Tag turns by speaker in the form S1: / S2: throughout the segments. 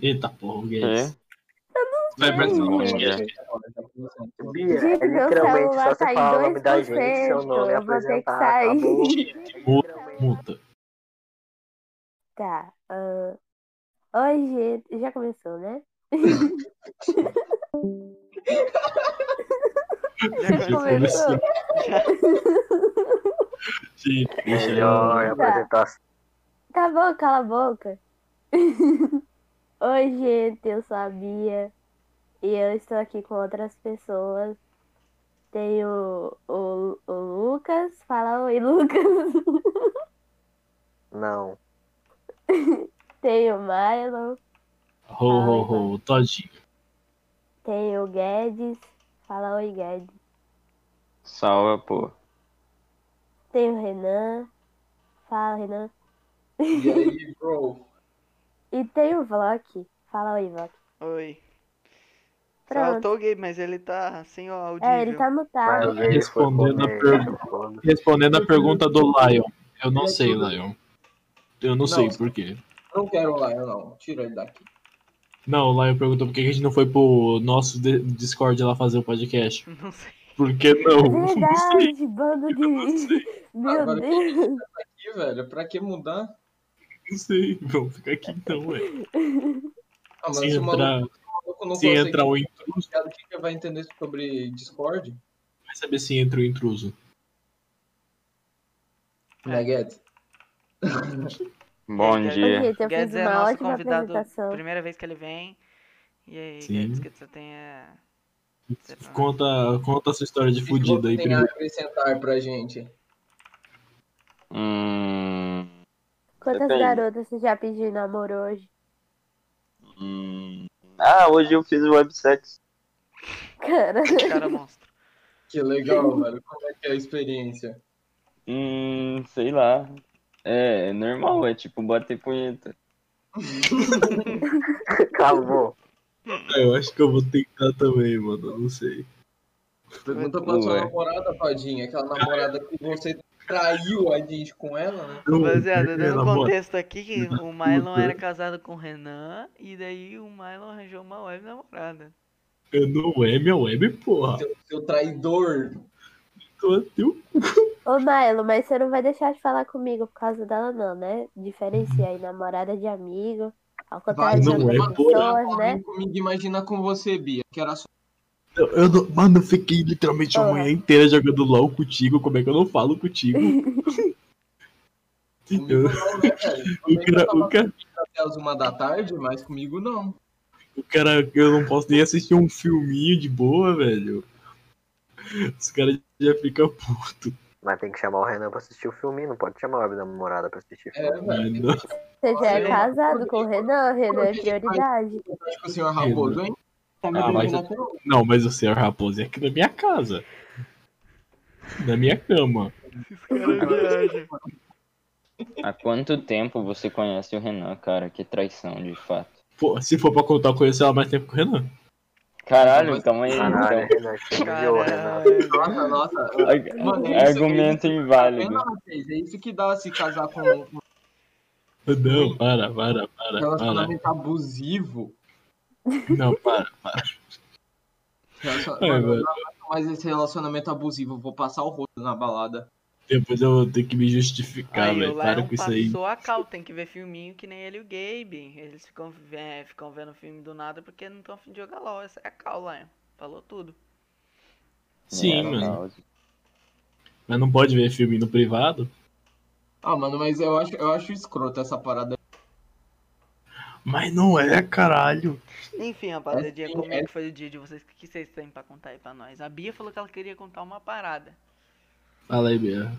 S1: Eita porra,
S2: É.
S1: Guedes.
S3: Vai pra
S2: Hum,
S3: cima.
S2: é.
S4: Bia,
S5: Gente,
S4: é
S5: meu
S4: literalmente
S5: celular
S4: só
S5: tá
S4: você
S5: em
S4: falar o nome da
S5: 2%,
S4: gente, seu nome
S5: eu vou ter que
S4: apresentar, tá
S5: sair.
S4: acabou.
S1: Muta.
S5: Tá. ah, Oi, gente. Já começou, né? Já começou?
S1: Sim, deixa ele
S4: Melhor apresentação.
S5: Tá bom, cala a boca. Oi, gente. Eu sabia. E eu estou aqui com outras pessoas. Tem o, o, o Lucas. Fala oi, Lucas.
S4: Não.
S5: Tem o Milo.
S1: Ho, ho, ho, todinho.
S5: Tem o Guedes. Fala oi, Guedes.
S2: Salva, pô.
S5: Tem o Renan. Fala, Renan.
S3: E aí, bro?
S5: E tem o Vlock. Fala oi, Vlock.
S6: Oi.
S5: Pronto.
S6: Saltou o game, mas ele tá sem o áudio.
S5: É, ele tá mutado.
S4: Mas ele foi
S1: respondendo a
S4: polêmico, foda.
S1: Respondendo a pergunta do Lion. Eu não sei, Lion. Eu não,
S3: Não.
S1: sei por quê.
S3: Não quero lá, eu não. Tira ele daqui.
S1: Não, o Lion perguntou por que a gente não foi pro nosso de- Discord lá fazer o podcast.
S6: Não sei.
S1: Por que não? Não sei.
S5: É Verdade, bando de. Meu
S3: Agora-
S5: Deus.
S3: Ih, velho, pra que mudar?
S1: Não sei. Vamos ficar aqui então, ué.
S3: Ah, mas
S1: Se
S3: se o maluco
S1: entrar,
S3: maluco não
S1: se
S3: consegue
S1: entrar o intruso,
S3: entender, o que que vai entender sobre Discord?
S1: vai saber se entra o intruso. É.
S3: Né, Guedes?
S1: Tá
S2: Bom
S6: Guedes.
S5: Ô,
S2: dia.
S5: Gente, eu
S6: Guedes
S5: fiz
S6: é
S5: uma
S6: nosso
S5: ótima
S6: convidado,
S5: apresentação.
S6: primeira vez que ele vem. E aí,
S1: Sim.
S6: Guedes, o que você tem a... você não-
S1: Conta, conta a sua história de
S3: O que
S1: fudida aí
S3: você tem a
S1: primeiro.
S3: acrescentar pra gente?
S2: Hum.
S5: Quantas
S2: Depende.
S5: garotas você já pediu em namoro hoje?
S2: hum. Ah, hoje eu fiz websex.
S5: Cara,
S6: Esse cara é monstro.
S3: Que legal, velho. Como é que é a experiência?
S2: Hum, sei lá. É, é normal, é tipo bater punheta.
S4: Acabou.
S1: Eu acho que eu vou tentar também, mano. eu Não sei.
S3: Pergunta pra sua
S2: Ué.
S3: namorada, Tadinha. Aquela namorada que você traiu a gente com ela, né?
S1: Não,
S6: Rapaziada,
S1: pela
S6: dando um
S1: moral.
S6: contexto aqui, que o Mylon
S1: puta.
S6: era casado com o Renan, e daí o Mylon arranjou uma web namorada.
S1: Eu não é minha web, porra.
S3: Seu, seu traidor.
S5: Tipo,
S1: Tô até o
S5: ô Milo, mas você não vai deixar de falar comigo por causa dela, não, né? Diferencia aí namorada de amigo. Ao contrário de
S1: não é,
S5: outras
S1: porra.
S5: pessoas, né?
S3: Vem comigo imaginar com você, Bia. Que era só...
S1: Eu, eu não- mano, eu fiquei literalmente a
S5: Ah.
S1: manhã inteira jogando LOL contigo. Como é que eu não falo contigo?
S3: Comigo
S1: Eu-
S3: não, né, velho?
S1: o,
S3: Também
S1: cara,
S3: tava
S1: o, cara,
S3: até as uma da tarde, mas comigo não.
S1: o cara, eu não posso nem assistir um filminho de boa, velho. Os caras já ficam puto.
S4: Mas tem que chamar o Renan pra assistir o filme, não pode chamar a web namorada pra assistir
S3: É,
S4: filme.
S1: Mas
S3: velho.
S1: não,
S5: Você já
S3: Sim.
S5: é casado com o Renan, o Renan é
S3: Sim.
S5: prioridade.
S3: Tipo o senhor Raposo, hein? Tá me
S1: Ah, mas-
S3: imaginando com ela.
S1: não, mas o senhor Raposo é aqui na minha casa. Na minha cama.
S6: Esse cara é viagem.
S2: Há quanto tempo você conhece o Renan, cara? Que traição, de fato.
S1: Pô, se for pra contar, eu conheço ela há mais tempo que o Renan.
S2: Caralho, calma aí,
S4: Caralho,
S2: então.
S4: Renan, te humilhou, Renan.
S6: Caralho.
S3: Nossa, nossa.
S2: Ar-
S3: Mano, é isso que-
S2: Argumento
S3: Tá vendo,
S2: inválido.
S3: rapaz? É isso que dá se casar com um
S1: Não, para, para, para, para.
S3: relacionamento abusivo.
S1: Não, para, para.
S3: Relaciona-
S1: É,
S3: Mano,
S1: velho.
S3: eu não aguento mais esse relacionamento abusivo. eu Vou passar o rosto na balada.
S1: Depois eu vou ter que me justificar,
S6: Aí
S1: velho.
S6: o
S1: Para
S6: Lion
S1: com isso aí.
S6: passou a cal, tem que ver filminho que nem ele e o Gabe. Eles ficam, ve- é, ficam vendo filme do nada porque não estão afim de jogar LOL. Essa é a cal, Lion. Falou tudo.
S1: Sim,
S2: Era
S1: mano.
S2: caos.
S1: Mas não pode ver filme no privado.
S3: Ah, mano, mas eu acho, eu acho escroto essa parada.
S1: Mas não é, caralho.
S6: Enfim, rapaziada,
S3: sim,
S6: como
S3: é
S6: é que foi o dia de vocês? O que que vocês têm pra contar aí pra nós? A Bia falou que ela queria contar uma parada.
S1: Fala aí, Bia.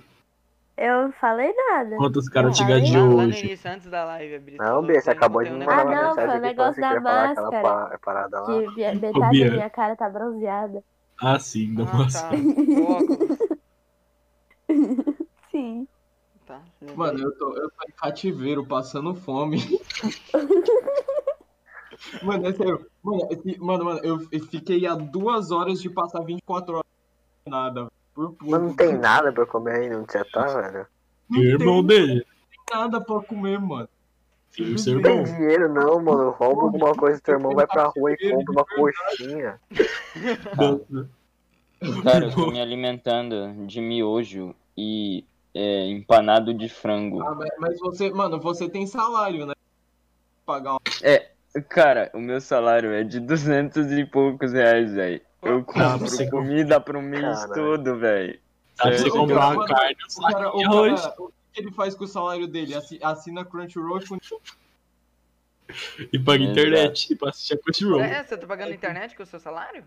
S5: Eu não falei nada.
S1: Quantos caras te
S6: tá
S5: Não, aí-
S1: gatilhou
S6: lá, lá no
S1: hoje?
S6: início, antes da live, a Bia
S4: Não,
S6: falou
S4: Bia,
S6: que
S4: você acabou de
S6: tem um
S4: me
S5: Ah,
S4: mandar
S6: negócio-
S4: uma
S5: não,
S4: mensagem
S5: foi o
S4: aqui
S5: negócio
S4: falando que
S5: da
S4: queria falar aquela
S5: máscara.
S4: pa- parada lá.
S5: Que minha-
S1: Ô,
S5: metade
S1: Bia.
S5: da minha cara tá bronzeada.
S1: Ah, sim, não
S6: Ah,
S1: posso.
S6: tá. O óculos.
S5: Sim.
S6: Tá, lembrei.
S3: Mano, eu tô, eu tô em cativeiro, passando fome. mano, é sério. Mano, esse- mano, mano, eu eu fiquei a duas horas de passar 24 horas. sem Nada. Por pouco.
S4: Mas não tem nada pra comer aí onde você tá, velho.
S3: Não
S1: irmão
S3: tem
S1: dele.
S3: nada pra comer, mano.
S1: filme ser
S4: Não
S1: bom.
S4: tem dinheiro não, mano. Rouba alguma coisa do teu irmão, vai pra rua e compra uma coxinha.
S2: Cara, eu tô me alimentando de miojo e é, empanado de frango.
S3: Ah, mas, mas você, mano, você tem salário, né? Pagar um...
S2: Cara, o meu salário é de 200 e poucos reais, velho. Eu
S1: Ah,
S2: compro
S1: você
S2: comida pro mês
S4: Caralho.
S2: todo, velho.
S1: Dá pra
S2: É,
S1: você
S2: eu-
S1: comprar uma
S3: mano,
S1: carne, um
S3: O cara,
S1: saco
S3: o
S1: de
S3: cara-
S1: arroz.
S3: o que ele faz com o salário dele? Assi- Assina Crunchyroll com...
S1: E paga
S2: Exato.
S1: internet pra assistir a Crunchyroll.
S6: É, você tá pagando internet com o seu salário?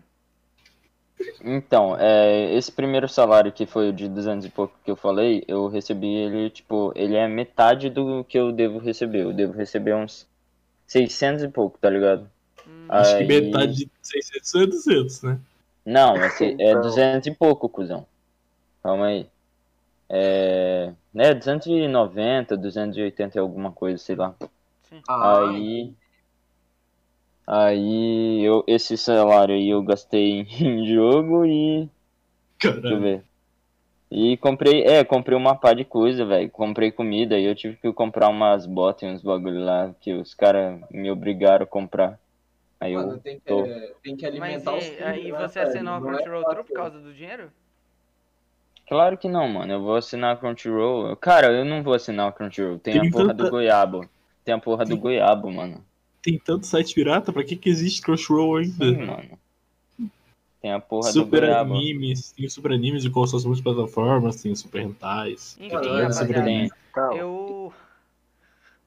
S2: Então, é, esse primeiro salário que foi o de 200 e pouco que eu falei, eu recebi ele, tipo, ele é metade do que eu devo receber. Eu devo receber uns 600 e pouco, tá ligado?
S6: Hum.
S3: Ah,
S1: Acho que
S2: Aí-
S1: metade de 600 ou 200, né?
S2: Não, é, se- é
S4: Então.
S2: 200 e pouco, cuzão. Calma aí. É, né, 290, 280 e alguma coisa, sei lá. Aí. Aí eu, esse salário aí eu gastei em jogo e. Deixa eu
S1: Caralho.
S2: ver. E comprei, é, comprei uma pá de coisa, velho. Comprei comida e eu tive que comprar umas botas e uns bagulho lá que os caras me obrigaram a comprar. Aí eu.
S3: Mano, tem que,
S2: tô.
S3: é, tem que
S6: Mas
S3: alimentar os
S6: e,
S3: filhos,
S6: aí
S3: né,
S6: você
S3: velho?
S6: assinou a
S3: Não é
S6: Crunchyroll
S3: fácil.
S6: True por causa do dinheiro?
S2: Claro que não, mano. Eu vou assinar a Crunchyroll. Cara, eu não vou assinar a Crunchyroll. Tem a
S1: Tem
S2: porra
S1: tanta-
S2: do goiabo. Tem a porra do
S1: Tem-
S2: goiabo, mano.
S1: Tem tanto site pirata, pra que que existe Crunchyroll ainda?
S2: Sim, mano. Tem a porra
S1: super
S2: do goiabo.
S1: animes, tem super animes de qual suas múltiplas plataformas, tem super rentais.
S6: Enfim,
S1: tem
S6: rapaziada.
S1: super anime.
S2: Tem.
S4: Então,
S6: Eu.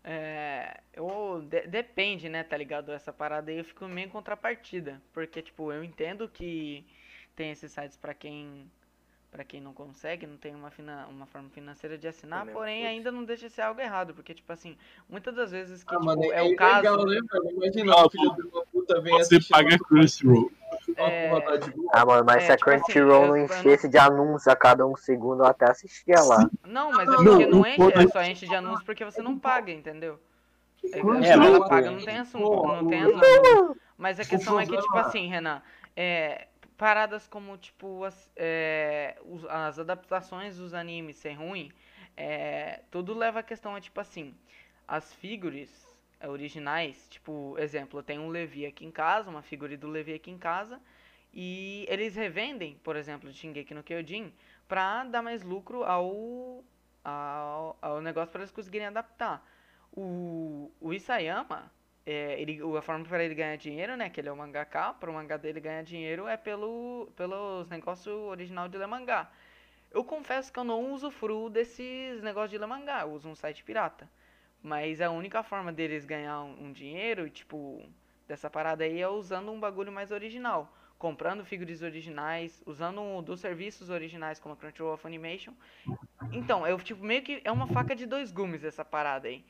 S6: É, eu de- depende, né, tá ligado? Essa parada aí eu fico meio em contrapartida. Porque, tipo, eu entendo que tem esses sites pra quem para quem não consegue, não tem uma, fina- uma forma financeira de assinar,
S4: Entendeu?
S6: porém
S4: Putz.
S6: ainda não deixa de ser algo errado. Porque, tipo assim, muitas das vezes que
S3: Ah,
S6: tipo,
S3: mano,
S6: é,
S3: é,
S6: o
S3: ilegal,
S6: caso.
S3: né, velho? Imagina,
S1: Ah,
S3: o filho de uma puta vem
S1: Você
S3: assistir
S1: paga Crunchyroll.
S3: uma
S6: é,
S3: porra de boa.
S4: ah, mano, mas
S6: É,
S4: se a
S6: tipo assim,
S4: Crunchyroll
S6: eu-
S4: não
S6: eu não-
S4: enchesse de anúncios a cada um segundo, eu até assistia lá.
S6: Não, mas é
S3: Não,
S6: porque
S1: não
S6: não enche,
S1: pode-
S6: é só enche de anúncio porque você não paga, entendeu? É,
S3: Quando
S2: mas
S6: ela
S2: o-
S6: paga, não tem assunto,
S3: Pô,
S6: não tem
S3: o-
S6: anúncio. Mas a questão é que, tipo
S3: problema-
S6: assim, Renan, é, paradas como, tipo, as, é, os- as adaptações dos animes ser ruim, é, tudo leva à questão, é tipo assim, as figures é, originais, tipo, exemplo, eu tenho um Levi aqui em casa, uma figura do Levi aqui em casa, e eles revendem, por exemplo, de Shingeki no Kyojin, pra dar mais lucro ao, ao, ao negócio pra eles conseguirem adaptar. O, o Isayama, é, ele, o- a forma para ele ganhar dinheiro, né, que ele é o mangaka, para o mangá dele ganhar dinheiro é pelo, pelos negócios original de ler mangá. Eu confesso que eu não usufruo desses negócios de ler mangá, eu uso um site pirata. Mas a única forma deles ganhar um, um dinheiro, tipo, dessa parada aí é usando um bagulho mais original. Comprando figuras originais, usando um dos serviços originais como a Crunchyroll Funimation. Então, eu, tipo, meio que é uma faca de dois gumes essa parada aí.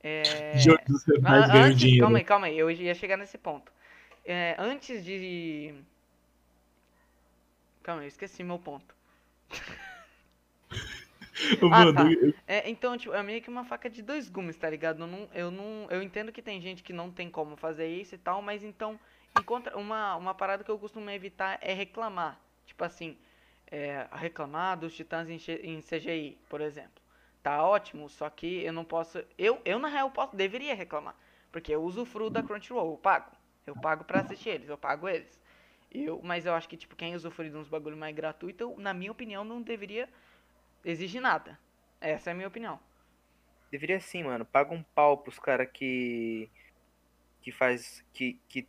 S6: É...
S1: Jogos dos rentais
S6: Ah,
S1: ganham
S6: antes-
S1: dinheiro.
S6: Calma aí, calma aí, eu ia chegar nesse ponto. É, antes de. Calma aí, eu esqueci meu ponto.
S1: Mano,
S6: tá.
S1: eu-
S6: É, então, tipo, é meio que uma faca de dois gumes, tá ligado? Eu não, eu não. Eu entendo que tem gente que não tem como fazer isso e tal, mas então. Encontra uma, uma parada que eu costumo evitar é reclamar. Tipo assim, é, reclamar dos titãs em, che- em CGI, por exemplo. Tá ótimo, só que eu não posso. Eu, eu na real, posso, deveria reclamar. Porque eu uso o fruto da Crunchyroll, eu pago. Eu pago pra assistir eles, eu pago eles. Eu, mas eu acho que, tipo, quem usufrui de uns bagulho mais gratuito, eu, na minha opinião, não deveria exigir nada. Essa é a minha opinião.
S7: Deveria sim, mano. Paga um pau pros caras que. que faz. que, que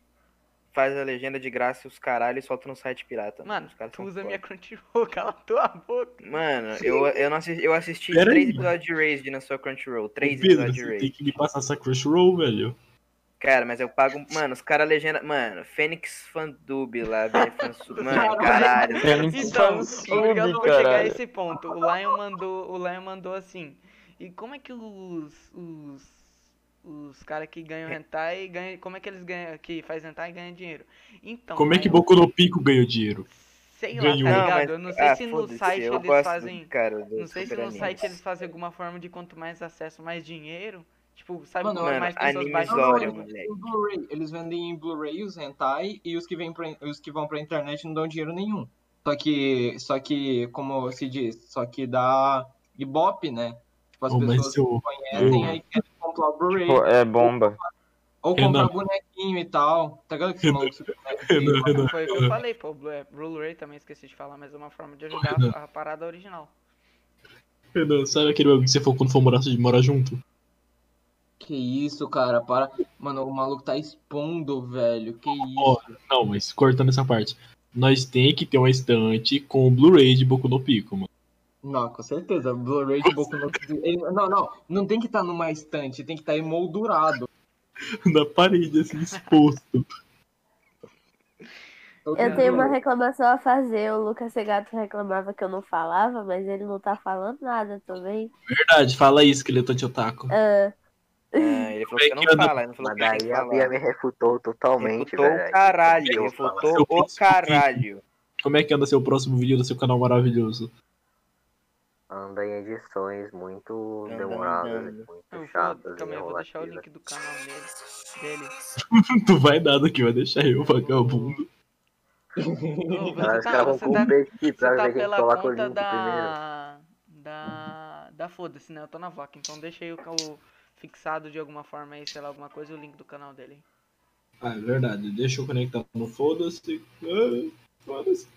S7: faz a legenda de graça e os caralho e solta no site pirata.
S6: Mano,
S7: Tá, os caras
S6: tu
S7: são
S6: usa
S7: foda.
S6: minha Crunchyroll, cala tua boca.
S7: Mano, eu, eu, não assisti, eu assisti
S1: Pera
S7: três
S1: aí.
S7: episódios de Raid na sua Crunchyroll. Três
S1: Pedro,
S7: episódios de
S1: você tem
S7: Raid.
S1: que me passar essa Crunchyroll, velho.
S6: Então
S7: Cara, mas eu pago. Mano, os caras legenda. Mano, Fênix Fandub lá, velho. Fansub. Mano, caralho.
S1: Tá É, um
S6: Então,
S2: Sub,
S6: obrigado por chegar é a
S2: caralho.
S6: esse ponto. O Lion mandou, o Lion mandou assim. E como é que os os os caras que ganham hentai ganham, como é que eles ganham, que faz hentai ganham dinheiro? Então,
S1: Como é que
S6: Lion,
S1: Boku no Pico ganhou dinheiro?
S6: Sei lá,
S1: ganhou?
S6: tá
S7: Não,
S6: ligado?
S7: mas-
S6: eu não sei
S7: ah,
S6: se no
S7: foda-se,
S6: site
S7: eu
S6: eles
S7: gosto,
S6: fazem,
S7: Cara, dos
S6: não sei se no
S7: super-animes.
S6: site eles fazem alguma forma de quanto mais acesso, mais dinheiro. Tipo, sabe,
S3: Mano,
S6: quanto
S7: Mano,
S6: mais pessoas baixam o
S7: animizório,
S3: Não,
S6: código.
S3: não,
S7: moleque.
S3: Em Blu-ray, Eles vendem em Blu-ray os hentai e os que, vêm pra, os que vão pra internet não dão dinheiro nenhum. Só que, só que, como se diz, só que dá ibope, né? Tipo, as
S1: Ô, mas
S3: pessoas
S1: seu-
S3: conhecem aí querem comprar o Blu-ray.
S2: Pô, é bomba.
S3: Ou comprar
S1: Renan.
S3: bonequinho e tal. Tá ligado que esse
S1: Renan.
S3: maluco se boneco?
S1: Renan, Renan,
S6: Foi o que eu falei, pô. Blu- é, Blu-ray também esqueci de falar, mas é uma forma de ajudar
S1: Renan.
S6: a, a parada original.
S1: Renan, sabe aquele bagulho que você falou quando for morar, morar junto?
S3: Que isso, cara, para. Mano, o maluco tá expondo, velho. Que isso.
S1: Ó, Não, mas cortando essa parte. Nós tem que ter uma estante com o Blu-ray de Boku no Pico, mano.
S3: Não, com certeza. Blu-ray de Boku no Pico. Ele- Não, não. Não tem que estar numa estante, tem que estar emoldurado.
S1: Na parede, assim, exposto.
S3: Então,
S5: Eu tenho uma reclamação a fazer. O Lucas Segato reclamava que eu não falava, mas ele não tá falando nada também.
S1: Verdade, fala isso, esqueleto de otaku.
S5: Ah,
S7: Ah, ele falou que você
S1: Pegando-
S7: não fala, ele não falou
S4: Mas
S7: que você
S4: daí a
S7: não
S4: Bia
S7: fala.
S4: me refutou totalmente,
S7: Refutou o
S4: velho.
S7: caralho,
S4: Eu
S1: falo.
S7: refutou o caralho.
S1: Como é que anda seu próximo vídeo do seu canal maravilhoso?
S4: Anda em edições muito
S7: Anda,
S4: demoradas,
S7: anda.
S6: Eu
S4: muito
S6: vou,
S4: chatas. né?
S6: calma aí, eu vou deixar o
S4: enrolativas.
S6: link do canal dele. dele.
S1: tu vai nada que vai deixar eu, vagabundo.
S6: Ô,
S4: Ah,
S6: você
S4: Os
S6: tá,
S4: caras vão
S6: você tá,
S4: comprar aqui pra
S6: você tá
S4: ver quem
S6: pela
S4: coloca o
S6: conta
S4: link primeiro.
S6: da. Da. Da foda-se, né? Eu tô na vaca, então deixa aí o, ca- o fixado de alguma forma aí, sei lá, alguma coisa, o link do canal dele.
S1: Ah, é verdade. Deixa eu conectar no foda-se. Ah, foda-se.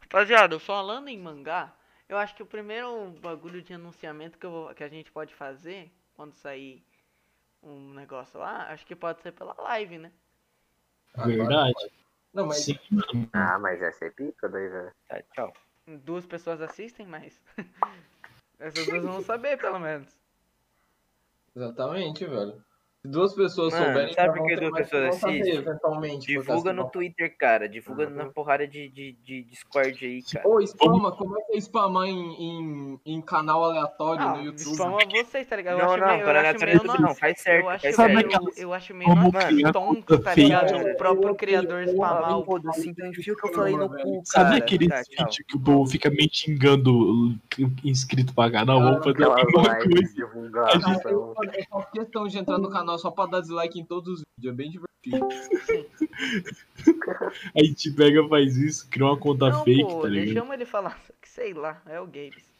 S6: Rapaziada, falando em mangá, eu acho que o primeiro bagulho de anunciamento que, eu vou- que a gente pode fazer quando sair um negócio lá, acho que pode ser pela live, né?
S1: Verdade.
S3: Não, mas
S1: Sim, mano.
S4: Ah, mas essa é pica, daí, velho.
S7: Tá, tchau.
S6: Duas pessoas assistem, mas. Essas duas vão saber, pelo menos.
S3: Exatamente, velho. Se duas pessoas
S7: Mano,
S3: souberem,
S7: sabe
S3: já
S7: por
S3: vão
S7: que
S3: ter
S7: duas
S3: mais
S7: pessoas
S3: vontade,
S7: assistem?
S3: Eventualmente, porque
S7: Divulga
S3: assim,
S7: no
S3: ó.
S7: Twitter, cara. Divulga
S4: Uhum.
S7: na porrada de, de, de Discord aí, cara.
S3: Pô, spama, começa a é spamar em, em, em canal aleatório
S6: Ah,
S3: no YouTube.
S6: spama vocês, tá ligado? Eu
S7: Não,
S6: acho
S7: não,
S6: meio,
S7: para
S6: eu acho meio
S7: natureza
S6: no-
S7: não, faz certo,
S6: Eu acho,
S7: faz
S1: Sabe
S7: certo.
S6: meio,
S1: aquelas-
S6: eu acho meio
S1: Como
S7: Mano,
S1: criar
S6: um tonto,
S1: conta
S6: tá
S1: feia?
S6: ligado?
S7: cara.
S6: O próprio criador spamar o
S7: Foda-se, então enfia o que eu falei no cu, cara.
S1: Sabe aquele
S7: Tá, tchau.
S1: vídeo que o povo fica me xingando inscrito pra canal?
S6: Ah,
S1: Vamos fazer
S4: Aquela
S1: alguma coisa.
S4: live divulgação.
S3: Cara,
S4: um- é tipo
S3: eu, mano, eu faço questão de entrar no canal só pra dar dislike em todos os vídeos, é bem divertido.
S1: A gente pega, faz isso, cria uma conta
S6: Não,
S1: fake,
S6: pô,
S1: tá ligado?
S6: deixamos ele falar. Só que sei lá, é o Games.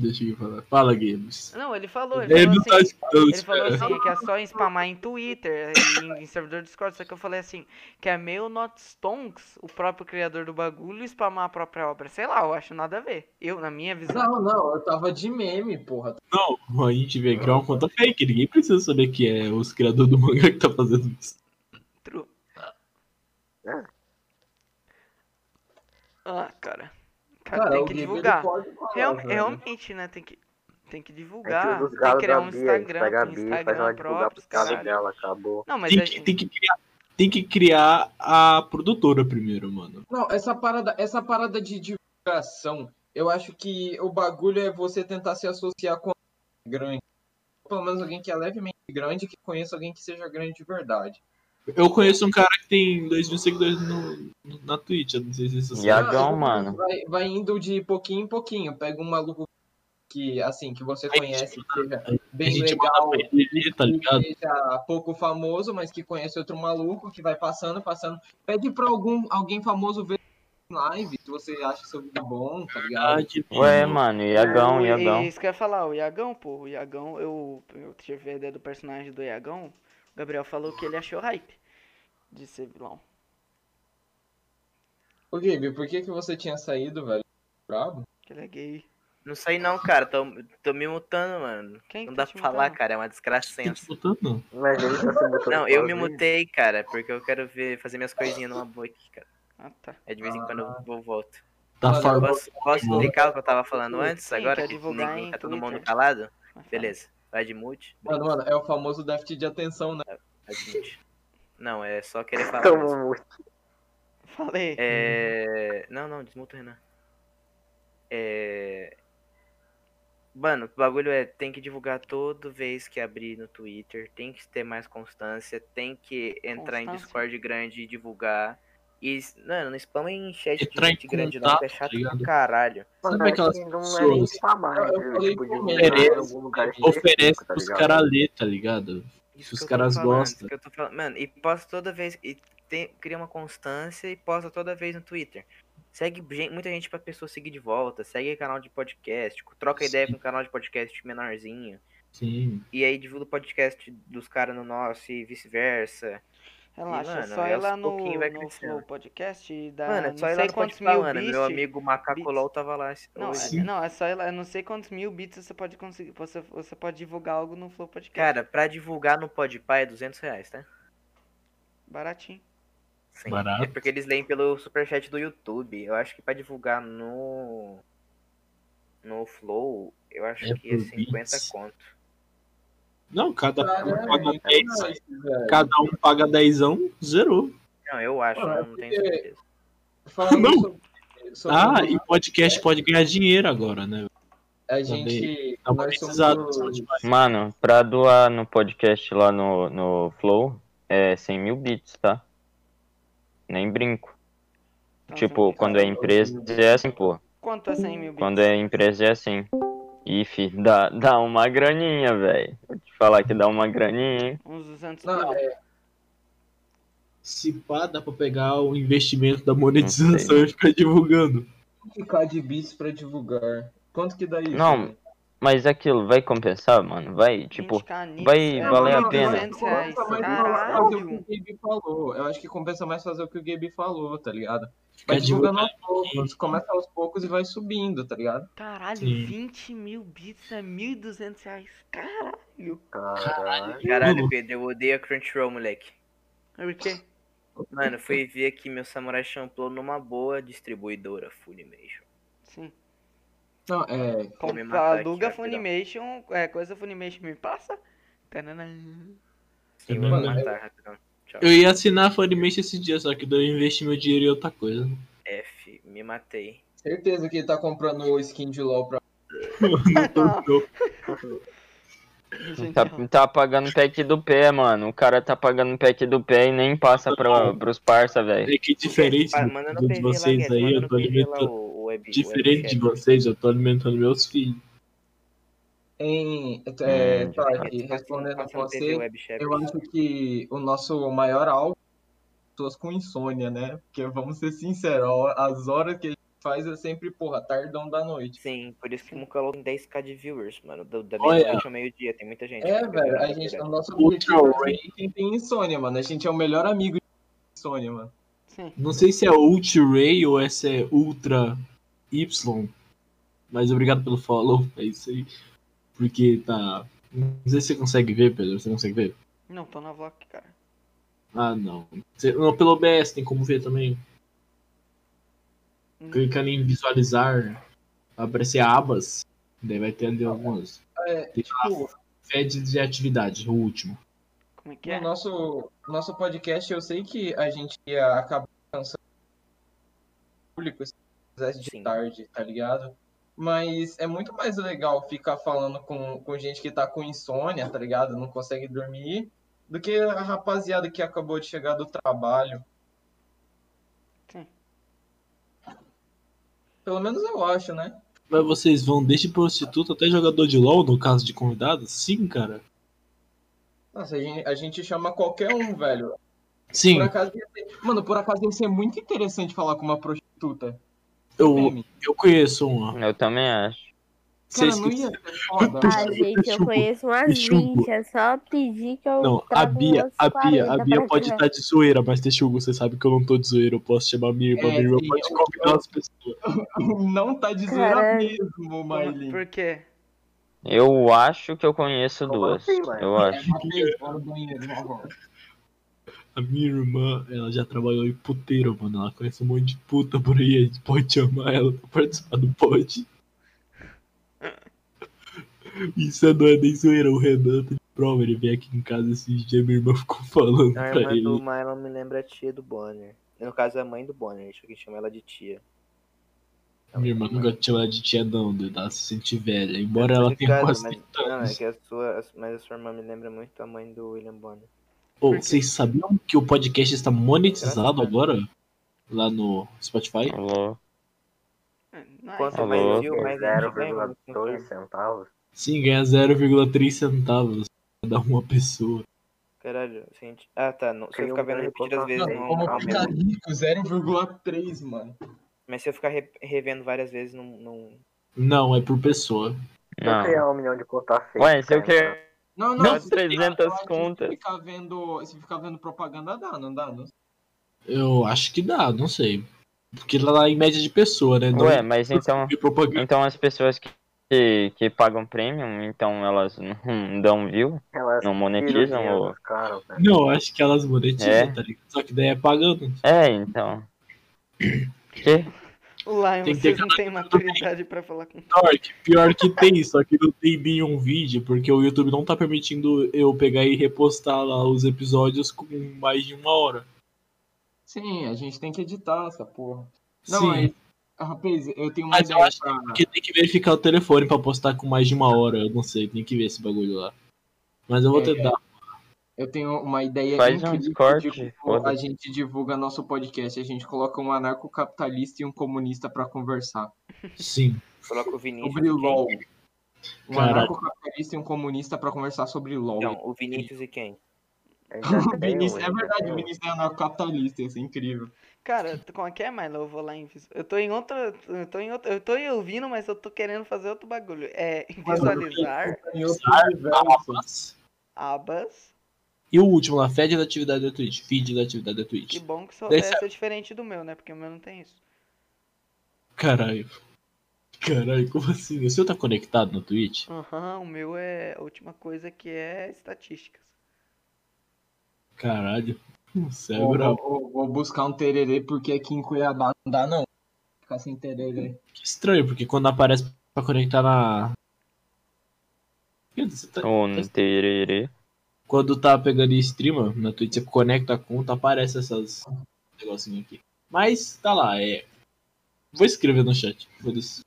S1: Deixa eu falar. Fala, Games.
S6: Não, ele falou, ele
S1: Ele
S6: falou
S1: não tá
S6: assim.
S1: escutando,
S6: Ele falou
S1: espera.
S6: assim, que é só em spamar em Twitter, e em, em servidor Discord, só que eu falei assim, que é meio not stonks, o próprio criador do bagulho, spamar a própria obra. Sei lá, eu acho nada a ver. Eu, na minha visão.
S3: Não, não, eu tava de meme, porra.
S1: Não, a gente vê criar uma conta fake. Ninguém precisa saber que é os criadores do mangá que tá fazendo isso.
S6: True.
S4: É.
S6: Ah, cara. Cara,
S3: Cara,
S6: tem
S3: o
S6: que
S3: Gabe, ele
S6: divulgar.
S3: pode falar,
S6: Real-
S3: velho.
S6: realmente, né? Tem que, tem que
S4: Tem
S6: divulgar.
S4: que
S6: Tem que criar um Instagram.
S4: pega a
S6: tem
S4: Bia, faz ela
S6: Instagram
S4: divulgar né?
S6: próprio.
S4: pros caras
S6: caralho.
S4: dela, acabou.
S6: Não, mas
S1: Tem
S6: a
S1: que,
S6: gente-
S1: tem, que criar, tem que criar a produtora primeiro, mano.
S3: Não, essa parada, essa parada de divulgação, eu acho que o bagulho é você tentar se associar com alguém grande. Pelo menos alguém que é levemente grande, que conheça alguém que seja grande de verdade.
S1: Eu conheço um cara que tem 2 mil seguidores no, no- na Twitch, eu não sei se isso é
S2: E a-
S1: sabe.
S2: Tiagão,
S3: Não,
S2: mano.
S3: Vai, vai indo de pouquinho em pouquinho. Pega um maluco que, assim, que você
S1: gente
S3: conhece, que seja
S1: A
S3: bem
S1: gente
S3: legal,
S1: manda pra ele, tá
S3: que
S1: ligado?
S3: seja pouco famoso, mas que conhece outro maluco, que vai passando, passando. Pede pra algum, alguém famoso ver em live, se você acha seu vídeo bom, tá ligado?
S2: Ué, mano, Iagão,
S6: o-
S2: Iagão.
S6: Isso que eu ia falar, o Iagão, pô. O Iagão, eu, eu tive a ideia do personagem do Iagão. O Gabriel falou que ele achou hype de ser vilão.
S3: Ô, Gabe, por que, que você tinha saído, velho? Brabo?
S6: Que ele é gay.
S7: Não sei não, cara. Tô, tô me mutando, mano.
S6: Quem
S7: Não
S6: tá
S7: dá
S6: te
S7: pra falar,
S6: mutando?
S7: cara. É uma
S1: Tem
S7: desgracença.
S1: disputando, não.
S4: Mas ele tá se botando
S7: Não, eu me
S4: sozinho.
S7: mutei, cara, porque eu quero ver, fazer minhas coisinhas numa boa aqui, cara.
S6: Ah, tá.
S7: É de vez em quando eu vou volto.
S1: Ah. Tá
S3: Olha,
S1: farmando.
S7: Posso, posso explicar o que eu tava falando antes,
S6: Sim,
S7: agora?
S6: quer
S7: Que
S6: divulgar
S7: ninguém
S6: em
S7: tá todo
S6: Twitter.
S7: mundo calado?
S6: Vai falar.
S7: Beleza. Vai de mute.
S3: Mano, mano, é o famoso déficit de atenção, né?
S7: Vai de mute. Não, é só querer falar.
S4: Toma
S7: mesmo.
S4: muito.
S6: Falei.
S7: É. Não, não, desmuta o Renan. É. Mano, o bagulho é, tem que divulgar toda vez que abrir no Twitter, tem que ter mais constância, tem que entrar em
S6: Constância?
S7: Discord grande e divulgar. E, s- mano, não spama em chat de
S1: Entrar em
S7: gente grande não,
S1: contato,
S7: que é chato
S1: tá ligado?
S7: pra caralho.
S1: Sabe aquelas
S4: Não é nem
S1: pessoas
S4: spamar,
S3: Eu- eu
S4: né?
S3: falei
S4: Tipo,
S3: com ele.
S4: divulgar em
S1: Oferece-
S4: algum lugar
S1: que oferecem
S4: específico, tá
S1: pros
S4: ligado?
S1: caras ler, tá ligado?
S7: Isso
S1: Se os
S7: que eu tô
S1: caras
S7: falando, isso
S1: gostam.
S7: que eu tô falando. Mano, e posta toda vez. E tem- cria uma constância e posta toda vez no Twitter. Segue gen- muita gente pra pessoa seguir de volta. Segue canal de podcast. Troca ideia
S1: Sim.
S7: com canal de podcast menorzinho.
S1: Sim.
S7: E aí divulga o podcast dos caras no nosso e vice-versa.
S6: Relaxa,
S7: mano,
S6: só
S7: aí
S6: ir
S7: aos
S6: lá no,
S7: pouquinho vai
S6: no
S7: crescendo.
S6: Flow Podcast e dá
S7: mano, é
S6: Ah, não
S7: só ir lá
S6: sei
S7: no
S6: quantos
S7: Spotify,
S6: mil
S7: mano.
S6: bits.
S7: Meu amigo Macaco
S6: beats.
S7: LOL tava lá. esse-
S6: Não,
S7: hoje.
S6: é,
S1: Sim.
S6: não, é só ir lá. Eu não sei quantos mil bits você pode conseguir. Você, você pode divulgar algo no Flow Podcast.
S7: Cara, pra divulgar no Podpah é 200 reais, tá?
S6: Baratinho.
S7: Sim.
S1: Barato.
S7: É porque eles leem pelo superchat do YouTube. Eu acho que pra divulgar no. No Flow, eu acho
S1: É
S7: que é
S1: por
S7: 50
S1: bits.
S7: conto.
S1: Não, cada um
S3: Caralho,
S1: paga
S3: então
S1: 10.
S3: é isso, velho.
S1: Cada um paga dezão, zerou.
S7: Não, eu acho,
S3: Porra,
S7: eu não
S1: é
S7: tenho
S3: porque-
S7: certeza.
S3: Falando
S1: Não.
S3: sobre, sobre
S1: Ah, e podcast pode ganhar dinheiro agora, né?
S3: a gente.
S1: Tá
S3: nós somos
S1: monetizado.
S3: o-
S1: no Spotify.
S2: Mano, pra doar no podcast lá no, no Flow é 100 mil bits, tá? Nem brinco.
S6: Então,
S2: Tipo,
S6: são-
S2: quando é empresa é assim, pô.
S6: Quanto é 100 mil bits?
S2: Quando é empresa é assim. E, fi, dá, dá uma graninha, velho. Vou te falar que dá uma graninha, hein?
S6: Uns 200
S3: Não,
S6: mil.
S3: é,
S1: Se pá, dá pra pegar o investimento da monetização e ficar divulgando.
S3: ficar de bits pra divulgar. Quanto que dá isso?
S2: Não,
S3: velho?
S2: Mas aquilo vai compensar, mano? Vai, tipo,
S6: 20k nisso,
S2: vai
S6: é,
S2: valer a
S3: não,
S6: 200
S3: eu acho
S6: reais.
S3: que compensa mais fazer o que o
S6: Caralho!
S3: Gabe falou. Eu acho que compensa mais fazer o que o Gabe falou, tá ligado?
S1: Ficar
S3: Vai divulgando
S1: divulgando.
S3: aos poucos, começa aos poucos e vai subindo, tá ligado?
S6: Caralho,
S1: Sim.
S6: 20 mil bits é 1.200 reais. Caralho!
S4: Caralho.
S7: Caralho, Pedro, eu odeio a Crunchyroll, moleque.
S6: Por quê?
S7: Mano, fui ver aqui meu Samurai Champloo numa boa distribuidora Funimation.
S6: Sim.
S3: Não, é.
S7: Vou me
S6: Com-
S7: matar aqui,
S6: Aluga
S7: rapidão.
S6: Funimation, é, coisa Funimation me passa. Tananã.
S1: É
S7: Sim, vou me
S1: Mano,
S7: matar rapidão. Tchau.
S1: Eu ia assinar a Funimation esse dia, só que daí eu investi meu dinheiro em outra coisa.
S7: F, me matei.
S3: Certeza que ele tá comprando o skin de LOL pra.
S2: tá,
S6: Genial.
S2: tá pagando pack do pé, mano. O cara tá pagando pack do pé e nem passa pra, pros parça, velho.
S1: É que diferente
S7: Pa-
S1: do-
S7: manda no
S1: do de
S7: PV lá,
S1: vocês
S7: Guedes,
S1: aí,
S7: manda
S1: eu
S7: no
S1: tô
S7: PV lá
S1: alimentando.
S7: o- o web- o
S1: Diferente de
S7: webchat.
S1: vocês, eu tô alimentando meus filhos.
S3: Em.
S2: Hum,
S3: É, tá,
S7: Tá
S3: e respondendo a
S7: passando no PV
S3: você,
S7: webchat.
S3: É, eu acho que o nosso maior alvo é pessoas com insônia, né? Porque vamos ser sinceros, ó, as horas que a gente faz é sempre, porra, tardão da noite.
S7: Sim, por isso que o Mucalol tem 10k de viewers, mano. do- Da
S1: Olha.
S7: meia-noite ao meio-dia, tem muita gente.
S3: É,
S7: Fica
S3: velho, a
S7: olhando,
S3: gente,
S7: tá
S3: o
S7: ligado?
S3: nosso
S1: Ultra
S3: objetivo é sempre quem tem insônia, mano. A gente é o melhor amigo de insônia, mano.
S6: Sim.
S1: Não sei se é Ultra Ray ou essa é Ultra Y. Mas obrigado pelo follow, é isso aí. Porque tá. Não sei se você consegue ver, Pedro. Você consegue ver?
S6: Não, tô na Vlock, cara.
S1: Ah, não. Você- não, pelo OBS tem como ver também.
S6: Hum,
S1: Clica ali em visualizar. Vai aparecer abas. Daí vai ter ali algumas.
S3: É,
S1: Tem
S3: tipo,
S1: Fed de atividade, o último.
S6: Como é que é?
S3: no nosso, nosso podcast, eu sei que a gente ia acabar cansando o público se fizesse de
S7: Sim.
S3: tarde, tá ligado? Mas é muito mais legal ficar falando com, com gente que tá com insônia, tá ligado? Não consegue dormir, do que a rapaziada que acabou de chegar do trabalho.
S6: Sim.
S3: Pelo menos eu acho, né?
S1: Mas vocês vão desde prostituta até jogador de LOL, no caso de convidados? Sim, cara.
S3: Nossa, a gente, a gente chama qualquer um, velho.
S1: Sim,
S3: Por acaso ia ser- Mano, por acaso ia ser muito interessante falar com uma prostituta.
S1: eu,
S3: Meme.
S1: eu conheço uma.
S2: Eu também acho.
S3: Cara,
S1: Vocês
S3: não
S1: que-
S3: ia ser foda.
S5: Ah,
S1: é
S5: gente, eu
S1: Chupa,
S5: conheço umas
S1: chupa.
S5: 20. É só pedir que eu.
S1: Não, a
S5: trago
S1: Bia,
S5: umas
S1: a
S5: 40
S1: Bia, a Bia
S5: pra
S1: pode
S5: tirar.
S1: estar de zoeira, mas Texugo, você sabe que eu não tô de zoeira, eu posso chamar minha irmã,
S3: É,
S1: minha irmã
S3: sim,
S1: pode
S3: eu-
S1: convidar
S3: eu-
S1: as pessoas.
S3: Não tá de zoeira
S5: Caralho.
S3: mesmo, Marlin.
S6: Por quê?
S2: Eu acho que eu conheço
S4: Como
S2: duas.
S4: assim, mano?
S2: Eu acho.
S3: É,
S1: A minha irmã, ela já trabalhou em puteiro, mano, ela conhece um monte de puta por aí, a gente pode chamar ela pra participar do pod. Isso não é nem zoeira, o Renan tá de prova, ele veio aqui em casa esses dias, minha irmã ficou falando pra
S7: A é irmã
S1: ele.
S7: do Mylon me lembra a tia do Bonner. No caso, é a mãe do Bonner, deixa eu chamar ela de tia.
S1: Minha irmã não gosta de chamar de tia não, Dudu, ela se sente velha, embora ela tenha
S7: Obrigado,
S1: quase
S7: Tá mas,
S1: 30 anos.
S7: não, é que a sua, mas a sua irmã me lembra muito a mãe do William Bonner.
S1: Ô,
S6: Por quê?
S1: vocês sabiam que o podcast está monetizado agora? Lá no Spotify?
S2: Alô.
S6: É, Não é
S7: Quanto
S6: isso.
S7: mais
S2: Alô?
S7: viu, mais a gente ganha. mano.
S4: 0,2 centavos.
S1: Sim, ganha 0,3 centavos cada uma pessoa.
S7: Caralho, se a gente... Ah, tá. Não, se eu
S4: Cria um
S7: ficar vendo
S4: grande
S7: repetidas vezes,
S4: contrato.
S7: não,
S4: Não,
S7: não
S4: como
S7: aumenta.
S3: Tá rico, 0,3, mano.
S7: Mas se eu ficar re- revendo várias vezes, não, não...
S1: Não, é por pessoa.
S4: Eu
S2: Não.
S4: tenho um milhão de conta feita.
S2: Ué, se eu
S4: cara,
S2: quero
S3: Não,
S2: Não,
S3: se ficar-
S2: 300
S3: eu acho que
S2: contas.
S3: Se ficar, vendo, se ficar vendo propaganda, dá, não dá? Não.
S1: Eu acho que dá, não sei. Porque lá em média de pessoa, né? Não
S2: Ué, mas então.
S1: de propaganda.
S2: Então as pessoas que, que, que pagam premium, então elas não dão view,
S4: Elas
S2: não
S4: tiram o
S2: monetizam
S4: dinheiro
S2: ou.
S4: dos caras, velho.
S1: Não, eu acho que elas monetizam,
S2: É.
S1: tá ligado? Só que daí é pagando.
S2: É, então. Que?
S6: O Lion,
S1: Tem que
S6: vocês
S1: ter
S6: não têm maturidade pra falar com.
S1: Pior que, pior que tem, só que não tem nenhum vídeo, porque o YouTube não tá permitindo eu pegar e repostar lá os episódios com mais de uma hora.
S3: Sim, a gente tem que editar essa porra. Não,
S1: Sim,
S3: mas, rapaz, eu tenho uma
S1: Mas eu
S3: ideia
S1: acho
S3: pra...
S1: porque tem que verificar o telefone pra postar com mais de uma hora, eu não sei, tem que ver esse bagulho lá. Mas eu vou
S3: É,
S1: tentar.
S3: Eu tenho uma ideia
S2: Faz um
S3: incrível
S2: corte,
S3: de como
S2: foda-se.
S3: tipo, a gente divulga nosso podcast. A gente coloca um anarcocapitalista e um comunista pra conversar.
S1: Sim.
S7: Coloca o Vinícius.
S3: Sobre
S7: e quem?
S3: LOL. Um
S1: Caralho.
S3: anarcocapitalista e um comunista pra conversar sobre LOL.
S7: Não, Então, o Vinícius e quem?
S4: Eu já
S3: O
S4: tenho,
S3: Vinícius,
S4: eu
S3: é
S4: já
S3: verdade, o
S4: tenho.
S3: Vinícius é anarcocapitalista, isso é incrível.
S6: Cara, tu- como é que é, Milo? Eu vou lá em. vis- Eu tô em outra. Eu tô em outra. Eu tô ouvindo, mas eu tô querendo fazer outro bagulho. É visualizar
S3: Em outro universo.
S1: Abas.
S6: abas.
S1: E o último lá, feed da atividade da Twitch. Feed da atividade da
S6: Que
S1: Twitch.
S6: bom que seu-
S1: Deixa-
S6: esse é diferente do meu, né? Porque o meu não tem isso.
S1: Caralho. Caralho, como assim? O seu tá conectado no Twitch?
S6: Aham, o meu é a última coisa que é estatísticas.
S1: Caralho. Você é
S3: Vou-
S1: brabo.
S3: vou- vou buscar um tererê, porque aqui em Cuiabá não dá, não. Ficar sem tererê.
S1: Que estranho, porque quando aparece pra conectar na. Quer dizer, você tá-
S2: Ou no tererê.
S1: Quando tá pegando em streama na Twitch, você conecta a conta, aparece essas negocinho aqui. Mas tá lá, é. Vou escrever no chat. foda-se.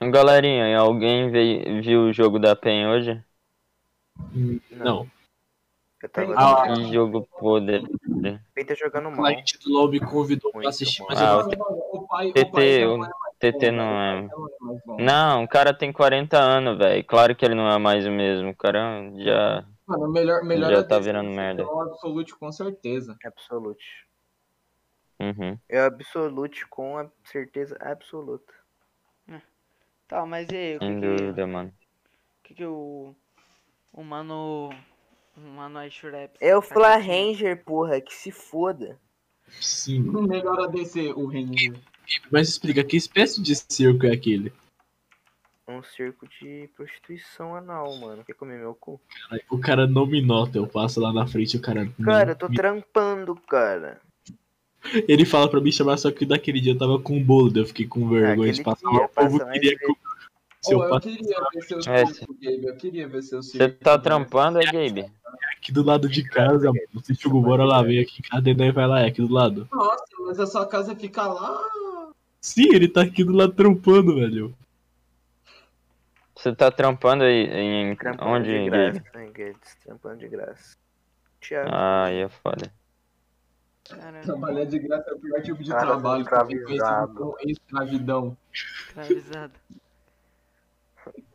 S2: Galerinha, alguém veio, viu o jogo da PEN hoje?
S1: Não.
S7: Eu tava
S1: Ah,
S2: Que jogo podre.
S7: bem tá jogando
S1: O
S7: mal.
S1: cliente do LoL me convidou pra
S7: Muito
S1: assistir,
S7: bom.
S1: mas
S2: Ah,
S1: eu
S2: o
S1: não.
S3: O pai, o pai
S2: TT,
S3: já
S2: o
S3: é
S2: TT
S3: bom,
S2: não
S3: né?
S2: é.
S3: O pai já não é mais bom.
S2: Não, o cara tem 40 anos, velho. Claro que ele não é mais o mesmo. O cara já.
S3: Mano, melhor, melhor
S2: Já
S3: é
S2: tá
S3: desse
S2: virando
S3: que
S2: merda.
S3: é o Absolute, com certeza.
S7: É Absolute.
S2: Uhum.
S7: É absolute com a certeza absoluta.
S6: Tá, mas e aí, o que
S2: Sem
S6: que,
S2: dúvida, mano.
S6: o que que o. O mano. O mano Ashurep.
S7: É o
S6: tá
S7: Fla
S6: quietinho?
S7: Ranger, porra, que se foda.
S1: Sim.
S3: Melhor a descer o Ranger.
S1: Mas explica, que espécie de circo é aquele?
S7: É um circo de prostituição anal, mano. Quer comer meu
S1: Uhum.
S7: cu?
S1: Aí O cara não me nota, eu passo lá na frente e o cara. não
S7: Cara, eu tô
S1: me-
S7: trampando, cara.
S1: Ele fala pra me chamar, só que daquele dia eu tava com um bolo, daí eu fiquei com vergonha
S7: Aquele
S1: de passar.
S7: dia,
S1: lá, o povo
S7: passa mais
S1: queria
S7: vezes.
S1: comer. Se eu
S3: Oh, eu
S1: passo
S3: queria ver seu
S2: É.
S3: circo, Gabe. Eu queria ver seu circo.
S2: Você tá trampando, é, Gabe?
S1: aqui do lado de casa, mano, se chegou, bora lá, vem aqui em casa, e daí vai lá, é aqui do lado.
S3: Nossa, mas a sua casa fica lá.
S1: Sim, ele tá aqui do lado trampando, velho.
S2: Você tá trampando aí em, em-
S7: Trampando
S2: onde,
S7: de
S2: Gabe?
S7: graça, né, Guedes? Trampando de graça. Tiago.
S2: Ah, aí é foda.
S1: Tá
S6: Caramba,
S3: Trabalhar de graça é o pior tipo de
S4: Cara,
S3: trabalho.
S4: tá
S3: também conhecido
S4: avisado.
S3: como escravidão.
S6: escravizado.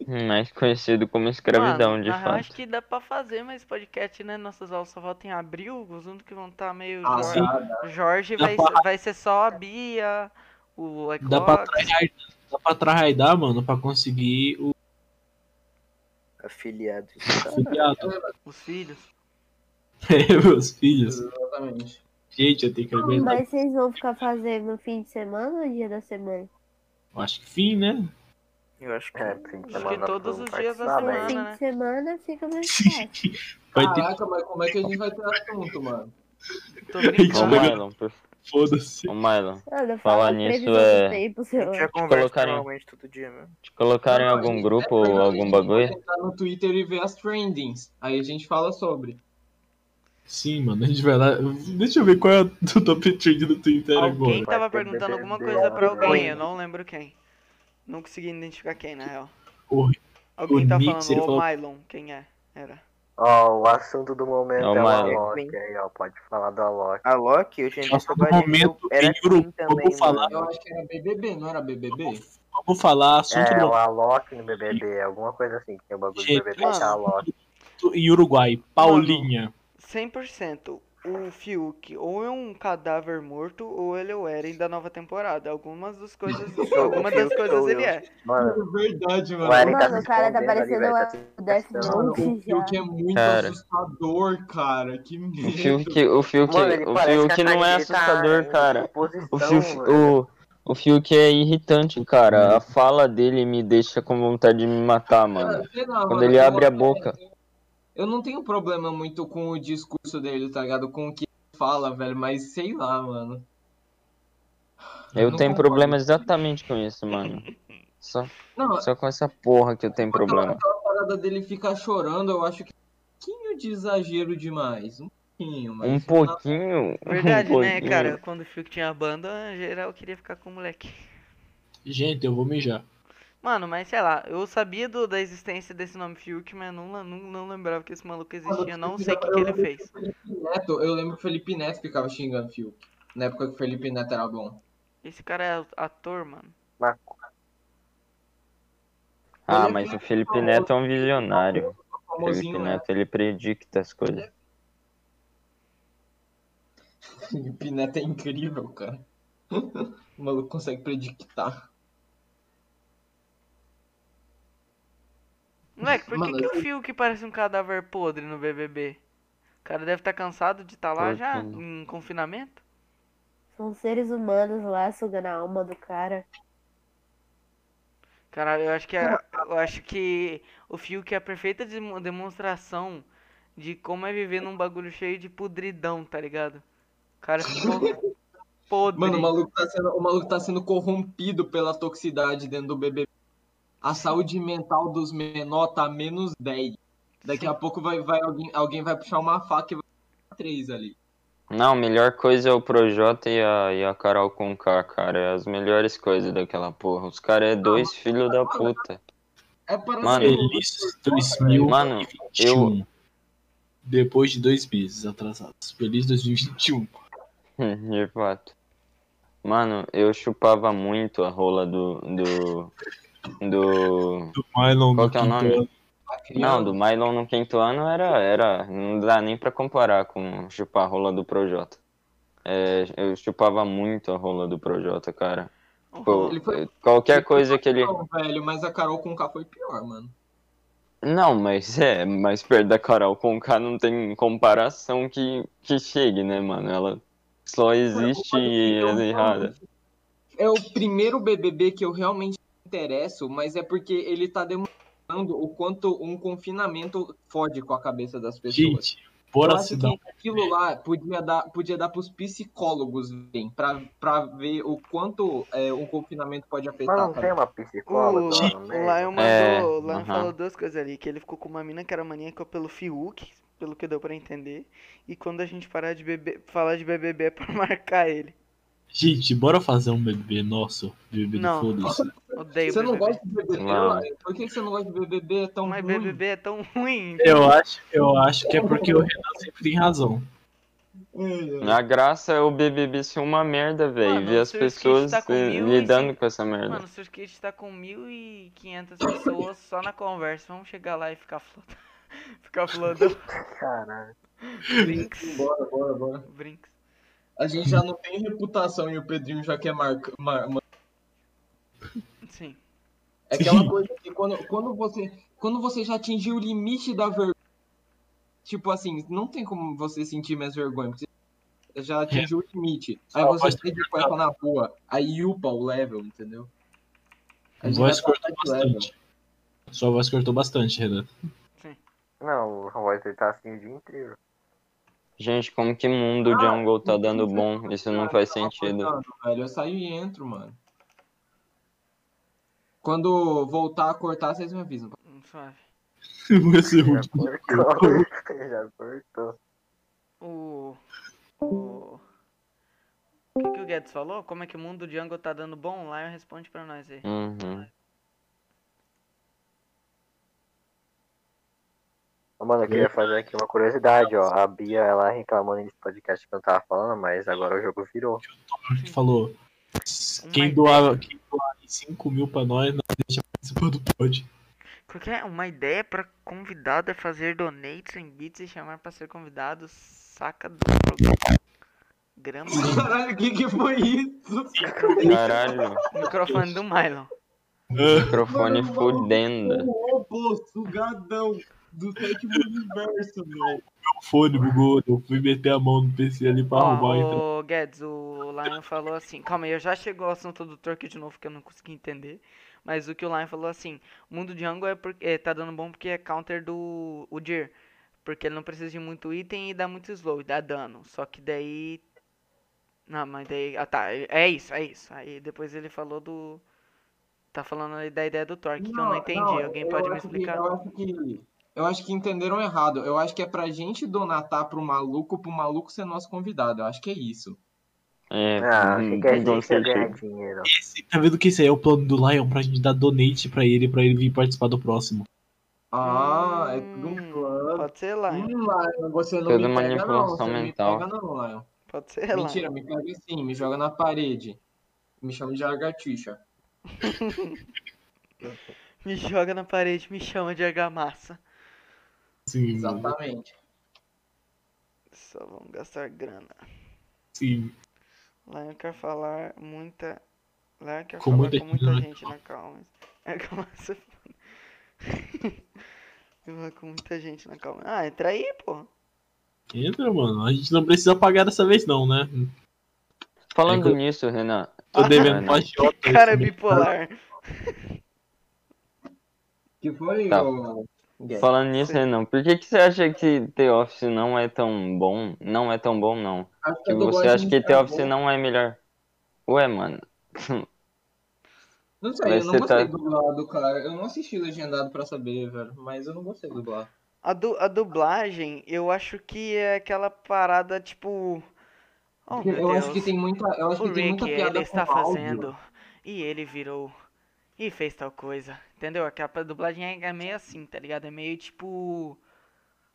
S2: Hum, Mais conhecido como escravidão,
S6: Mano,
S2: de
S6: na real,
S2: fato.
S6: acho que dá pra fazer mais podcast, né? Nossas aulas só voltam em abril, os únicos que vão estar meio.
S3: Ah,
S6: Jor-
S1: sim.
S3: cara.
S6: Jorge
S1: Dá
S6: vai,
S1: pra-
S6: vai ser só a Bia, o
S1: Dá pra
S6: Ecox.
S1: tryhard, dá pra tryhardar, mano, pra conseguir o
S7: Afiliado.
S1: filiado.
S6: Os filhos.
S7: Tá
S1: É, meus filhos.
S3: Exatamente.
S1: Gente, eu tenho que arrebentar.
S5: Mas vocês vão ficar fazendo no fim de semana ou dia da semana?
S1: Eu Acho que fim, né?
S7: Eu acho que.
S4: É, tem que
S6: Acho que
S4: mandar
S6: todos
S7: um
S4: pro
S6: os dias da
S4: Parque
S6: semana,
S4: Sabem.
S5: Fim
S6: né?
S5: de semana fica mais fácil.
S1: Vai ter
S3: Caraca, mas como é que a gente vai ter assunto, mano?
S6: Tô
S2: Ô,
S4: é
S1: Isso, é mano.
S6: brincando.
S2: Mylon, por...
S1: foda-se.
S2: Ô, Mylon, Falar
S5: Olha, fala a
S2: nisso
S5: previsão
S2: é-
S5: do tempo,
S7: A
S5: sei lá.
S7: gente já conversa
S2: colocar em-
S7: normalmente todo dia né? mesmo.
S2: te colocaram em
S3: Não,
S2: algum
S3: gente,
S2: grupo
S3: é,
S2: ou
S3: não, a
S2: algum
S3: gente
S2: bagulho?
S3: pode entrar no Twitter e ver as trendings. Aí a gente fala sobre.
S1: Sim, mano, a gente vai lá. Deixa eu ver qual é o top trend do Twitter
S6: Alguém
S1: agora.
S6: tava
S4: Vai ter
S6: perguntando alguma
S4: BBB,
S6: coisa pra
S4: né?
S6: alguém, eu não lembro quem. Não consegui identificar quem, na real.
S1: O
S6: Alguém tá
S1: Nix,
S6: falando,
S1: ele
S6: ô
S1: falou-
S6: Mylon, quem é? Era.
S4: Ó, o assunto do momento
S2: Ó,
S4: é o
S2: mano.
S4: Alok aí, ó. Pode falar do Alok.
S7: A Loki, eu tinha visto
S1: Nossa, no
S7: agora,
S1: momento
S7: era
S1: em Uruguai,
S7: assim
S1: eu
S2: né?
S1: vou falar.
S3: Eu acho que era BBB, não era BBB?
S1: Vamos falar assunto
S4: É,
S1: do
S4: o Alok no BBB, alguma coisa assim. que Tem o bagulho do
S1: Gente,
S4: BBB que é
S6: mano.
S4: Alok.
S1: em Uruguai. Paulinha.
S6: Mano, 100%. o um Fiuk ou é um cadáver morto ou ele é o Eren da nova temporada. Algumas das coisas,
S4: Sou
S6: alguma
S4: o
S6: das
S4: Fiuk,
S6: coisas
S4: sou
S6: ele
S4: eu.
S6: é.
S4: Mano,
S1: verdade, mano.
S4: o Eren tá
S5: Mano,
S4: se
S5: o cara tá
S4: escondendo
S5: parecendo
S4: ali, velho,
S5: o
S4: tá
S5: Death
S1: Mano,
S5: Note
S1: o
S5: já.
S1: Fiuk é muito
S2: Cara.
S1: assustador, cara. Que medo.
S2: O Fiuk, o Fiuk,
S4: Mano, ele
S2: o
S4: parece
S2: Fiuk
S4: a
S2: não é
S4: cara dele tá
S2: assustador,
S4: em
S2: cara.
S4: suposição,
S2: O Fiuk,
S4: mano.
S2: o, o Fiuk é irritante, cara. A fala dele me deixa com vontade de me matar, mano.
S3: Sei lá,
S2: Quando
S3: mano,
S2: ele
S3: eu-
S2: abre a boca.
S3: Eu não tenho problema muito com o discurso dele, tá ligado? Com o que ele fala, velho, mas sei lá, mano.
S2: Eu
S3: não
S2: tenho
S3: concordo.
S2: problema exatamente com isso, mano. Só,
S3: Não,
S2: só com essa porra que eu tenho problema.
S3: aquela parada dele ficar chorando, eu acho que é um pouquinho de exagero demais. Um pouquinho, mas.
S2: Um pouquinho.
S6: Verdade,
S2: um
S6: né,
S2: pouquinho.
S6: cara? Quando o Fiuk tinha a banda, geral queria ficar com o moleque.
S1: Gente, eu vou mijar.
S6: Mano, mas sei lá, eu sabia do- da existência desse nome Fiuk, mas não, la- não, não lembrava que esse maluco existia. Eu não sei o que, que ele fez.
S3: Neto, eu lembro que o Felipe Neto ficava xingando o Fiuk. Na época que o Felipe Neto era bom.
S6: Esse cara é ator, mano.
S2: Ah, mas o Felipe Neto é um visionário. O Felipe
S3: Famosinho, né?
S2: Neto, ele predicta as coisas.
S3: Felipe Neto é incrível, cara. O maluco consegue predictar.
S6: Moleque, por que,
S3: Mano,
S6: que o Fiuk parece um cadáver podre no BBB? O cara deve estar cansado de estar lá
S2: Puta,
S6: já,
S2: mano.
S6: em confinamento.
S5: São seres humanos lá sugando a alma do cara.
S6: Cara, eu acho que a- eu acho que o Fiuk é a perfeita demo- demonstração de como é viver num bagulho cheio de podridão, tá ligado? O cara ficou podre.
S3: Mano, o maluco, tá sendo, o maluco tá sendo corrompido pela toxicidade dentro do BBB. A saúde mental dos menores tá menos 10. Daqui a pouco vai, vai alguém, alguém vai puxar uma faca e vai puxar três ali.
S2: Não, a melhor coisa é o Projota e a, e a Carol Conká, cara. É as melhores coisas daquela porra. Os caras é dois filhos da puta.
S3: É para
S2: Mano,
S1: Felizes 2021.
S2: Mano, eu-
S1: Depois de dois meses atrasados. Feliz 2021.
S2: De fato. Mano, eu chupava muito a rola do. do. do.
S1: Do Mylon
S2: Qual
S1: do
S2: que é o nome?
S1: Quintana.
S3: né?
S2: Não, do Mylon no quinto ano era, era. Não dá nem pra comparar com chupar a rola do Projota. É, eu chupava muito a rola do Projota, cara.
S6: O
S2: Tipo,
S3: Ele foi-
S2: qualquer coisa que ele.
S3: Não, velho, mas a Carol com K foi pior, mano.
S2: Não, mas é, mas perto da Carol Conká não tem comparação que, que chegue, né, mano? Ela só existe e é errada.
S3: É o primeiro BBB que eu realmente me interesso, mas é porque ele tá demonstrando o quanto um confinamento fode com a cabeça das pessoas.
S1: Gente,
S3: Eu
S1: bora
S3: acho
S1: se
S3: que
S1: dar.
S3: aquilo lá podia dar, podia dar pros psicólogos verem, pra, pra ver o quanto é, o confinamento pode
S4: Mas
S3: afetar.
S2: tá
S4: não tem
S3: Cara.
S4: uma
S3: "Tá,
S4: psicóloga lá no meio?
S6: Lion mandou,
S2: É,
S6: o Lion
S2: aham.
S6: falou duas coisas ali, que ele ficou com uma mina que era maníaca pelo Fiuk, pelo que deu pra entender, e quando a gente parar de bebê, falar de BBB é pra marcar ele.
S1: Gente, bora fazer um bebê nosso. Bebê do
S6: Não.
S1: foda-se.
S6: Odeio
S3: Você não
S6: BBB.
S3: gosta de BBB?
S2: Não.
S3: Por que você não gosta de BBB? É tão
S6: Mas
S3: ruim.
S6: BBB é tão ruim.
S1: Eu acho, eu acho que é porque o Renan sempre tem razão.
S3: É, é.
S2: A graça é o BBB ser uma merda, velho.
S6: Mano,
S2: Ver as
S6: se o skate
S2: pessoas
S6: tá com
S2: eh,
S6: mil e
S2: lidando
S6: cem-
S2: com essa merda.
S6: Mano, se o skate tá com 1.500 pessoas só na conversa, vamos chegar lá e ficar flotando. ficar flotando.
S4: Caralho.
S6: Brinks.
S3: Bora, bora, bora.
S6: Brinks.
S3: A gente já não tem reputação e o Pedrinho já quer marcar. Mar, mar-
S6: Sim.
S3: É aquela coisa que quando, quando, você, quando você já atingiu o limite da vergonha. Tipo assim, não tem como você sentir mais vergonha, porque você já atingiu o limite. Aí
S1: Só
S3: você
S1: pode
S3: sai de cueca na rua, aí upa o level, entendeu?
S1: A
S3: Aí já
S1: voz
S3: vai
S1: cortou
S3: pra level.
S1: bastante. Sua voz cortou bastante, Renan.
S4: Não, o Royce ele tá assim o dia inteiro.
S2: Gente, como que mundo
S3: Ah,
S2: jungle tá
S3: não
S2: dando
S3: sei
S2: bom? Isso não
S3: cara,
S2: faz
S3: eu tava
S1: né?
S2: sentido.
S3: acordando, Tá velho. Eu saio e entro, mano. Quando voltar a cortar, vocês me avisam.
S6: Hum, Suave.
S1: Você é
S4: Já
S1: muito-
S4: cortou. Já cortou.
S6: O. O. O que, que o Guedes falou? Como é que o mundo Django tá dando bom? Lion responde pra nós aí.
S2: Uhum.
S4: Ô, Mano, eu queria fazer aqui uma curiosidade, ó. A Bia, ela reclamando nesse podcast que eu tava falando, mas agora o jogo virou.
S1: que falou. Quem
S6: Uma
S1: doar, quem doar 5 mil pra nós, não deixa participar do pod. É
S6: Porque uma ideia pra convidado é fazer donates em bits e chamar pra ser convidados saca do programa. Grama.
S3: Caralho, o que, que foi isso?
S2: Caralho,
S6: Microfone do Mylon.
S2: microfone fudendo.
S3: Ô, pô, sugadão do sétimo universo, meu.
S1: O um fone bugou, eu fui meter a mão no PC ali pra
S6: Ó,
S1: arrumar. Então.
S6: o Guedes, o Lion falou assim, calma aí, eu já chegou ao assunto do Turk de novo que eu não consegui entender. Mas o que o Lion falou assim, o mundo jungle é porque é, tá dando bom porque é counter do o Jir. Porque ele não precisa de muito item e dá muito slow, e dá dano. Só que daí. Não, mas daí. Ah tá, é isso, é isso. Aí depois ele falou do. Tá falando aí da ideia do Torque, que eu não entendi. Alguém
S3: eu
S6: pode me
S3: acho que-
S6: explicar?
S3: eu, acho que, eu acho que entenderam errado. Eu acho que é pra gente donatar pro maluco, pro maluco ser nosso convidado. Eu acho que é isso.
S2: É,
S4: Ah,
S2: hum,
S4: o que a
S2: com
S4: gente quer ganhar
S2: certeza.
S4: dinheiro?
S1: Esse- tá vendo que esse aí é o plano do Lion pra gente dar donate pra ele, pra ele vir participar do próximo.
S3: Ah, é tudo
S6: Hum,
S3: um plano.
S6: Pode ser Lion,
S3: Hum, Lion, você não
S2: Tudo
S3: me pega não,
S2: manipulação
S3: você não me
S2: mental.
S3: pega não, Lion.
S6: pode ser Lion.
S3: Mentira, me pega sim, me joga na parede. Me chama de lagartixa.
S6: Me joga na parede, me chama de argamassa.
S2: Hum.
S1: Sim, mano.
S3: Exatamente.
S6: Só vamos gastar grana.
S1: Sim.
S6: Lion quer falar muita. Lion quer
S1: Com
S6: falar
S1: muita
S6: com muita
S1: grana.
S6: gente na calma. É calma essa foda. Falar com muita gente na calma. Ah, entra aí, pô.
S1: Entra, mano. A gente não precisa pagar dessa vez, não, né?
S2: Falando nisso, Renan,
S1: Tô devendo
S2: Ah,
S1: pra Jota esse
S6: Cara
S1: mês.
S6: bipolar.
S3: Que foi,
S2: Tá.
S3: ô... Guedes?
S2: falando nisso, Renan, por que, que você acha que The Office não é tão bom? Não é tão bom, não.
S3: Acho
S2: Que
S3: eu tô
S2: você
S3: gosto
S2: acha
S3: de
S2: que The
S3: ficar
S2: Office
S3: bom.
S2: não é melhor? Ué, mano.
S3: Não sei,
S2: Mas
S3: eu não
S2: você
S3: gostei
S2: tá-
S3: do dublado, cara. Eu não assisti legendado pra saber, velho. Mas eu não gostei do dublado.
S6: A, du a dublagem, eu acho que é aquela parada tipo. Oh,
S3: Porque
S6: meu
S3: eu
S6: Deus.
S3: acho que tem muita. Eu acho
S6: O
S3: que tem muita
S6: Rick,
S3: piada
S6: ele está
S3: com áudio.
S6: fazendo. E ele virou. E fez tal coisa. Entendeu? Aquela dublagem é- é meio assim, tá ligado? É meio tipo.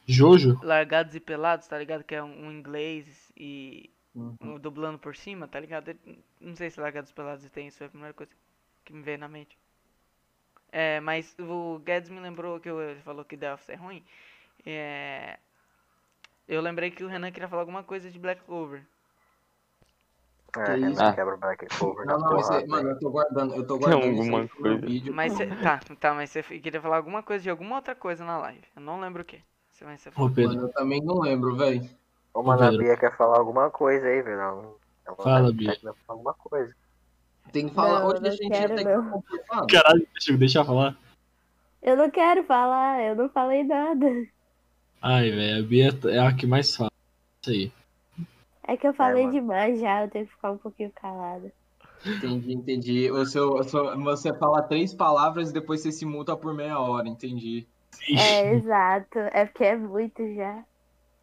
S1: Jojo?
S6: Largados e Pelados, tá ligado? Que é um um inglês e
S3: Uhum.
S6: um dublando por cima, tá ligado? Ele- Não sei se Largados e Pelados tem isso, é a primeira coisa que me veio na mente. É, mas o Guedes me lembrou que eu, ele falou que The Office é ruim. É, eu lembrei que o Renan queria falar alguma coisa de Black Clover.
S4: Ah,
S3: isso?
S4: Renan quebra o Black Cover na
S3: Não, não, isso
S4: porrada.
S1: é,
S3: aí, mano, eu tô guardando, eu tô
S2: Tem
S3: guardando
S2: alguma
S3: isso aí pro meu
S2: coisa?
S3: vídeo.
S6: Mas cê, tá, tá, mas você queria falar alguma coisa de alguma outra coisa na live. Eu não lembro o que. Você vai ser
S1: Ô, Pedro,
S3: Mano, eu também não lembro, velho.
S4: Ô, mano, a
S1: Pedro.
S4: Bia quer falar alguma coisa aí, velho. Ela- ela
S1: Fala,
S4: tá
S1: Bia.
S4: querendo falar Alguma coisa.
S3: Tem que falar.
S5: Não,
S3: Hoje a
S5: não
S3: gente
S5: quero,
S3: tem
S5: não.
S3: que completar.
S1: caralho, deixa eu deixa eu falar.
S5: Eu não quero falar, eu não falei nada.
S1: Ai, velho, a Bia é a que mais fala. Isso aí.
S5: É que eu falei
S4: mano.
S5: demais já, eu tenho que ficar um pouquinho calada.
S3: Entendi, entendi. O seu, o seu- você fala três palavras e depois você se multa por meia hora, entendi.
S5: É, exato. É porque é muito já.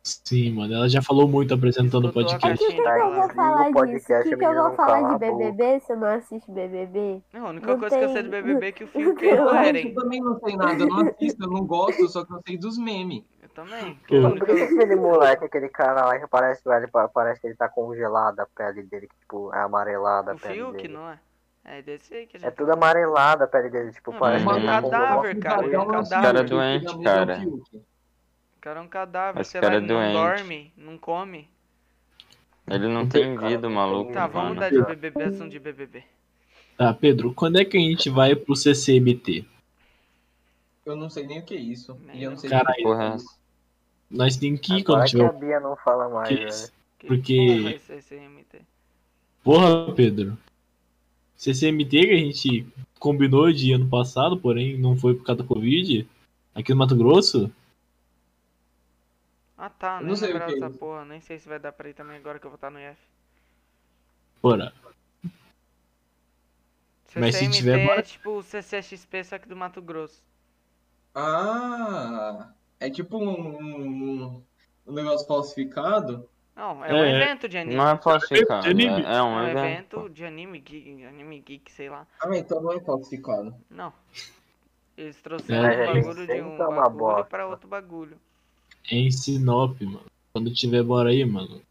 S1: Sim, mano, ela já falou muito apresentando o
S6: Escutou a
S5: É
S1: podcast.
S5: que o que, que
S4: Tá
S5: eu vou
S4: incrível
S5: falar
S4: o
S5: disso?
S4: podcast,
S5: O que,
S4: a
S5: que eu
S4: menina
S5: vou
S4: não
S5: falar
S4: cala
S5: de
S4: a
S5: BBB se eu não assisto BBB?
S6: Não, a única
S5: Não
S6: coisa que eu
S5: tem-
S6: sei do BBB é que o
S5: não tem
S6: filho perdeu o
S5: mais
S6: Eren.
S3: Eu também não sei nada, eu não assisto, eu não gosto, só que eu sei dos memes.
S6: Eu também. Pô,
S1: Eu-
S6: a
S4: Por
S6: única-
S4: que que aquele moleque, aquele cara lá que parece, ele, pa- parece que ele tá congelado a pele dele, que, tipo, é amarelada a
S6: O
S4: pele
S6: Fiuk,
S4: dele.
S6: não é? É desse aí que a gente
S4: É tudo amarelada a pele dele, tipo,
S6: Não,
S4: parece
S2: é um
S4: que ele tá
S6: cadáver,
S4: congelado.
S6: cara, ele é um cadáver.
S2: Cara doente, cara.
S6: O cara é um cadáver,
S2: Esse
S6: sei lá,
S2: cara é
S6: ele não
S2: doente.
S6: dorme, não come.
S2: Ele não tem vida, o maluco,
S6: Tá, vamos
S2: mano.
S6: mudar de BBB, assunto de BBB.
S1: Tá, Pedro, quando é que a gente vai pro CCMT?
S3: Eu não sei nem o que é isso. E eu não sei
S1: Cara,
S2: Que porra é essa?
S1: Nós temos que ir
S4: Agora
S1: quando
S4: que a
S1: tiver
S4: Bia não fala mais,
S1: Que
S4: velho.
S1: isso?
S6: Que
S1: Porque-
S6: porra é esse CCMT?
S1: Porra, Pedro. CCMT que a gente combinou de ano passado, porém não foi por causa da Covid, aqui no Mato Grosso.
S6: Ah tá,
S3: Eu
S6: nem
S3: não sei o
S6: lembrava
S3: que é
S6: dessa
S3: isso.
S6: porra, nem sei se vai dar pra ir também agora que eu vou estar no IF.
S1: Porra, Mas se
S6: CCMT
S1: tiver,
S6: é
S1: bora.
S6: tipo o CCXP, só que do Mato Grosso.
S3: Ah, é tipo um, um- um negócio falsificado?
S6: Não, é um
S1: É, é.
S6: evento de anime.
S2: Não é falsificado,
S1: É anime.
S2: é, é
S6: É
S2: um
S6: um
S2: evento.
S6: evento de anime geek, anime geek, sei lá.
S3: Ah, então não é falsificado.
S6: Não. Eles trouxeram
S1: É,
S6: um
S1: gente,
S6: bagulho de um
S4: sempre é uma
S6: bagulho
S4: bosta.
S6: pra outro bagulho.
S1: é em Sinop, mano. Quando tiver, bora aí, mano.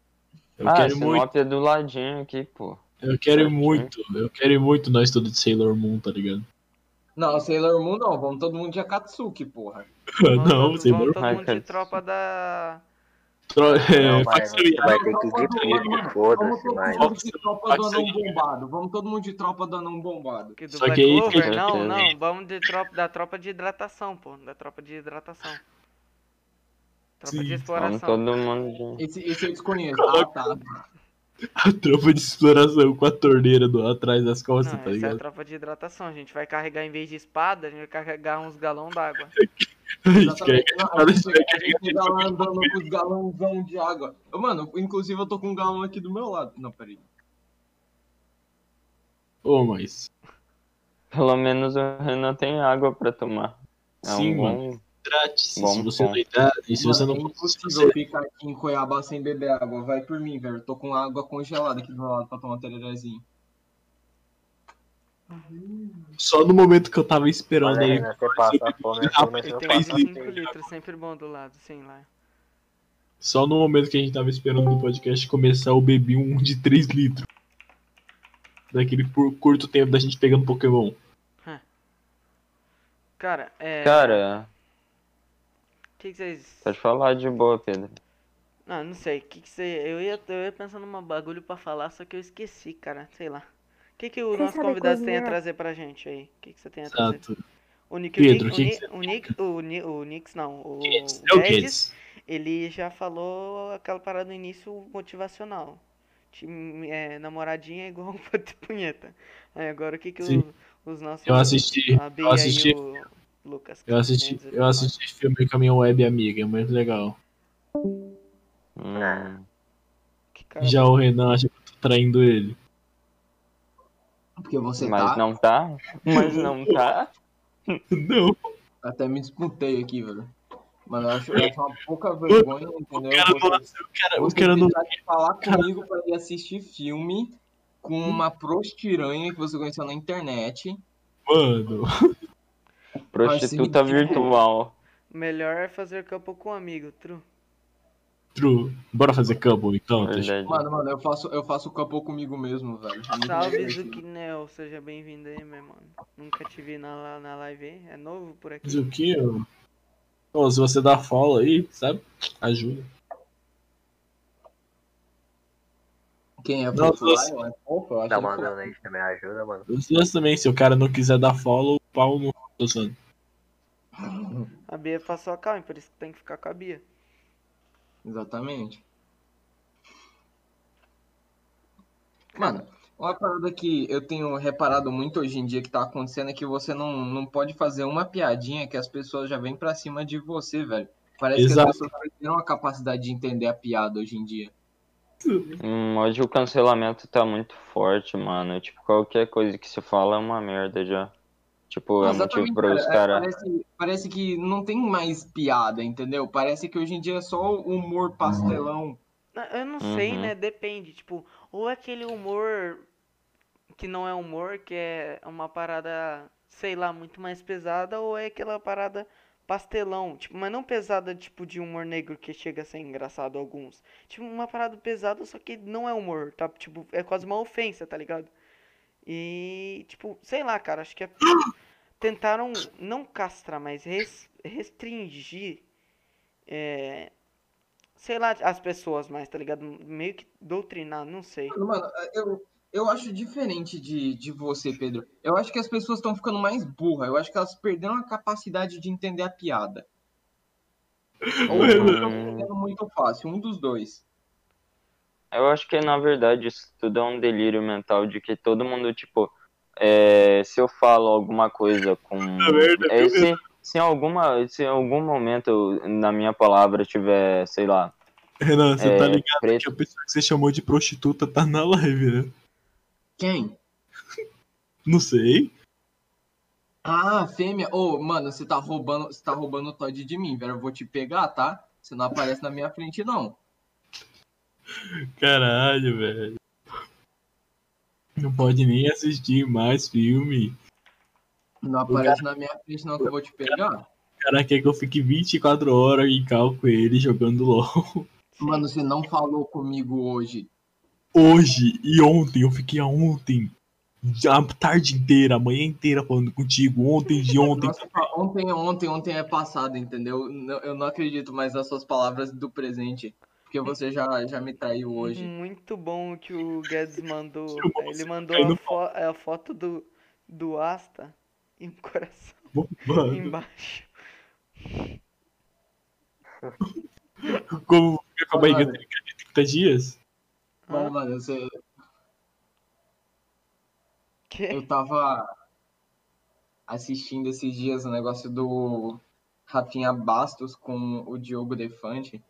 S1: Eu
S2: ah,
S1: quero muito.
S2: Sinop é do ladinho aqui, pô.
S1: Eu quero ir
S2: Certo,
S1: muito, eu quero ir muito nós todos de Sailor Moon, tá ligado?
S3: Não, Sailor Moon não, vamos todo mundo de Akatsuki, porra.
S6: Vamos
S1: não,
S6: todo-
S1: Sailor
S6: vamos todo
S2: Ai,
S6: mundo
S2: cara.
S6: de tropa da.
S1: Tro-
S4: Não,
S1: é,
S4: mas
S1: facção e
S4: você vai
S1: arma.
S4: ter que ir puto,
S3: Vamos
S4: foda-se,
S3: todo
S4: mas.
S3: mundo de tropa do
S1: Facção
S3: anão
S1: de-
S3: bombado. Vamos todo mundo de tropa do anão bombado.
S6: Que do
S1: Só
S6: Black
S1: que aí né?
S6: Clover?
S2: fica-
S6: Não, não, vamos de tropa, da tropa de hidratação, pô. Da tropa de hidratação. Tropa
S1: Sim.
S6: de
S2: Vamos
S6: exploração.
S2: todo mundo. de-
S3: Esse, esse eu desconheço. Ah, tá.
S1: A tropa de exploração com a torneira do, atrás das costas,
S6: Não,
S1: tá
S6: essa é a
S1: ligado?
S6: tropa de hidratação. A gente vai carregar, em vez de espada, a gente vai carregar uns galão d'água.
S1: A gente quer-
S3: Exatamente. Não, A gente
S1: é
S3: chega lá andando com os galãozão de água. Ô, Mano, inclusive eu tô com um galão aqui do meu lado. Não, peraí.
S1: Ô, mas.
S2: Pelo menos o Renan tem água pra tomar. É
S1: Sim,
S2: um bom-
S1: Trate-se.
S2: Bom
S1: Se você
S2: ponto.
S1: não entrar e se
S3: Mano,
S1: você não
S3: é
S1: conseguir.
S3: impossível ficar aqui em Cuiabá sem beber água. Vai por mim, velho. Tô com água congelada aqui do meu lado pra tomar um tererezinho.
S1: Só no momento que eu tava
S4: Mas
S1: esperando
S4: aí,
S1: aí.
S4: né, você passa fome, eu fome, você
S6: E
S4: não
S6: tem uns
S1: faço
S4: passa
S6: 5
S4: fome.
S6: litros sempre bom do lado, sim, lá.
S1: Só no momento que a gente tava esperando o podcast começar, eu bebi um de 3 litros. Daquele por curto tempo da gente pegando Pokémon.
S6: Cara, é.
S2: Cara,
S6: O que, que vocês. Ah,
S2: pode falar de boa, Pedro.
S6: Não, não sei. O que, que você. Eu ia, eu ia pensando num bagulho pra falar, só que eu esqueci, cara. Sei lá. O que, que o
S5: Vocês
S6: nosso
S5: sabem
S6: convidado tem a
S5: cozinhar?
S6: trazer pra gente aí? O que, que
S1: É,
S6: você tem a trazer?
S1: Exato.
S6: O Nick,
S1: Pedro,
S6: o
S1: que
S6: Nick,
S1: que
S6: o Nick, o Ni- o Nix não, o
S1: Kids. É o
S6: Guedes,
S1: Kids.
S6: ele já falou aquela parada no início motivacional. Ti- é, namoradinha é igual um pato de punheta. Aí agora o que que o-
S1: Sim.
S6: os nossos
S1: Eu assisti.
S6: a Bia e
S1: assisti.
S6: o Lucas
S1: Eu
S6: têm a
S1: assisti,
S6: dizer pra
S1: eu assisti filme com a minha web amiga, é muito legal.
S2: Hum,
S6: nós? Que cara-
S1: Já o Renan acha que eu tô traindo ele.
S3: Porque você
S2: mas
S3: tá.
S2: não tá? Mas não tá?
S1: Não,
S3: Até me disputei aqui, velho. Mano, eu acho, eu acho uma pouca vergonha, entendeu?
S1: É. o cara não
S3: Você-
S1: nasceu, o cara, o
S3: você
S1: cara não.
S3: precisar de falar comigo pra ir assistir filme com uma prostiranha que você conheceu na internet.
S1: Mano,
S2: Prostituta
S3: ridículo.
S2: virtual.
S6: Melhor é fazer campo com um amigo, true.
S1: true. Bora fazer campo então, Teixeira?
S2: Verdade.
S3: Mano, mano, eu faço, eu faço campo comigo mesmo, velho. É muito
S6: Salve
S3: divertido.
S6: Zucnel, seja bem-vindo aí, meu mano. Nunca te vi na, la- na live, hein? é novo por aqui.
S1: Zuquinho. Ô, se você dá follow aí, sabe? Ajuda.
S3: Quem é
S1: Não,
S3: fofo lá, eu acho fofo, eu acho é
S4: Tá
S3: ele fofo.
S4: mandando aí também ajuda, mano.
S1: Os dois também, se o cara não quiser dar follow, o pau no. Tô zoando.
S6: A Bia passou a calma, por isso que tem que ficar com a Bia.
S3: Exatamente. Mano, uma parada que eu tenho reparado muito hoje em dia que tá acontecendo é que você não, não pode fazer uma piadinha que as pessoas já vêm pra cima de você, velho. Parece
S1: Exato.
S3: que as pessoas perderam a capacidade de entender a piada hoje em dia.
S2: Hum, hoje o cancelamento tá muito forte, mano. Tipo, qualquer coisa que se fala é uma merda já. Tipo, é motivo pra os
S3: cara. É,
S2: caras.
S3: Parece, parece que não tem mais piada, entendeu? Parece que hoje em dia é só o humor pastelão.
S6: Na- Eu não sei,
S2: Uhum.
S6: né? Depende. Tipo, ou é aquele humor que não é humor, que é uma parada, sei lá, muito mais pesada, ou é aquela parada pastelão. Tipo, mas não pesada, tipo, de humor negro que chega a ser engraçado alguns. Tipo, uma parada pesada, só que não é humor, tá? Tipo, é quase uma ofensa, tá ligado? E, tipo, sei lá, cara, acho que é... tentaram não castrar, mas res- restringir é, sei lá, as pessoas mais, tá ligado? Meio que doutrinar, não sei.
S3: Mano, eh, eu, eu acho diferente de, de você, Pedro. Eu acho que as pessoas estão ficando mais burras. Eu acho que elas perderam a capacidade de entender a piada. Ou estão
S2: Hum.
S3: entendendo muito fácil, um dos dois.
S2: Eu acho que na verdade isso tudo é um delírio mental de que todo mundo, tipo, é, se eu falo alguma coisa com.
S1: merda,
S2: É, se, se, em alguma, se em algum momento eu- na minha palavra tiver, sei lá,
S1: Renan, você
S2: é,
S1: tá ligado
S2: preto,
S1: que a pessoa que você chamou de prostituta tá na live, né?
S3: Quem?
S1: Não sei.
S3: Ah, fêmea. Ô, mano, você tá roubando, você tá roubando o Todd de mim, velho. Eu vou te pegar, tá? Você não aparece na minha frente, não.
S1: Caralho, velho. Não pode nem assistir mais filme.
S3: Não aparece na minha frente, não, que eu vou te pegar.
S1: O cara quer que eu fique 24 horas em cal com ele jogando LOL.
S3: Mano, você não falou comigo hoje.
S1: Hoje e ontem, eu fiquei ontem. A tarde inteira, a manhã inteira falando contigo. Ontem de ontem.
S3: Nossa, ontem é ontem, ontem é passado, entendeu? Não- Eu não acredito mais nas suas palavras do presente. Porque você já, já me traiu hoje.
S6: Muito bom o que o Guedes mandou.
S1: Eu vou
S6: Ele
S1: ser
S6: mandou
S1: caído
S6: a, fo- a foto do, do Asta e um coração
S3: Uhum.
S1: Mano,
S6: embaixo.
S1: como fica com a barriga
S3: Mano.
S1: dele que tem 30 dias?
S3: Bom, mano, você,
S6: Que?
S3: eu tava assistindo esses dias o negócio do Rafinha Bastos com o Diogo Defante.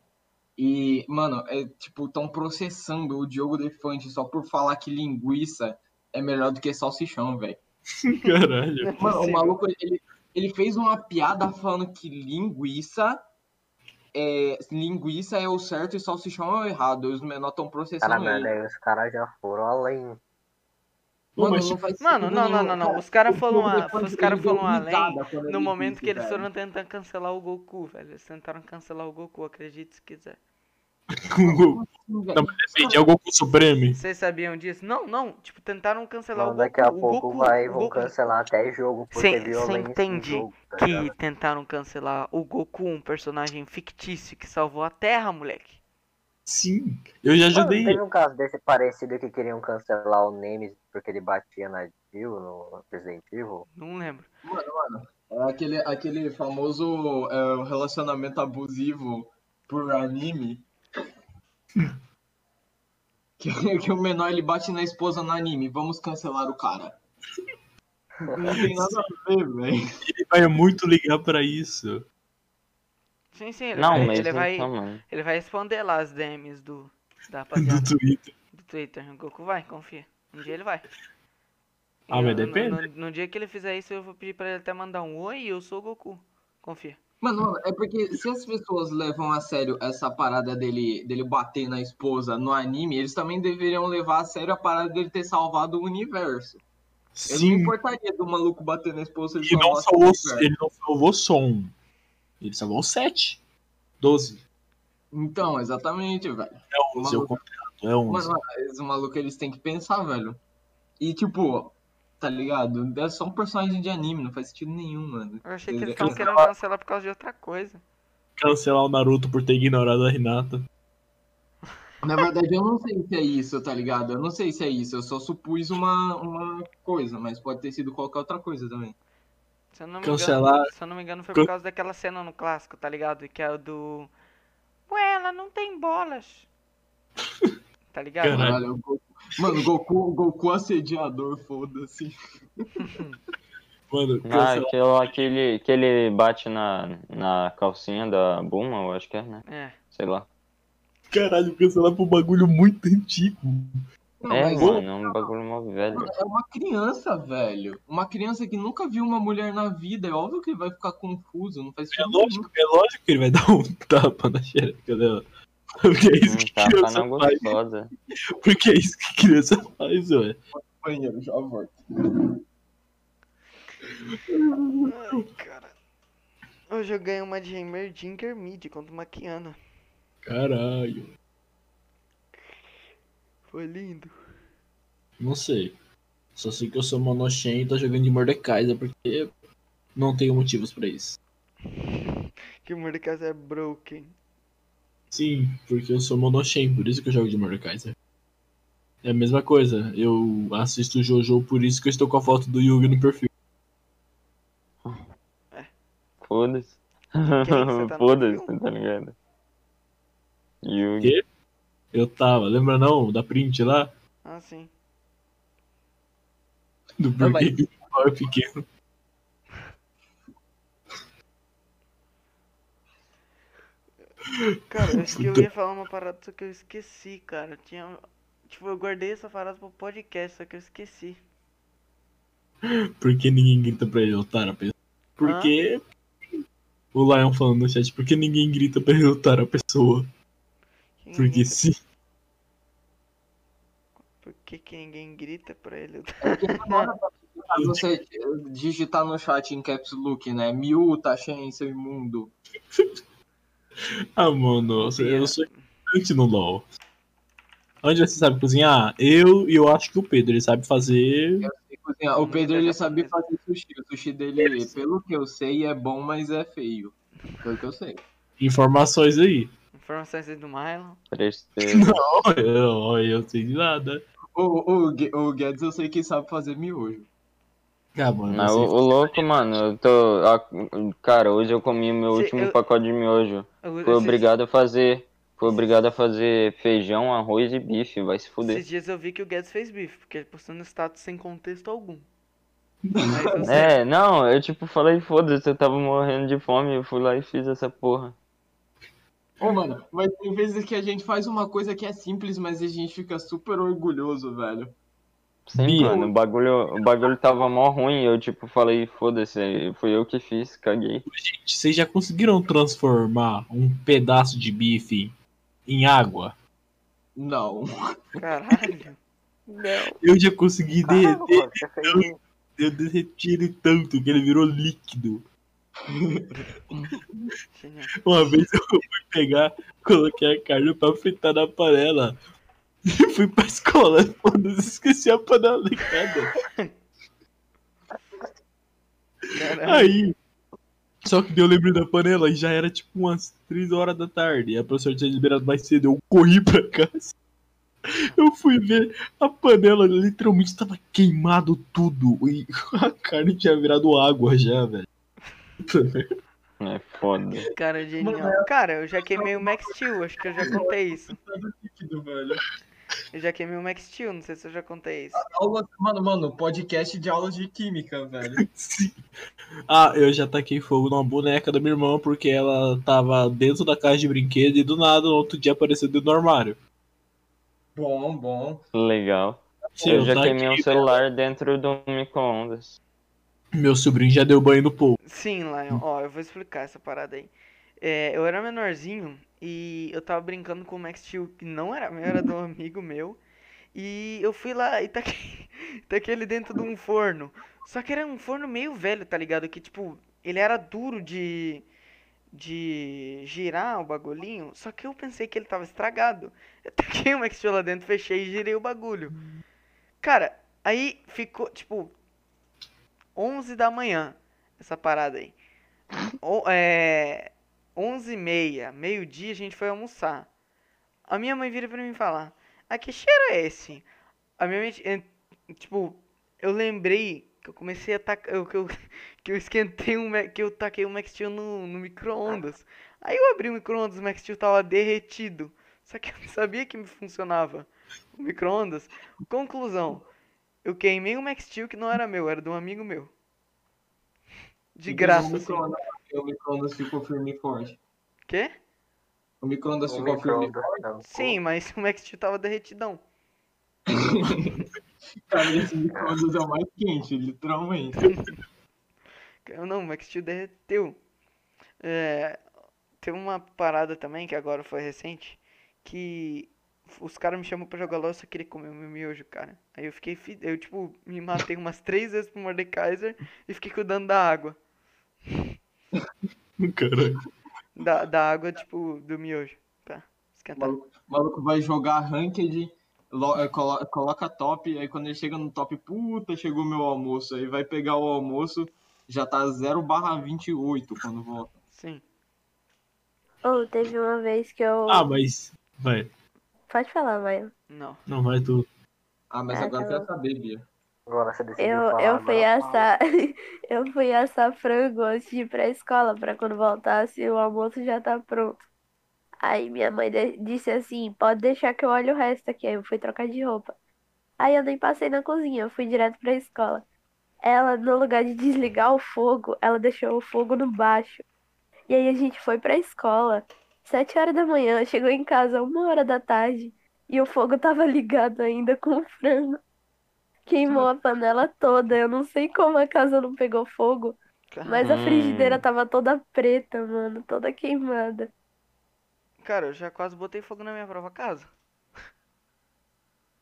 S3: E, mano, é tipo, tão processando o Diogo Defante só por falar que linguiça é melhor do que salsichão, velho.
S6: É
S1: Caralho.
S3: Mano, o
S6: Possível.
S3: maluco, ele, ele fez uma piada falando que linguiça é, linguiça é o certo e salsichão é o errado. Os menores estão processando
S4: Cara, mano,
S3: ele.
S4: aí os caras já foram além.
S1: Pô, mas-
S3: faz
S6: tipo, Mano,
S3: sentido
S6: não,
S3: nenhum,
S6: não, não,
S3: Tipo, cara.
S6: não. Os caras
S3: O
S6: foram,
S3: Diogo
S6: a-
S3: Defante,
S6: os cara
S3: ele deu um
S6: foram além
S3: risada quando
S6: no
S3: ele
S6: momento
S3: disse,
S6: que eles
S3: velho.
S6: foram tentando cancelar o Goku, velho. Eles tentaram cancelar o Goku, acredite se quiser.
S1: Com o Goku.
S3: Sim, velho.
S1: Não, mas defende, é o Goku Supremo.
S6: Vocês sabiam disso? Não, não. Tipo, tentaram cancelar
S4: Então,
S6: o Goku.
S4: daqui a
S6: o
S4: pouco
S6: Goku,
S4: vai,
S6: o
S4: vão
S6: Goku,
S4: cancelar até jogo, porque
S6: Cê-
S4: é violência
S6: cê
S4: em
S6: entende
S4: jogo, tá
S6: que
S4: ligado?
S6: tentaram cancelar o Goku, um personagem fictício que salvou a Terra, moleque.
S1: Sim, eu já
S4: Mano,
S1: ajudei.
S4: Teve um caso desse parecido que queriam cancelar o Nemesis porque ele batia na Jill no Resident Evil.
S6: Não lembro.
S3: É aquele, aquele famoso é, relacionamento abusivo por anime. que, que o menor ele bate na esposa no anime. Vamos cancelar o cara. Não tem nada a ver, velho.
S1: Ele vai muito ligar pra isso.
S6: Sim, sim, ele,
S2: Não,
S6: vai,
S2: mas
S6: ele, vai,
S2: então, mano.
S6: ele vai responder lá as DMs do,
S1: Do
S6: da rapaziada
S1: Twitter.
S6: do Twitter. O Goku vai, confia. Um dia ele vai.
S1: Ah,
S6: E
S1: mas
S6: no-
S1: depende.
S6: No, no dia que ele fizer isso, eu vou pedir pra ele até mandar um Oi, eu sou o Goku. Confia.
S3: Mano, é porque se as pessoas levam a sério essa parada dele, dele bater na esposa no anime, eles também deveriam levar a sério a parada dele ter salvado o universo. Eu não me
S1: Sim,
S3: importaria do maluco bater na esposa e
S1: ele não,
S3: salvar o
S1: salvou,
S3: universo.
S1: ele não salvou só um. Ele salvou sete. Doze.
S3: Então, exatamente, velho.
S1: É onze, eu contrato. É
S3: Mano,
S1: onze.
S3: esses malucos eles têm que pensar, velho. E tipo, tá ligado? É só um personagem de anime, não faz sentido nenhum, mano.
S6: Eu achei que eles
S3: Ele-
S6: estavam
S3: ele-
S6: querendo cancelar por causa de outra coisa.
S1: Cancelar o Naruto por ter ignorado a Renata.
S3: Na verdade, eu não sei se é isso, tá ligado? Eu não sei se é isso, eu só supus uma, uma coisa, mas pode ter sido qualquer outra coisa também.
S6: Se eu não me
S1: Cancelar.
S6: engano, se eu não me engano foi
S1: Can-
S6: por causa daquela cena no clássico, tá ligado? Que é o do. Ué, ela não tem bolas. tá ligado?
S1: Caralho.
S3: Caralho, o Goku... Mano, o Goku, o Goku assediador, foda-se.
S1: Mano,
S2: Ah,
S1: cancelar.
S2: aquele, aquele que ele bate na, na calcinha da Buma, eu acho que é, né?
S6: É.
S2: Sei lá.
S1: Caralho, cancelar por um bagulho muito antigo.
S3: Não,
S2: É,
S3: mas
S2: mano, é um bagulho mó velho.
S3: mano, é uma criança, velho. Uma criança que nunca viu uma mulher na vida. É óbvio que ele vai ficar confuso, não faz
S1: É
S3: sentido nenhum.
S1: lógico, é lógico que ele vai dar um tapa na xereca dela. Porque é isso
S2: Hum,
S1: que
S2: tapa
S1: criança
S2: na
S1: faz.
S2: gostosa.
S1: Porque é isso que criança faz, ué.
S3: Banheiro, já volto.
S6: Ai, cara. Hoje eu ganhei uma de Emerginger Mid contra uma Kiana.
S1: Caralho.
S6: Foi lindo.
S1: Não sei. Só sei que eu sou monochen e tô jogando de Mordekaiser porque não tenho motivos pra isso.
S6: Que Mordecai é broken.
S1: Sim, porque eu sou monochen, por isso que eu jogo de Mordekaiser. É a mesma coisa, eu assisto Jojo, por isso que eu estou com a foto do Yugi no perfil.
S3: tá
S2: Foda-se.
S6: você tá no
S2: Foda-se,
S6: perfil?
S2: tá ligado? Yugi.
S1: Quê? Eu tava, lembra não, da print lá?
S6: Ah, sim.
S1: Do
S3: Não, mas-
S1: Burger King, o pau é pequeno.
S6: Cara, eu acho que eu ia falar uma parada, só que eu esqueci, cara. Eu tinha. Tipo, eu guardei essa parada pro podcast, só que eu esqueci.
S1: Porque ninguém grita pra ele lutar a pessoa. Porque.
S3: Ah.
S1: O Lion falando no chat, por que ninguém grita pra ele lutar a pessoa?
S6: Que
S1: Porque
S3: Uhum.
S6: ninguém-
S1: sim.
S6: Por que, que ninguém grita pra ele? tá
S3: Mas você eh, digitar no chat em caps look, né? Miúta, Shen, seu imundo.
S1: Ah, mano, eu sou- eu sou ignorante no LOL. Onde você sabe cozinhar? Eu e eu acho que o Pedro, ele sabe fazer.
S3: E cozinhar. Tipo assim, O
S6: Hum,
S3: Pedro
S6: eu já
S3: ele sabe
S6: falei
S3: fazer sushi. O sushi dele, pelo que eu sei, é bom, mas é feio. Pelo que eu sei.
S1: Informações aí.
S6: Informações aí do Mylon.
S2: Tristeza.
S1: Eu, eu sei de nada.
S3: O, o, Gu- o Guedes eu sei que sabe fazer miojo.
S1: Ah, mano,
S2: Não, o, o louco, mano, eu tô. ah, cara, hoje eu comi o meu
S6: Cê-
S2: último
S6: eu-
S2: pacote de miojo.
S6: Eu-
S2: Fui
S6: esses-
S2: obrigado a fazer. Fui obrigado a fazer feijão, arroz e bife, vai se fuder.
S6: Esses dias eu vi que o Guedes fez bife, porque ele postou no status sem contexto algum. Mas eu sei-
S2: É, não, eu tipo falei, foda-se, eu tava morrendo de fome, eu fui lá e fiz essa porra.
S3: Ô, mano, mas tem vezes que a gente faz uma coisa que é simples, mas a gente fica super orgulhoso, velho.
S2: Sim,
S1: Bia.
S2: mano, o bagulho, o bagulho tava mó ruim, eu tipo falei, foda-se, fui eu que fiz, caguei.
S1: Gente, vocês já conseguiram transformar um pedaço de bife em água?
S3: Não.
S6: Caralho.
S5: Não.
S1: Eu já consegui
S7: Ah,
S4: Caralho,
S1: derreter.
S4: mano, você fez isso.
S1: Eu derreti ele tanto que ele virou líquido.
S6: Genial.
S1: Uma vez eu fui pegar, coloquei a carne pra fritar na panela. E fui pra escola, foda-se, esqueci a panela ligada.
S6: Caralho.
S1: Aí. Só que daí eu lembrei da panela e já era tipo umas 3 horas da tarde. E a professora tinha liberado mais cedo, eu corri pra casa. Eu fui ver, a panela literalmente tava queimado tudo. E a carne tinha virado água já, velho.
S2: É foda.
S6: um Cara, genial. Cara, eu já queimei o Max Steel, acho que eu já contei isso.
S3: Líquido, velho.
S6: Eu já queimei o Max Steel, não sei se eu já contei isso.
S3: Aula... Mano, mano, podcast de aulas de química, velho.
S1: Sim. Ah, eu já taquei fogo numa boneca da minha irmã porque ela tava dentro da caixa de brinquedo e do nada no outro dia apareceu dentro do armário.
S3: Bom, bom.
S2: Legal.
S1: Sim,
S2: eu já
S1: taquei-
S2: queimei um celular dentro do micro-ondas.
S1: Meu sobrinho já deu banho no povo.
S6: Sim, Lion, ó, eu vou explicar essa parada aí. É, eu era menorzinho e eu tava brincando com o Max Steel, que não era meu, era de um amigo meu. E eu fui lá e taquei, taquei ele dentro de um forno. Só que era um forno meio velho, tá ligado? Que tipo, ele era duro de, de girar o bagulhinho. Só que eu pensei que ele tava estragado. Eu taquei o Max Steel lá dentro, fechei e girei o bagulho. Cara, aí ficou tipo 11 da manhã essa parada aí. O, é, 11 e meia, meio-dia, a gente foi almoçar. A minha mãe vira pra mim e fala: Ah, que cheiro é esse? A minha mente. é, tipo, eu lembrei que eu comecei a tacar. Eu, que, eu, que eu esquentei um. Mac- Que eu taquei o Max Steel no, no micro-ondas. Aí eu abri o micro-ondas, o Max Steel tava derretido. Só que eu não sabia que funcionava o micro-ondas. Conclusão: Eu queimei um Max Steel que não era meu, era de um amigo meu. De graça, assim.
S3: O micro-ondas- O micro-ondas ficou firme e forte.
S6: Quê?
S3: O micro-ondas
S4: O
S3: ficou firme e forte.
S4: Um micro-ondas, não.
S6: Sim, mas o Max Steel tava derretidão.
S3: Cara, esse micro-ondas é o mais quente, literalmente.
S6: Não, o Max Steel derreteu. É, teve uma parada também, que agora foi recente, que os caras me chamam pra jogar LOL, eu só queria comer o meu miojo, cara. Aí eu fiquei, fi- eu tipo, me matei umas três vezes pro Mordekaiser e fiquei cuidando da água.
S1: Caralho.
S6: Da, da água, tipo, do miojo. Pra
S3: O
S6: esquentar.
S3: maluco, o maluco vai jogar ranked, lo- eh, colo- coloca top, aí quando ele chega no top, puta, chegou meu almoço. Aí vai pegar o almoço, já tá 0 barra 28 quando volta.
S6: Sim.
S5: Ou teve uma vez que eu.
S1: Ah, mas. Vai,
S5: Pode falar, mãe.
S6: Não.
S1: não vai tu.
S3: Ah, mas
S5: É,
S3: agora
S5: tá
S3: quer
S5: bom.
S3: saber, Bia.
S4: Agora você decidiu
S5: Eu,
S4: falar,
S5: eu
S4: agora
S5: fui
S4: fala.
S5: assar. eu fui assar frango antes de ir pra escola, pra quando voltasse o almoço já tá pronto. Aí minha mãe de- disse assim: pode deixar que eu olho o resto aqui. Aí eu fui trocar de roupa. Aí eu nem passei na cozinha, eu fui direto pra escola. Ela, no lugar de desligar o fogo, ela deixou o fogo no baixo. E aí a gente foi pra escola. Sete horas da manhã, chegou em casa uma hora da tarde. E o fogo tava ligado ainda com o frango. Queimou a panela toda. Eu não sei como a casa não pegou fogo,
S6: Cara,
S5: mas a
S2: Hum.
S5: frigideira tava toda preta, mano, toda queimada.
S6: cara, eu já quase botei fogo na minha própria casa.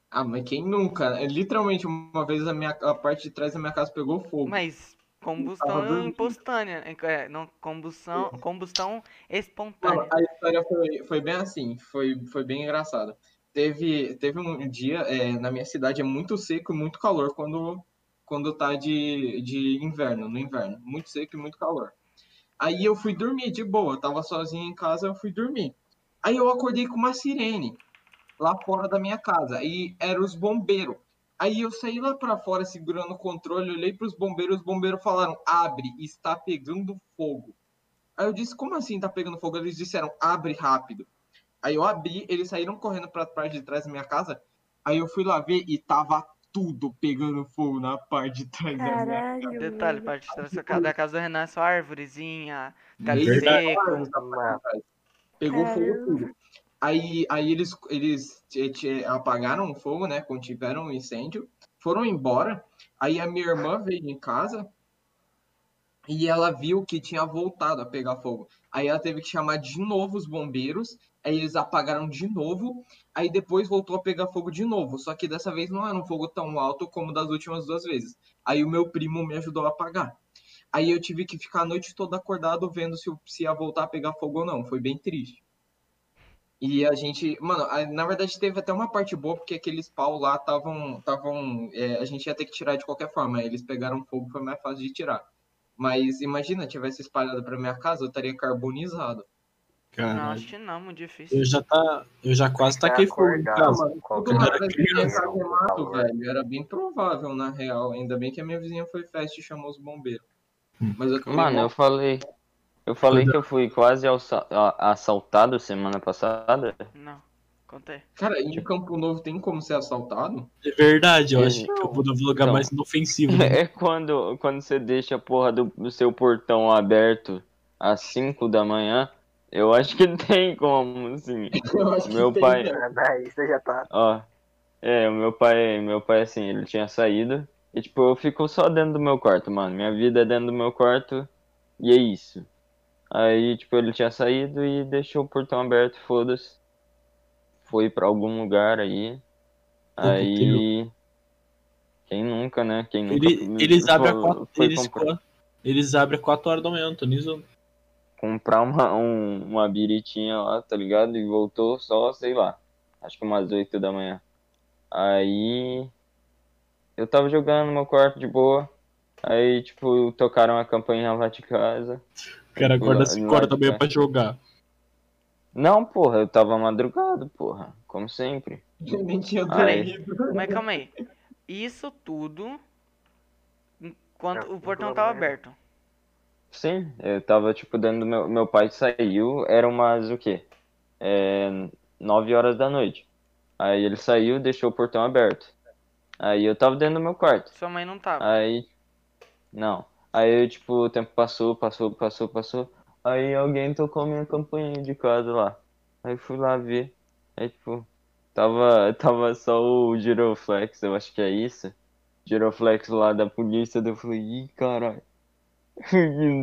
S3: Ah, mas quem nunca? É, literalmente, uma vez a, minha, a parte de trás da minha casa pegou fogo.
S6: Mas combustão é
S3: Tava dormindo.
S6: impostânea, né? É, não, combustão, combustão
S3: Mano,
S6: espontânea.
S3: a história foi, foi bem assim, foi, foi bem engraçada. Teve, teve um dia, é, na minha cidade é muito seco e muito calor quando, quando tá de, de inverno, no inverno. Muito seco e muito calor. Aí eu fui dormir de boa, eu tava sozinho em casa, eu fui dormir. Aí eu acordei com uma sirene lá fora da minha casa. E eram os bombeiros. Aí eu saí lá pra fora segurando o controle, olhei pros bombeiros, os bombeiros falaram: abre, está pegando fogo. Aí eu disse: como assim tá pegando fogo? Eles disseram: abre rápido. Aí eu abri, eles saíram correndo pra parte de trás da minha casa. Aí eu fui lá ver e tava tudo pegando fogo na parte de trás da minha
S5: Caralho.
S6: um Detalhe,
S5: mano.
S6: parte de trás da ca- da casa do Renan é só árvorezinha,
S3: Uhum.
S6: galho
S1: Verdade.
S6: seco.
S4: Mano,
S3: Pegou fogo
S5: Caramba.
S3: tudo. Aí, aí eles, eles te- te- apagaram o fogo, né? Contiveram o incêndio, foram embora. Aí a minha irmã veio em casa e ela viu que tinha voltado a pegar fogo. Aí ela teve que chamar de novo os bombeiros. Aí eles apagaram de novo. Aí depois voltou a pegar fogo de novo. Só que dessa vez não era um fogo tão alto como das últimas duas vezes. Aí o meu primo me ajudou a apagar. Aí eu tive que ficar a noite toda acordado vendo se, o- se ia voltar a pegar fogo ou não. Foi bem triste. E a gente, mano, a- na verdade teve até uma parte boa, porque aqueles pau lá estavam, estavam, é, a gente ia ter que tirar de qualquer forma. Eles pegaram fogo, foi mais fácil de tirar. Mas imagina, tivesse espalhado pra minha casa, eu estaria carbonizado.
S6: Não,
S1: Caralho.
S6: acho que não, muito difícil.
S1: Eu já, tá, eu já
S2: É
S1: quase taquei fogo Ah, em
S4: acordar,
S1: casa.
S4: mano,
S3: Tudo
S4: qualquer
S3: lá
S1: era
S3: da minha
S1: criança,
S3: casa é
S4: um
S3: mato,
S4: calor.
S1: Tá
S3: velho. Era bem provável, na real. Ainda bem que a minha vizinha foi festa e chamou os bombeiros.
S1: Hum.
S3: Mas eu também
S2: Mano, eu falei. Eu falei que eu fui quase alça- a- assaltado semana passada.
S6: Não, contei.
S3: Cara, em Campo Novo tem como ser assaltado?
S1: É verdade, eu
S2: Não.
S1: acho que eu vou dar um lugar
S2: Não.
S1: mais inofensivo.
S2: Então.
S1: né?
S2: É quando, quando você deixa a porra do, do seu portão aberto às 5 da manhã. Eu acho que tem como, assim. sim.
S3: Eu acho que
S2: Meu
S3: tem,
S2: pai-
S3: né?
S4: Daí você já tá.
S2: Ó, é, o meu pai, meu pai, assim, ele tinha saído. E, tipo, eu fico só dentro do meu quarto, mano. Minha vida é dentro do meu quarto e é isso. Aí, tipo, ele tinha saído e deixou o portão aberto, foda-se. Foi pra algum lugar aí.
S1: Puta,
S2: Aí. Quem nunca, né? Quem nunca.
S1: Ele- eles, abrem a
S2: foi-
S1: quatro,
S2: foi
S1: eles,
S2: comprar,
S1: co- eles abrem 4 horas da manhã, Antonizo.
S2: comprar uma, um- uma biritinha lá, tá ligado? E voltou só, sei lá. Acho que umas 8 da manhã. Aí. Eu tava jogando no meu quarto de boa. Aí, tipo, tocaram a campainha lá de casa.
S1: O cara acorda
S2: Lá-
S1: às 5
S2: lá
S1: horas
S2: de
S1: da manhã
S2: cá.
S1: pra jogar.
S2: Não, porra, eu tava madrugado, porra. Como sempre.
S3: Eu nem tinha
S2: Ai.
S3: dormido.
S6: Mas calma aí. Isso tudo enquanto
S4: Era
S6: o
S4: cinco
S6: portão
S4: da
S6: tava
S4: manhã.
S6: aberto.
S2: Sim, eu tava, tipo, dentro do meu. Meu pai saiu, era umas o quê? É, 9 horas da noite. Aí ele saiu, deixou o portão aberto. Aí eu tava dentro do meu quarto.
S6: Sua mãe não tava.
S2: Aí. Não. Aí, tipo, o tempo passou, passou, passou, passou. Aí alguém tocou minha campainha de casa lá. Aí eu fui lá ver. Aí, tipo, tava, tava só o Giroflex, eu acho que é isso. Giroflex lá da polícia. daí Eu falei, ih, caralho.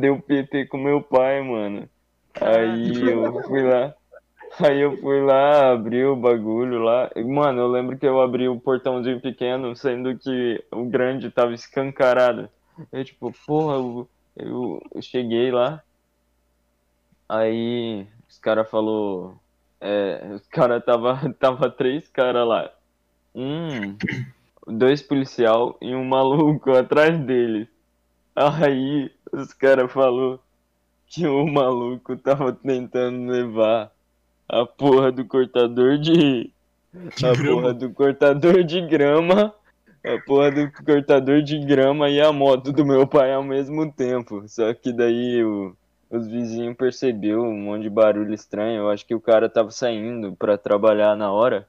S2: Deu PT com meu pai, mano. Aí eu fui lá. Aí eu fui lá, abri o bagulho lá. E, Mano, eu lembro que eu abri o portãozinho pequeno, sendo que o grande tava escancarado. Eu tipo, porra, eu, eu, eu cheguei lá. Aí os cara falou, é, os cara tava tava três cara lá. Um, dois policial e um maluco atrás deles. Aí os cara falou que o maluco tava tentando levar a porra do cortador de.
S1: De
S2: a
S1: grama.
S2: porra do cortador de grama. A porra do cortador de grama e a moto do meu pai ao mesmo tempo. Só que daí o- os vizinhos percebeu um monte de barulho estranho. Eu acho que o cara tava saindo pra trabalhar na hora.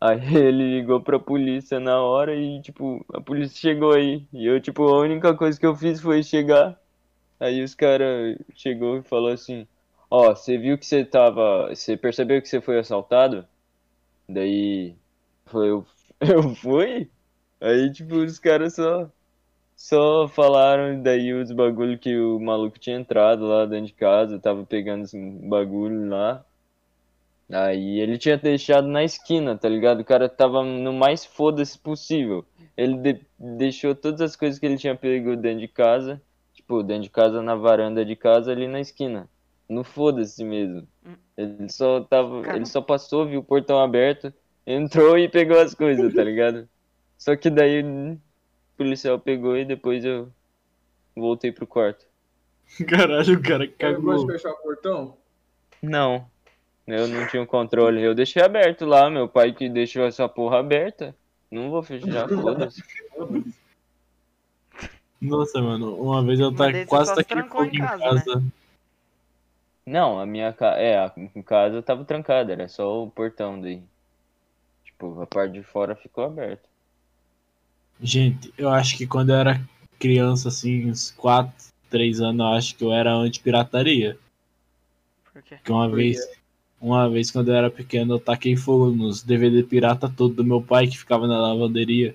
S2: Aí ele ligou pra polícia na hora e, tipo, a polícia chegou aí. E eu, tipo, a única coisa que eu fiz foi chegar. Aí os caras chegou e falou assim: Ó, você viu que você tava. Você percebeu que você foi assaltado? Daí. Foi eu. Eu fui? Aí, tipo, os caras só. Só falaram, daí os bagulho que o maluco tinha entrado lá dentro de casa, tava pegando esse bagulho lá. Aí ele tinha deixado na esquina, tá ligado? O cara tava no mais foda-se possível. Ele de- deixou todas as coisas que ele tinha pego dentro de casa, tipo, dentro de casa, na varanda de casa, ali na esquina. No foda-se mesmo.
S6: Hum.
S2: Ele só tava,
S6: Cara.
S2: ele só passou, viu o portão aberto, entrou e pegou as coisas, tá ligado? Só que daí hum, o policial pegou e depois eu voltei pro quarto.
S1: Caralho, o cara
S3: Eu
S1: cagou.
S3: gosto de fechar o portão?
S2: Não. Eu não tinha o controle. Eu deixei aberto lá, meu pai que deixou essa porra aberta. Não vou fechar, foda-se.
S1: Nossa, mano, uma vez eu
S6: Mas
S1: tá
S6: daí você
S1: quase
S6: só
S1: taquei
S6: trancou
S1: fogo
S6: em
S1: em
S6: casa, né?
S1: casa.
S2: Não, a minha casa. É, a casa tava trancada, era só o portão daí. Tipo, a parte de fora ficou aberta.
S1: Gente, eu acho que quando eu era criança, assim, uns 4, 3 anos, eu acho que eu era anti-pirataria.
S6: Por quê?
S1: Porque uma
S3: Por
S1: vez, uma vez quando eu era pequeno, eu taquei fogo nos DVD pirata todo do meu pai que ficava na lavanderia.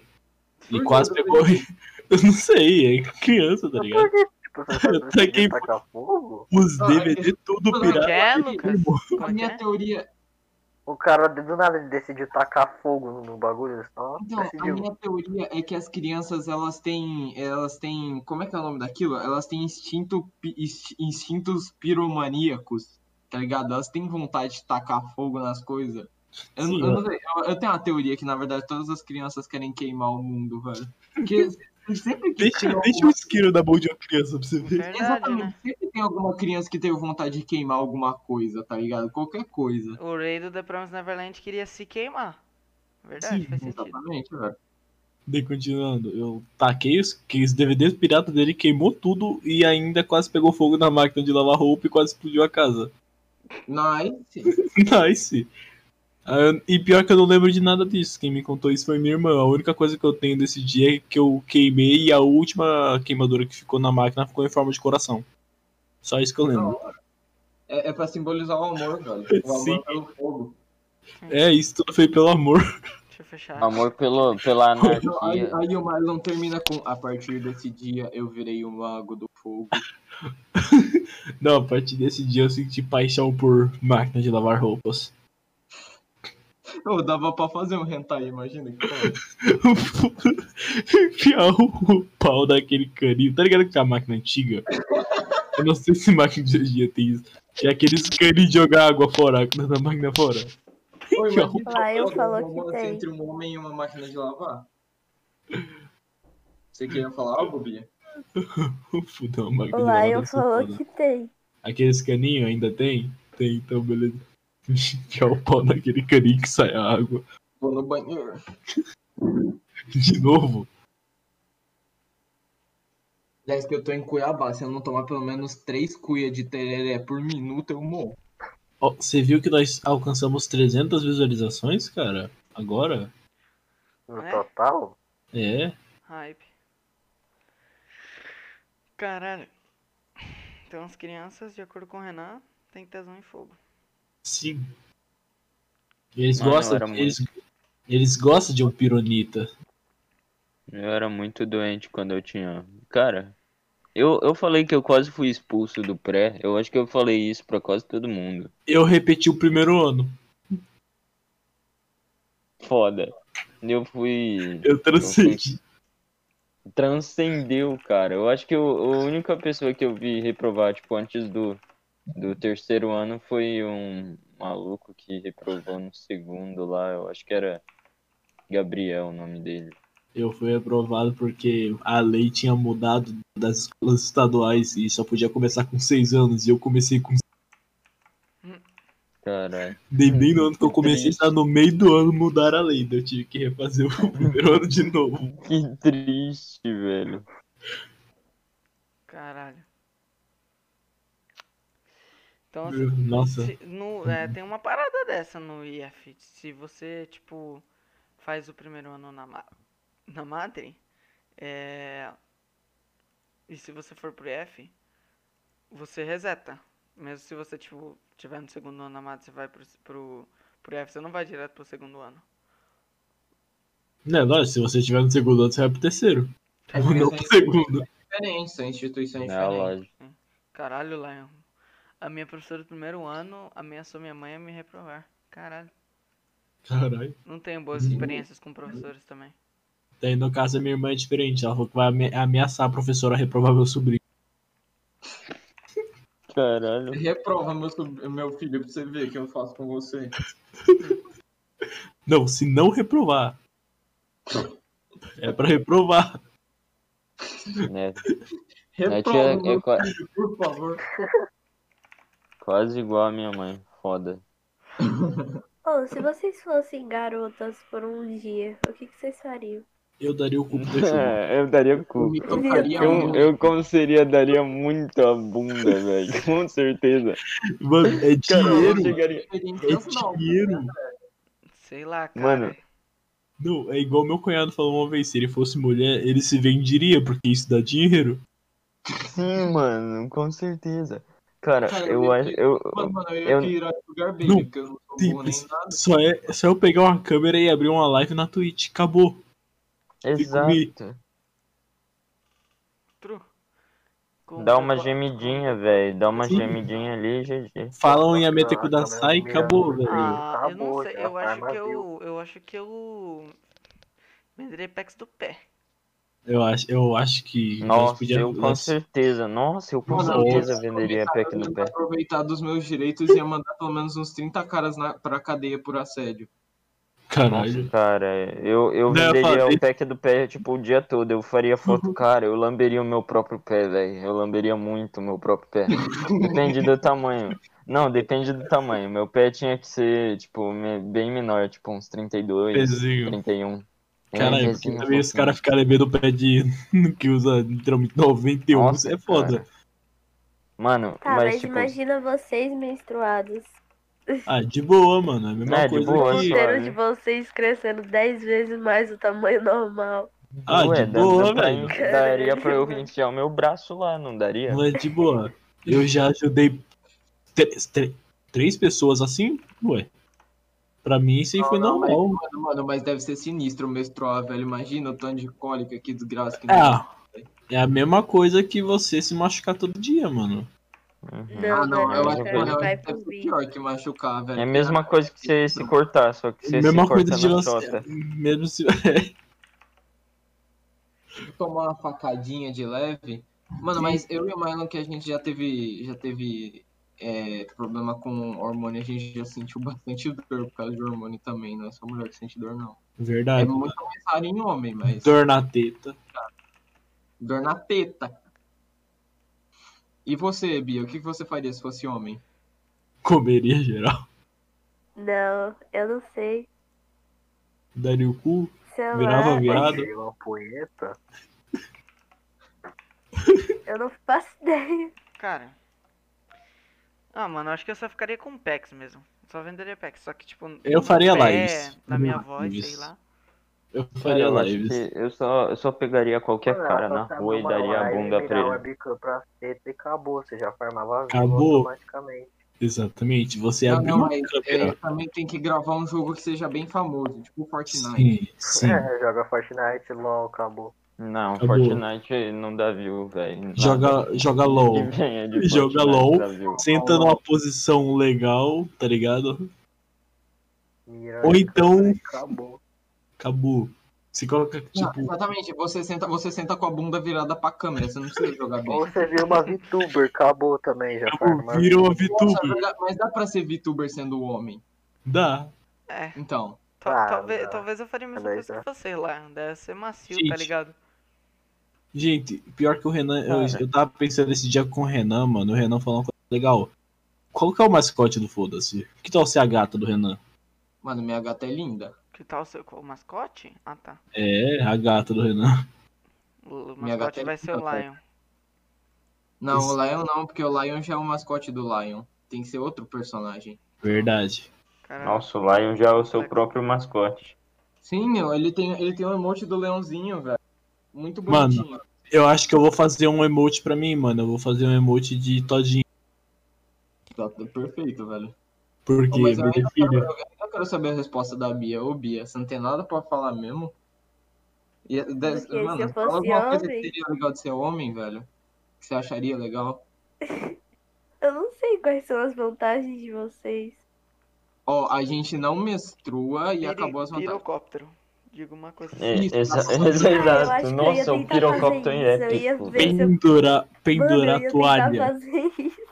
S1: E
S3: Por que
S1: quase
S3: você
S1: pegou. Eu não sei, é criança, tá ligado?
S4: Tipo, você sabe
S1: Tá aqui,
S4: que tacar fogo?
S1: Os
S3: Ah,
S1: DVD tudo
S3: Não,
S6: Como que
S1: pirata.
S6: é, Lucas? Como
S3: A
S6: que
S3: minha
S6: é?
S3: teoria.
S4: O cara do nada ele decidiu tacar fogo no- no bagulho, só
S3: Então, a
S4: decidiu.
S3: minha teoria é que as crianças elas têm. Elas têm. Como é que é o nome daquilo? Elas têm instinto, pi- inst- instintos piromaníacos. Tá ligado? Elas têm vontade de tacar fogo nas coisas. Eu,
S1: Sim,
S3: eu não sei, eu- eu tenho uma teoria que, na verdade, todas as crianças querem queimar o mundo, velho. Porque sempre que
S1: Deixa,
S3: criam
S1: deixa o isqueiro da mão de uma criança pra você ver.
S6: Verdade, né?
S3: Exatamente. Sempre tem alguma criança que teve vontade de queimar alguma coisa, tá ligado? Qualquer coisa.
S6: O rei do The Promised Neverland queria se queimar. Verdade,
S1: Sim,
S6: faz sentido.
S3: Exatamente, velho.
S1: Daí, continuando, eu taquei os, que os DVDs pirata dele, queimou tudo e ainda quase pegou fogo na máquina de lavar roupa e quase explodiu a casa.
S3: Nice.
S1: Nice! Ah, E pior que eu não lembro de nada disso. Quem me contou isso foi minha irmã. A única coisa que eu tenho desse dia é que eu queimei e a última queimadura que ficou na máquina ficou em forma de coração. Só isso que eu lembro.
S3: É, é pra simbolizar o amor, velho. O amor
S1: Sim.
S3: pelo fogo.
S1: É, isso tudo foi pelo amor.
S6: Deixa eu fechar.
S2: Amor pelo, pela
S3: Então, aí,
S6: é.
S2: anarquia.
S3: aí o Marlon termina com: A partir desse dia eu virei um mago do fogo.
S1: Não, a partir desse dia eu senti paixão por máquina de lavar roupas.
S3: Eu dava pra fazer um hentai, imagina. que foda.
S1: enfiar o pau daquele caninho. Tá ligado que tem a máquina antiga? Eu não sei se máquina de hoje em dia tem isso. Que é aqueles caninhos de jogar água fora, da máquina fora.
S3: Ô,
S1: Enfiar o-
S3: imagina
S5: Lá eu
S3: um
S5: falou que
S3: romance
S5: tem.
S3: Entre um homem e uma máquina de lavar. Você queria falar algo, Bia?
S1: Fudeu, a é máquina
S5: O
S1: de lavar
S5: Lion
S1: deve ser
S5: falou
S1: foda.
S5: que tem.
S1: Aqueles caninhos ainda tem? Tem, então beleza. Enfiar o pau naquele caninho que sai a água.
S3: Vou no banheiro.
S1: De novo.
S3: Aliás, que eu tô em Cuiabá. Se eu não tomar pelo menos três cuias de tereré por minuto, eu morro.
S1: Ó, você viu que nós alcançamos 300 visualizações, cara? Agora?
S4: No
S6: É?
S4: total?
S1: É.
S6: Hype. Caralho. Então as crianças, de acordo com o Renan, tem tesão em fogo.
S1: Sim. Eles
S2: Mano, eu
S1: gostam,
S2: era muito.
S1: eles, eles gostam de um pironita.
S2: Eu era muito doente quando eu tinha. Cara, eu, eu falei que eu quase fui expulso do pré. Eu acho que eu falei isso pra quase todo mundo.
S1: Eu repeti o primeiro ano.
S2: Foda. Eu fui.
S1: Eu transcendi.
S2: Transcendeu, cara. Eu acho que eu, a única pessoa que eu vi reprovar, tipo, antes do, do terceiro ano foi um maluco que reprovou no segundo lá. Eu acho que era Gabriel o nome dele.
S1: Eu fui aprovado porque a lei tinha mudado das escolas estaduais e só podia começar com seis anos. E eu comecei com.
S2: Caralho.
S1: Dei bem no ano que eu comecei,
S2: Triste.
S1: já no meio do ano mudar a lei. Daí eu tive que refazer o primeiro ano de novo.
S2: Que triste, velho.
S6: Caralho. Então, assim,
S1: Nossa.
S6: se- no, é, tem uma parada dessa no IF. Se você, tipo, faz o primeiro ano na, ma- na Madre, é, e se você for pro IF, você reseta. Mesmo se você, tipo, tiver no segundo ano na Madre, você vai pro, pro, pro IF, você não vai direto pro segundo ano.
S1: Né, lógico, se você estiver no segundo ano, você vai pro terceiro.
S3: É
S1: Ou não pro segundo.
S3: diferentes, são instituições
S2: Na
S3: diferentes.
S2: loja.
S6: Caralho, Lion. A minha professora do primeiro ano ameaçou minha mãe a me reprovar. Caralho.
S1: Caralho.
S6: Não tenho boas experiências com professores também.
S1: Daí no caso a minha irmã é diferente. Ela falou que vai ame- ameaçar a professora a reprovar meu sobrinho.
S2: Caralho.
S3: Reprova meu, sub- meu filho pra você ver o que eu faço com você.
S1: Não, se não reprovar. É pra reprovar.
S2: Né? Minha tia
S3: Reprova,
S2: é
S3: meu
S2: qua-
S3: filho, por favor.
S2: quase igual a minha mãe. Foda.
S5: Ô, se vocês fossem garotas por um dia, o que, que vocês fariam?
S1: Eu daria o cu pro Teixeira.
S2: É, eu é daria o
S3: Eu
S2: cu.
S3: me tocaria
S2: Eu,
S3: muito.
S2: eu como seria, daria muito a bunda, velho. Com certeza.
S1: Mano, é
S2: Cara, eu
S1: dinheiro.
S2: chegaria.
S1: É
S3: Experiências não.
S1: dinheiro.
S6: Sei lá, cara.
S2: Mano.
S1: Não, é igual meu cunhado falou uma vez, se ele fosse mulher, ele se venderia, porque isso dá dinheiro.
S2: Sim, mano, com certeza. Cara,
S3: Cara,
S2: eu
S3: eu-
S2: acho. Eu,
S3: Mano, mano, eu ia
S2: Eu-
S3: virar lugar bem,
S1: Não,
S3: porque eu não sou burro nem
S1: Simples.
S3: nada.
S1: Só é só eu pegar uma câmera e abrir uma live na Twitch. Acabou.
S2: exato.
S6: Tru. Com-
S2: Dá uma gemidinha, velho. Dá uma
S1: Sim.
S2: gemidinha ali, GG.
S1: Falam em
S2: é
S1: Ametekudasai e acabou, velho.
S6: Ah, eu não
S4: Acabou,
S6: sei.
S4: já,
S6: Eu acho que
S4: armadilha.
S6: eu. Eu acho que eu. Medrepex do pé.
S1: Eu acho, eu acho que nós
S2: Nossa, eu
S1: podíamos.
S2: com
S1: nós-
S2: certeza. Nossa, eu com
S3: Mano, eu
S2: certeza
S3: ia
S2: venderia a
S3: aproveitar-
S2: pack
S3: eu
S2: do
S3: ia
S2: pé.
S3: aproveitar dos meus direitos e ia mandar pelo menos uns 30 caras na, pra cadeia por assédio.
S1: Caralho.
S2: Nossa, cara, eu, eu
S1: Não, eu
S2: venderia
S1: falei. Uhum.
S2: o pack do pé, tipo, o dia todo. Eu faria foto, cara, eu lamberia o meu próprio pé, velho. Eu lamberia muito o meu próprio pé. Depende do tamanho. Não, depende do tamanho. Meu pé tinha que ser, tipo, me- bem menor, tipo, uns 32,
S1: Pezinho.
S2: 31. É,
S1: Caralho, porque
S2: pezinho
S1: também os
S2: fofinho.
S1: caras ficarem vendo o pé de. que usa literalmente 91,
S2: Nossa,
S1: é foda.
S2: cara. Mano,
S5: Tá, mas,
S2: mas, tipo,
S5: imagina vocês menstruados.
S1: Ah, de boa, mano. É a mesma
S2: É, de
S1: coisa
S2: boa,
S5: O
S1: que.
S2: só.
S5: útero
S2: né?
S5: de vocês crescendo 10 vezes mais o tamanho normal.
S1: Ah,
S2: ué,
S1: de
S2: dá- dá
S1: boa,
S2: pra-
S1: velho.
S2: Daria pra eu enfiar o meu braço lá, não daria?
S1: Não é de boa. Eu já ajudei três, três, três pessoas assim, ué. Pra mim isso aí foi
S3: Não, não, mas-
S1: normal.
S3: Mano, mano, mas deve ser sinistro menstruar, velho. Imagina o tanto de cólica, que desgraça que
S1: Ah, é a mesma coisa que você se machucar todo dia, mano.
S2: Uhum.
S5: Não,
S3: Ah, não, eu
S5: mano,
S3: acho
S5: isso
S3: que
S5: aí
S2: mano,
S3: eu
S5: vai
S3: acho que é
S5: pro
S3: deve ser
S5: bico.
S3: pior que machucar, velho.
S2: É a mesma coisa que você se cortar, só que você
S1: mesma
S2: se corta
S1: coisa de
S2: na
S1: você.
S2: chota.
S1: Mesmo se.
S3: tomar uma facadinha de leve. Mano, mas eu e o Marlon que a gente já teve, já teve é, problema com hormônio, a gente já sentiu bastante dor por causa de hormônio também, não é só mulher que sente dor, não. É
S1: Verdade.
S3: muito mais raro em homem, mas
S1: Dor
S3: dor,
S1: na teta.
S3: na teta. E você, Bia, o que que você faria se fosse homem?
S1: Comeria geral.
S5: Não, eu não sei.
S1: Daria o cu.
S3: Ah,
S5: Sei
S3: é,
S1: Virava
S5: lá,
S1: viado.
S4: Uma punheta?
S5: eu não faço ideia.
S6: Cara. Ah, mano, eu acho que eu só ficaria com Pex mesmo. Só venderia Pex. Só que, tipo.
S1: Eu
S6: no
S1: faria
S6: pé,
S1: lives.
S6: Na minha
S1: Faria
S6: voz, sei
S1: lives.
S6: lá.
S1: Eu
S2: Cara,
S1: faria
S2: eu acho
S1: lives.
S2: que eu só, eu só pegaria qualquer cara na rua e daria a bunda pra ele.
S4: pra ele e acabou, você já farmava vivo
S1: Acabou.
S4: automaticamente.
S1: Exatamente. Você
S3: Ah,
S1: abriu um
S3: não,
S1: uma
S3: mas é,
S1: câmera.
S3: também tem que gravar um jogo que seja bem famoso, tipo Fortnite.
S1: Sim, sim.
S4: É, joga Fortnite, LOL, acabou.
S2: Não,
S1: Acabou.
S2: Fortnite não é dá view, velho.
S1: Joga, joga LOL. Joga LOL. Senta numa posição legal, tá ligado?
S4: Mira,
S1: Ou então,
S4: acabou.
S1: acabou. Se coloca,
S3: Ah,
S1: tipo,
S3: exatamente, você senta, você senta com a bunda virada pra câmera, você não precisa jogar bem.
S4: Ou você vira uma VTuber, acabou também, já farma.
S1: vira uma
S3: Nossa,
S1: VTuber.
S3: verdade, mas dá pra ser VTuber sendo homem.
S1: Dá.
S6: É.
S3: Então,
S6: tal-
S4: Ah,
S6: talvez,
S4: não.
S6: talvez eu faria a
S5: é
S6: mesma
S4: Daí
S6: coisa
S4: já.
S6: que você lá. Deve ser macio, tá
S1: Gente.
S6: ligado?
S1: Gente, pior que o Renan, eu,
S2: Cara.
S1: eu tava pensando esse dia com o Renan, mano. O Renan falou uma coisa legal. Qual que é o mascote do Foda-se? Que tal ser a gata do Renan?
S3: mano, minha gata é linda.
S6: Que tal o seu o mascote? Ah, tá.
S1: É, a gata do Renan.
S6: O
S3: Minha gata
S6: mascote
S3: é
S6: vai ser o
S3: linda,
S6: Lion.
S3: Não,
S1: Isso.
S3: o Lion não, porque o Lion já é o mascote do Lion. Tem que ser outro personagem.
S1: Verdade.
S6: Caralho.
S2: Nossa, o Lion já é o seu próprio mascote.
S3: Sim, meu, ele tem, ele tem um emote do leãozinho, velho. Muito bonitinho.
S1: Eu acho que eu vou fazer um emote pra mim, mano. Eu vou fazer um emote de todinho.
S3: Tá, tá perfeito, velho. Ô,
S1: Porque,
S3: mas eu
S1: minha
S3: ainda, quero,
S1: filha,
S3: eu ainda quero saber a resposta da Bia. Ô, Bia, você não tem nada pra falar mesmo? E, de,
S5: Porque se
S3: mano,
S5: eu
S3: fala
S5: fosse
S3: alguma coisa
S5: homem-
S3: que seria legal de ser homem, velho. Que você acharia legal.
S5: Eu não sei quais são as vantagens de vocês.
S3: Ó, a gente não menstrua e
S6: Piri-
S3: acabou as vantagens.
S6: pirocóptero. Digo uma coisa
S2: É,
S6: assim.
S3: Isso,
S2: exa-
S3: nossa.
S2: exa-
S5: Ah, eu acho que
S2: exato.
S5: eu ia
S2: Nossa, o
S5: tentar
S2: pirocóptero
S5: fazer
S2: é
S5: isso, eu ia
S2: épico.
S5: ver.
S1: pendurar, pendurar
S5: Mano, eu
S1: a
S5: ia
S1: toalha.
S5: tentar fazer isso.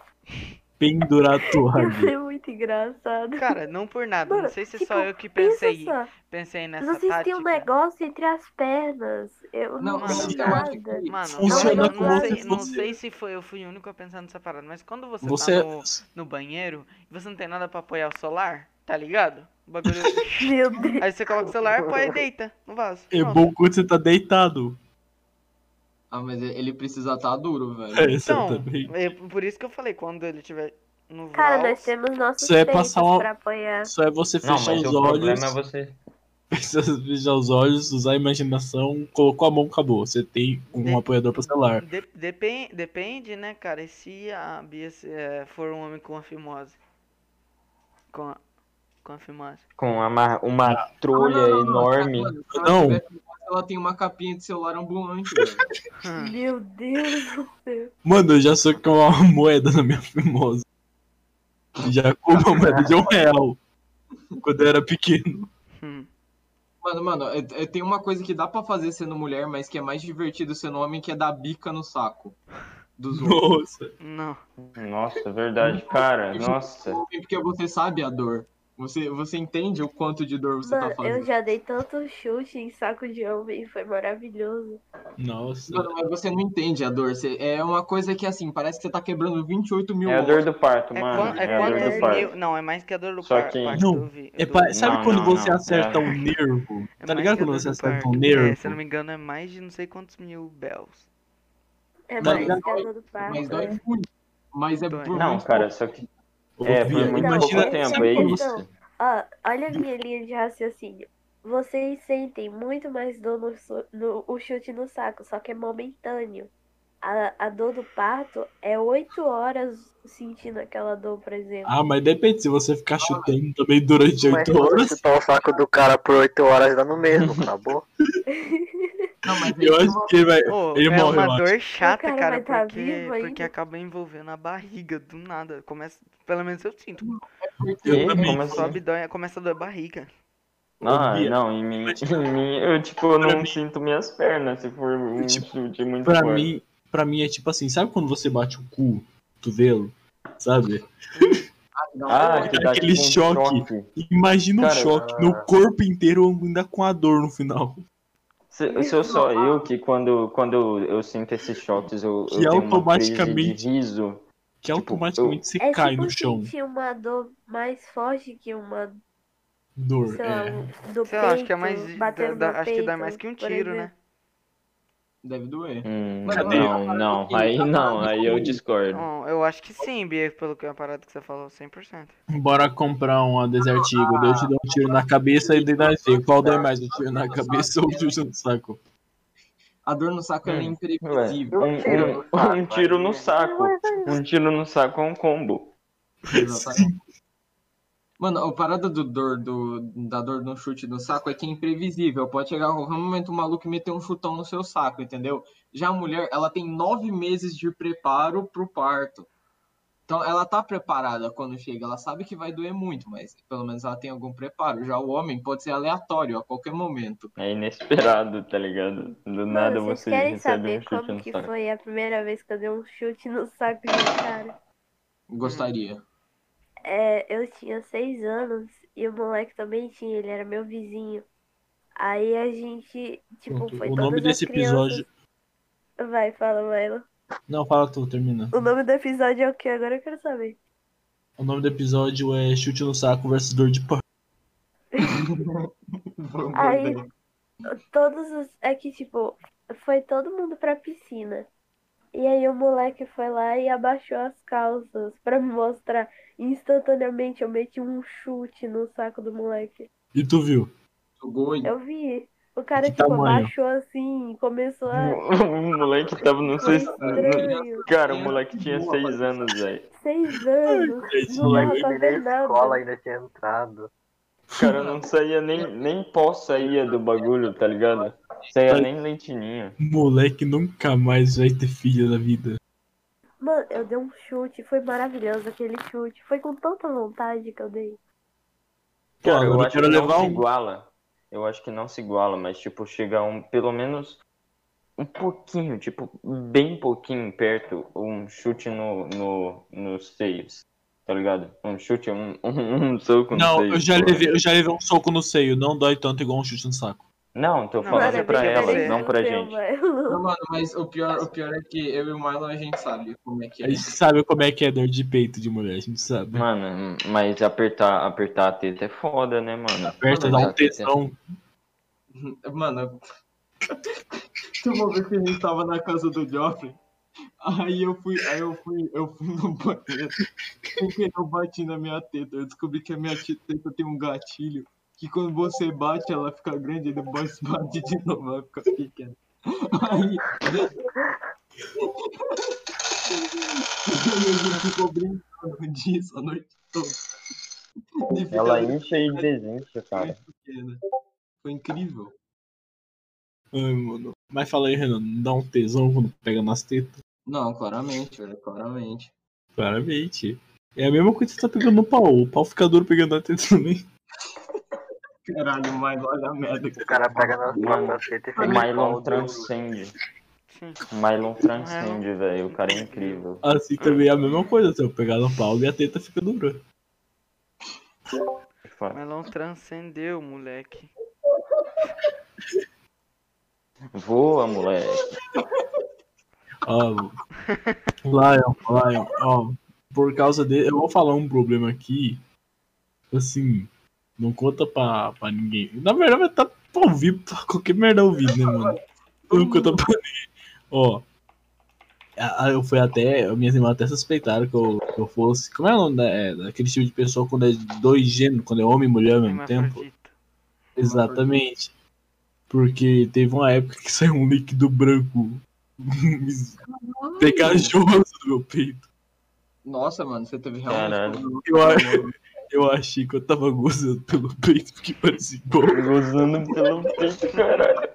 S1: Pendurar a
S5: Ia
S1: toalha.
S5: ser muito engraçado.
S6: assim. Cara, não por nada.
S5: Mano,
S6: não sei se é
S5: tipo,
S6: só eu que
S5: Pensa
S6: pensei,
S5: só,
S6: pensei nessa
S5: vocês têm um
S6: tática.
S5: negócio entre as pernas. Eu não,
S3: Não,
S6: Não,
S5: tenho
S1: mas
S3: eu acho
S5: nada.
S3: que.
S6: Mano,
S1: Funciona
S6: não,
S1: como
S6: não,
S1: se
S6: sei, não
S1: fosse-
S6: sei se foi, eu fui o único a pensar nessa parada, mas quando você,
S1: Você.
S6: tá no, no banheiro e você não tem nada pra apoiar o solar, Tá ligado? O bagulho.
S5: Meu Deus.
S6: Aí você coloca o celular, pô, aí deita no vaso.
S1: É
S6: Pronto.
S1: bom quando você tá deitado.
S3: Ah, mas ele precisa estar duro, velho.
S1: É,
S6: Então,
S1: exatamente.
S6: é por isso que eu falei, quando ele tiver no
S5: Cara, nós
S6: vaso,
S5: temos nossos
S1: Isso é
S5: peitos
S1: passar uma-
S5: pra apoiar.
S1: Só é você
S2: Não,
S1: fechar
S2: mas
S1: os
S2: o
S1: olhos.
S2: problema é você.
S1: Fechar os olhos, usar a imaginação, colocou a mão, acabou. Você tem um
S4: Né?
S6: Dep-
S1: apoiador pra celular.
S6: de- depen- depende, né, cara? E se a Bia se- é, for um homem com a fimose? Com a, com a fimose.
S2: Com uma, uma trolha
S3: Não, não,
S2: é
S3: não,
S2: enorme.
S3: Mano, se ela
S1: Não.
S4: né?
S3: tiver com voz, Ela tem uma capinha de celular ambulante, velho.
S6: Hum.
S5: Meu Deus do céu.
S1: Mano, eu já sou com uma moeda na minha fimosa. Já com uma moeda de um real. Quando eu era pequeno.
S6: Hum.
S3: Mano, mano, é- é- tem uma coisa que dá pra fazer sendo mulher, mas que é mais divertido sendo homem, que é dar bica no saco dos outros.
S1: Nossa.
S6: Não.
S2: Nossa, verdade, cara. Nossa.
S3: Homem, Porque você sabe a dor. Você, você entende o quanto de dor você
S5: Mano,
S3: tá fazendo.
S5: eu já dei tanto chute em saco de homem, foi maravilhoso.
S1: Nossa.
S3: Mano, mas você não entende a dor. Você- é uma coisa que, assim, parece que você tá quebrando 28 mil
S2: É a dor do parto,
S6: É,
S2: mano.
S6: quan- é
S2: É a dor
S6: quantos
S2: do
S6: mil-
S2: parto.
S6: Não, é mais que a dor do
S2: Só
S6: par-
S2: que-
S6: parto.
S1: Não,
S6: eu um vi-
S1: É
S6: eu
S1: pa-
S6: vi.
S1: Sabe
S2: Não,
S1: quando
S2: não,
S1: você
S2: não.
S1: acerta
S2: É.
S1: um nervo?
S6: É
S1: Tá
S6: mais
S1: ligado
S6: que a
S1: quando
S6: dor
S1: você
S6: do
S1: acerta um
S6: parto. É, se eu não
S1: nervo?
S6: me engano, é mais de não sei quantos mil bells.
S5: É
S1: Não,
S5: mais
S1: não,
S5: que a dor do né? parto.
S3: Mas dói muito. Mas é
S6: Dói.
S3: por
S2: Não,
S3: muito
S2: cara, só que.
S1: Ô,
S2: É,
S1: Bia,
S2: por muito
S1: imagina-
S2: pouco tempo,
S1: sabe
S2: é
S1: quando-
S2: isso.
S5: Ó, olha a minha linha de raciocínio. Vocês sentem muito mais dor no, su- no- o chute no saco, só que é momentâneo. A, a dor do parto é oito horas sentindo aquela dor, por exemplo.
S1: Ah, mas depende se você ficar chutando também durante
S4: Mas
S1: 8
S4: se você
S1: horas.
S4: chutar o saco do cara por 8 horas, dá no mesmo, acabou?
S3: Não, mas é-
S1: Eu acho que ele vai.
S6: Ô,
S1: Ele
S6: é
S1: morre, eu
S6: uma
S1: acho.
S6: dor chata,
S5: O cara
S6: cara,
S5: vai tá
S6: porque,
S5: vivo ainda.
S6: porque acaba envolvendo a barriga do nada. Começa, pelo menos eu sinto.
S3: porque
S1: Eu
S2: E
S1: também.
S2: começou a
S6: Sobe, dói, começa a doer a barriga.
S2: Ah,
S1: Bia.
S2: não, em mim, em mim, eu tipo, eu
S1: Pra
S2: não
S1: mim-
S2: sinto minhas pernas se for um
S1: Tipo,
S2: chute muito
S1: Pra
S2: forte.
S1: mim, pra mim é tipo assim, sabe quando você bate o cu, cotovelo? Sabe?
S3: não,
S2: Ah, que dá
S1: é Aquele
S2: tipo um
S1: choque. Imagina o
S2: Cara, ah.
S1: choque no corpo inteiro ainda com a dor no final.
S2: Se, sou só eu que quando, quando eu sinto esses choques, eu, eu
S1: Que
S2: tenho uma crise
S1: automaticamente-
S2: de riso.
S1: Que
S2: Tipo,
S1: automaticamente você
S5: é
S1: cai
S5: tipo
S1: no chão.
S5: sentir uma dor mais forte que uma,
S1: Dor.
S5: sei lá,
S1: É.
S5: um- do
S6: Sei
S5: peito,
S6: lá, acho que é mais.
S5: bater no
S6: dá-
S5: meu
S6: acho que dá
S5: peito,
S6: mais que um
S5: por
S6: tiro, né?
S5: exemplo.
S3: deve doer.
S2: Hum,
S3: Cadê?
S2: não, não, aí não, aí eu discordo.
S6: Não, eu acho que sim, Bia, pelo que é a parada que você falou, 100%.
S1: Bora comprar uma Desert Eagle. daí Eu te dou um tiro na cabeça e daí nós vê qual dói mais. O tiro na cabeça ou o tiro no saco.
S3: A dor no saco ela é
S2: Hum. Ué,
S3: imprevisível.
S2: um, um, um tiro no saco. Um tiro no saco é um combo.
S3: Exatamente. Mano, a parada do dor, do, da dor no chute no saco é que é imprevisível. Pode chegar a qualquer momento um maluco e meter um chutão no seu saco, entendeu? Já a mulher, ela tem nove meses de preparo pro parto. Então, ela tá preparada quando chega. Ela sabe que vai doer muito, mas pelo menos ela tem algum preparo. Já o homem pode ser aleatório a qualquer momento.
S2: É inesperado, tá ligado? Do nada
S5: Mano, vocês
S2: você
S5: querem
S2: recebe
S5: saber
S2: um chute
S5: como
S2: no
S5: que
S2: saco.
S5: foi a primeira vez que eu dei um chute no saco de um cara?
S3: Gostaria.
S5: É, eu tinha seis anos e o moleque também tinha, ele era meu vizinho. Aí a gente, tipo, foi
S1: O
S5: todas
S1: nome
S5: as
S1: desse
S5: crianças-
S1: episódio.
S5: Vai, fala, Maila.
S1: Não, fala tu, termina.
S5: O nome do episódio é o que? Agora eu quero saber.
S1: O nome do episódio é Chute no Saco versus Dor de Parto.
S3: Foi um
S5: Aí-
S3: bom
S5: Todos os. É que, tipo, foi todo mundo pra piscina. E aí o moleque foi lá e abaixou as calças pra me mostrar. Instantaneamente eu meti um chute no saco do moleque.
S1: E tu viu?
S3: gol.
S5: Eu vi. O cara,
S1: Que
S5: tipo,
S1: tamanho?
S5: abaixou assim e começou a.
S2: O moleque tava, não
S5: Foi
S2: sei se.
S5: estranho.
S2: Cara, o moleque tinha seis anos, velho.
S5: Seis anos.
S1: gente,
S5: Não dava pra
S4: Ele
S5: ver
S4: na escola
S5: nada.
S4: ainda tinha entrado.
S2: O cara não saía nem, nem pó saía do bagulho, tá ligado? Saía nem leitinho.
S1: Moleque nunca mais vai ter filha na vida.
S5: Mano, eu dei um chute, foi maravilhoso aquele chute. Foi com tanta vontade que eu dei.
S1: Pô,
S2: Cara, eu
S1: agora eu
S2: acho que
S1: quero levar
S2: não se
S1: um.
S2: iguala. Eu acho que não se iguala, mas tipo, chega um, pelo menos um pouquinho, tipo, bem pouquinho perto, um chute no, no, nos seios. Tá ligado? Um chute, um, um, um soco no
S1: Não,
S2: seio,
S1: eu já
S2: pô.
S1: levei, eu já levei um soco no seio, não dói tanto igual um chute no saco.
S2: Não, tô
S6: Não,
S2: falando
S6: mas é
S2: pra
S6: bem
S2: elas,
S6: diferente.
S2: não pra
S5: Meu
S2: gente.
S6: é.
S5: Deus.
S3: Não, mano, mas o pior, o pior é que eu e o Marlon a gente sabe como é que é.
S1: A gente sabe como é que é dor de peito de mulher, a gente sabe.
S2: Mano, mas apertar, apertar a teta é foda, né, mano?
S1: Aperta, dá
S2: Apertar
S1: um
S2: a teta. é
S1: tesão.
S3: Mano, tu uma vez que a gente tava na casa do Joffrey, aí eu fui, aí eu fui, eu fui no banheiro, porque eu bati na minha teta, eu descobri que a minha ti- teta tem um gatilho, que quando você bate ela fica grande e depois bate de novo, ela fica pequena. Aí... Aí a gente ficou brincando disso a noite toda. De ficar
S2: Ela incha e desincha, cara.
S3: pequena. Foi incrível.
S1: Ai, mano. Mas fala aí, Renan, não dá um tesão quando pega nas tetas?
S3: Não, claramente, velho, claramente.
S1: Claramente. É a mesma coisa que você tá pegando no pau. O pau fica duro pegando na teta também.
S3: Caralho, mas olha a merda que
S4: O cara pega na
S2: Mano,
S4: na teta e
S2: O
S4: fica
S2: Mylon
S4: Mylon
S2: transcende.
S6: Sim.
S2: O Mylon transcende, velho. O cara é incrível.
S1: Assim também é a mesma coisa, se eu pegar no pau e a teta fica dura.
S6: Melon transcendeu, moleque.
S2: Voa, moleque.
S1: Ó, Lion, Lion, ó. Por causa dele, eu vou falar um problema aqui. Assim, não conta pra, pra ninguém. Na verdade, vai estar pra ouvir, pra qualquer merda ouvir, né, mano? Não conta pra ninguém. Ó. a- a- Eu fui até. Minhas irmãs até suspeitaram que eu, que eu fosse. Como é o nome da, é, daquele tipo de pessoa quando é dois gêneros, quando é homem e mulher ao mesmo
S6: um
S1: tempo?
S6: Hermafrodita.
S1: Exatamente. Porque teve uma época que saiu um líquido branco pegajoso do meu peito.
S3: Nossa, mano, você teve
S2: Caralho.
S3: realmente. problema.
S1: Eu, a- eu achei que eu tava gozando pelo peito, porque parecia bom.
S2: Gozando pelo peito, caralho.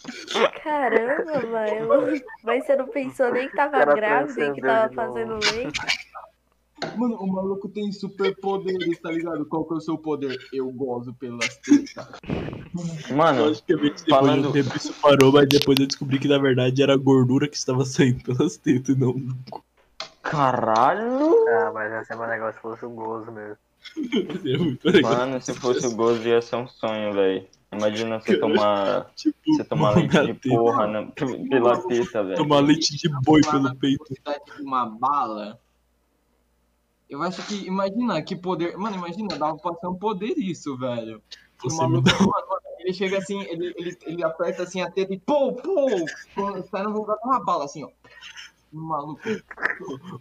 S5: Caramba, mano. Mas você não pensou nem que tava
S4: Cara,
S5: grávida e que
S4: transcendeu
S5: tava
S4: de novo.
S5: fazendo leite?
S3: Mano, o maluco tem superpoderes, tá ligado? Qual que é o seu poder? Eu gozo pelas tetas.
S2: Mano,
S1: Logicamente, depois de
S2: falando-
S1: um tempo isso parou, mas depois eu descobri que na verdade era a gordura que estava saindo pelas tetas e não.
S2: caralho.
S4: Ah, mas esse é meu negócio fosse um gozo mesmo.
S1: É muito legal.
S2: Mano, se fosse o gozo ia ser um sonho, velho. Imagina você tomar.
S1: Tipo,
S2: Você tomar leite
S1: mano,
S2: de
S1: a teta-
S2: porra na, pela teta, velho.
S1: Tomar leite de boi pelo peito.
S3: Velocidade de uma bala. Eu acho que, imagina que poder. Mano, imagina, dava pra ser um poder isso, velho. Que O
S1: Você me
S3: maluco,
S1: dá
S3: mano, ele chega assim, ele, ele, ele aperta assim a teta e pô, pô! pô, Sai no lugar de uma bala assim, ó. Maluco.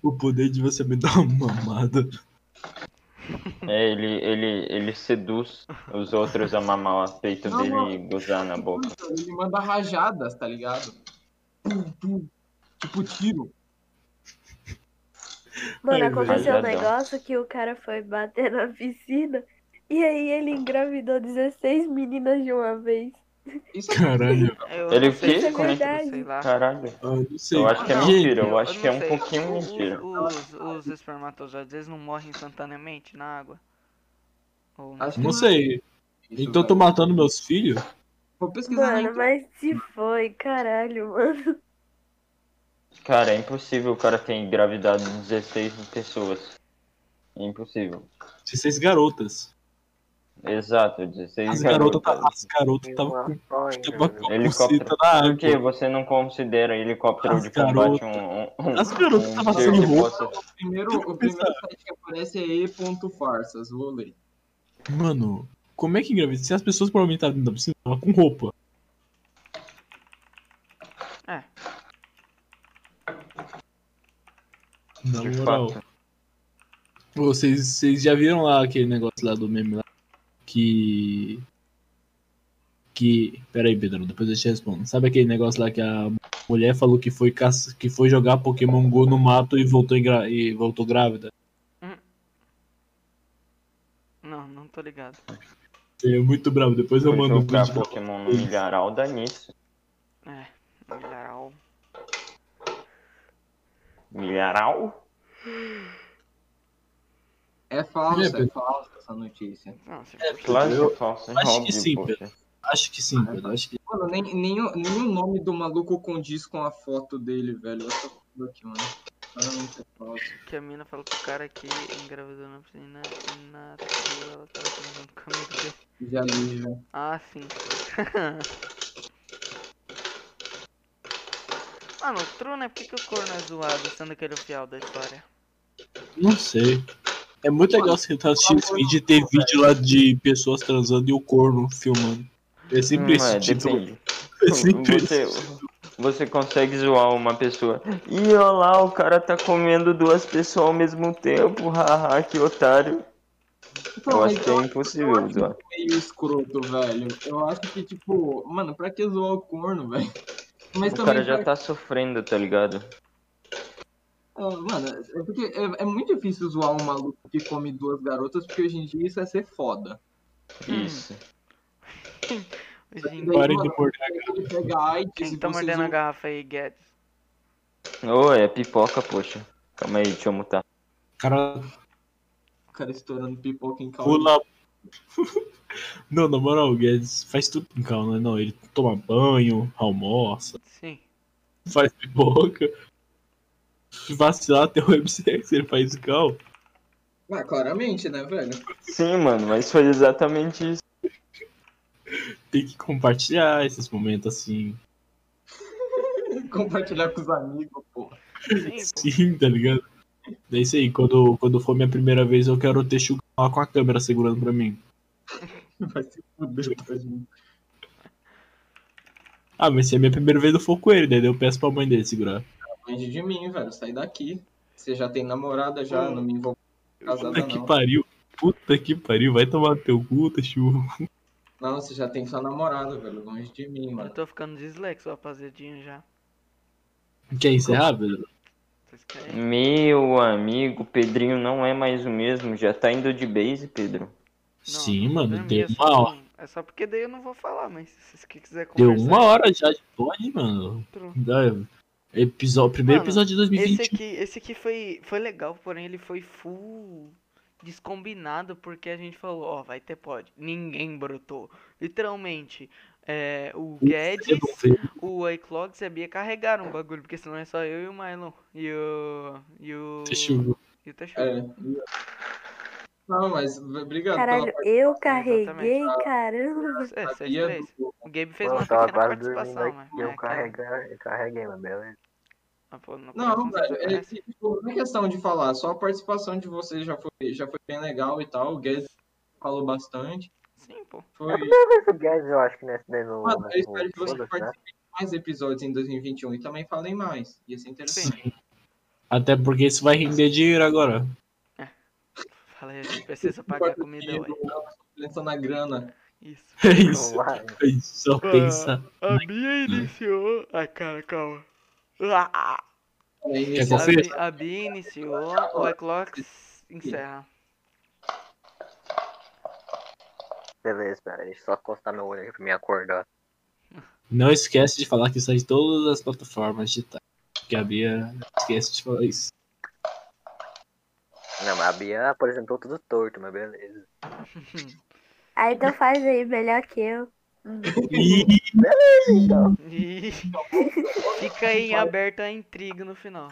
S1: o poder de você me dar uma mamada.
S2: É, ele, ele, ele seduz os outros a mamar o peito
S3: Não,
S2: dele
S3: não.
S2: e gozar na boca.
S3: Ele manda rajadas, tá ligado? Pum, pum. Tipo tiro.
S5: Mano,
S1: Ai, velho.
S5: aconteceu
S2: Rajadão.
S5: um negócio que o cara foi bater na piscina e aí ele engravidou 16 meninas de uma vez.
S3: Isso é
S1: Caralho.
S6: Eu
S2: Ele
S6: não sei
S2: o quê?
S6: se é
S2: Como é que-
S6: verdade, sei lá.
S2: Caralho.
S1: Ah, não sei.
S2: Eu acho que é
S6: Não,
S2: mentira, eu
S6: eu
S2: acho que é
S6: não
S2: um
S6: sei.
S2: pouquinho
S6: Os-
S2: mentira.
S6: Os, os espermatozoides, eles não morrem instantaneamente na água? Ou não?
S3: Acho que é
S1: Não sei.
S3: Isso,
S1: Então eu tô
S3: velho.
S1: matando meus filhos?
S3: Vou pesquisar na
S5: Mano, mas se foi, caralho, mano.
S2: Cara, é impossível o cara ter engravidado 16 pessoas. É impossível.
S1: 16 garotas.
S2: Exato, 16
S1: As garotas tá-
S2: garotas. um
S1: as garotas estavam com tava com a
S2: Helicóptero.
S1: buceta na
S2: Por que
S1: água.
S2: você não considera helicóptero
S1: As
S2: de combate
S1: garotas-
S2: um, um, um,
S1: As garotas
S2: um
S1: tava
S2: ser
S1: sem
S2: que
S1: tá roupa.
S2: possa-
S3: O primeiro, o primeiro site que aparece é e.farsas, vou ler.
S1: Mano, como é que engravida? Se as pessoas provavelmente estavam dentro da piscina, tava com roupa.
S6: É.
S1: Na
S2: De
S1: moral.
S2: fato.
S1: Vocês, vocês já viram lá aquele negócio lá do meme lá? Que. Que. Pera aí, Pedro, depois eu te respondo. Sabe aquele negócio lá que a mulher falou que foi, caça, que foi jogar Pokémon Go no mato e voltou, engra- e voltou grávida?
S6: Não, não tô ligado.
S1: É muito bravo, depois eu
S2: Foi
S1: mando um
S2: jogar
S1: vídeo. pra-
S2: Pokémon no milharal dá nisso.
S6: Milharal.
S2: Milharal?
S3: É falsa,
S1: É,
S3: é falsa essa notícia.
S6: Não, se
S1: É,
S6: for-
S2: Claro
S1: eu
S2: que é falso, é
S1: acho que
S2: óbvio,
S1: sim,
S2: poxa.
S1: acho que sim, Pedro. Acho que
S3: Mano, nem, nem, o- nem o nome do maluco condiz com a foto dele, velho. Eu tô aqui, mano. é
S6: Que a mina falou pro cara que engravidou na piscina e na rua ela tava transando com a amiga dele.
S3: Já li, né? já.
S6: Ah, sim. Mano, o True, né? Por que, que o corno é zoado sendo aquele fiel da história?
S1: Não sei. É muito legal você estar assistindo esse vídeo e ter vídeo lá de pessoas transando e o corno filmando. É sempre
S2: Hum,
S1: esse
S2: é,
S1: título.
S2: depende.
S1: É sempre
S2: Você,
S1: esse.
S2: você consegue zoar uma pessoa. Ih, olha lá, o cara tá comendo duas pessoas ao mesmo tempo. Haha, que otário. Eu acho que é
S3: Então, eu
S2: impossível
S3: acho
S2: zoar.
S3: meio escroto, velho. Eu acho que, tipo, mano, pra que zoar o corno, velho? Mas
S2: O
S3: também.
S2: cara já
S3: pra-
S2: tá sofrendo, tá ligado?
S3: Ah, Mano, é porque é, é muito difícil zoar um maluco que come duas garotas, porque hoje em dia isso é ser foda. Hum.
S2: Isso.
S6: Hoje em
S3: Daí,
S1: Parem de
S3: mano,
S1: morder a
S3: Ele pega AIDS
S6: Quem
S3: e
S6: tá
S3: você
S6: mordendo
S3: zoa-
S6: a garrafa aí, Guedes?
S2: Ô, é pipoca, poxa. Calma aí, deixa eu mutar.
S1: cara
S3: o cara estourando pipoca em calma.
S1: pula. Não, na moral, o Guedes faz tudo com calma, né? Não, ele toma banho, almoça,
S6: Sim.
S1: faz pipoca. Se vacilar tem um o websex, ele faz calma.
S3: Ah, claramente, né, velho?
S2: Sim, mano, mas foi exatamente isso.
S1: Tem que compartilhar esses momentos assim.
S3: Compartilhar com os amigos, pô.
S6: Sim, pô.
S1: Sim, tá ligado? É isso aí, quando, quando for minha primeira vez, eu quero ter Sugar lá com a câmera segurando pra mim.
S3: Vai se
S1: né?
S3: fuder pra
S1: um
S3: gente.
S1: Ah, mas se é minha primeira vez, eu for com ele, né? daí eu peço pra mãe dele segurar.
S3: Longe de mim, velho. Sai daqui. Você já tem namorada, já não me envolve com casada,
S1: Puta que
S3: não.
S1: pariu. Puta que pariu, vai tomar no teu cu, tá Tachu.
S3: Não, você já tem sua namorada, velho. Longe de mim,
S6: Eu
S3: mano.
S6: tô ficando dislexo, rapaziadinho, já.
S1: Quer encerrar, velho?
S6: Vocês
S1: Hum,
S6: querem?
S2: Meu amigo, Pedrinho não é mais o mesmo. Já tá indo de base, Pedro.
S6: Não,
S1: Sim,
S6: eu
S1: mano,
S6: dormi,
S1: deu
S6: é só
S1: uma hora.
S6: pra mim. É só porque daí eu não vou falar, mas se vocês que quiser
S1: Deu
S6: conversar...
S1: uma hora já de pod, mano.
S6: outro.
S1: Da- Episódio, primeiro
S6: Mano,
S1: episódio de
S6: Esse
S1: 2021.
S6: aqui, esse aqui foi, foi legal, porém ele foi full descombinado porque a gente falou, ó, vai ter pod. Ninguém brotou. Literalmente, é, o
S1: Eu
S6: Guedes,
S1: não sei.
S6: o iClogs e a Bia carregaram o bagulho, porque senão é só eu e o Mylon. E o. E o.
S1: Tachu.
S6: E o Tachu.
S3: É. Não, mas obrigado
S5: Caralho,
S3: pela
S5: eu carreguei,
S6: Exatamente.
S5: caramba.
S6: É, vocês
S3: parceria
S6: três.
S3: do-
S6: O Gabe fez
S4: Pô,
S6: uma
S4: eu tava
S6: pequena
S4: quase dormindo
S6: participação, né? mas.
S4: aqui. Eu
S6: mas, cara,
S4: carreguei, eu carreguei, mas beleza.
S6: mas, pô, no
S3: Não,
S6: coração você
S3: velho,
S6: já
S3: é,
S6: conhece.
S3: que, tipo, não é questão de falar, só a participação de vocês já foi, já foi bem legal e tal. O Guedes falou bastante.
S6: Sim, pô.
S3: Foi.
S4: Mas o Guedes, eu acho que nesse daí no.
S3: Mano, eu
S4: no-
S3: espero que vocês
S4: foda-se, né?
S3: participem de mais episódios em 2021 e também falem mais. Ia ser interessante.
S6: Sim.
S1: Até porque isso vai render dinheiro agora.
S6: Fala aí, a gente precisa pagar a comida, ué.
S3: Pensa na grana.
S6: Isso.
S1: É isso.
S4: Vai.
S1: Foi Só pensar.
S6: A Bia iniciou. Ai, cara, calma. Ah,
S3: É
S1: Quer
S6: a,
S3: isso.
S1: conferir?
S6: Bia, a Bia iniciou, o Eclox encerra.
S4: Beleza, pera, deixa eu só encostar meu olho aqui pra me acordar.
S1: Não esquece de falar que está em todas as plataformas digitais. Que a Bia esquece de falar isso.
S4: Não, mas a Bia apresentou tudo torto, mas beleza.
S5: Aí então faz aí, melhor que eu.
S1: Ih,
S5: Então,
S6: Ih, Fica aí em aberto a intriga no final.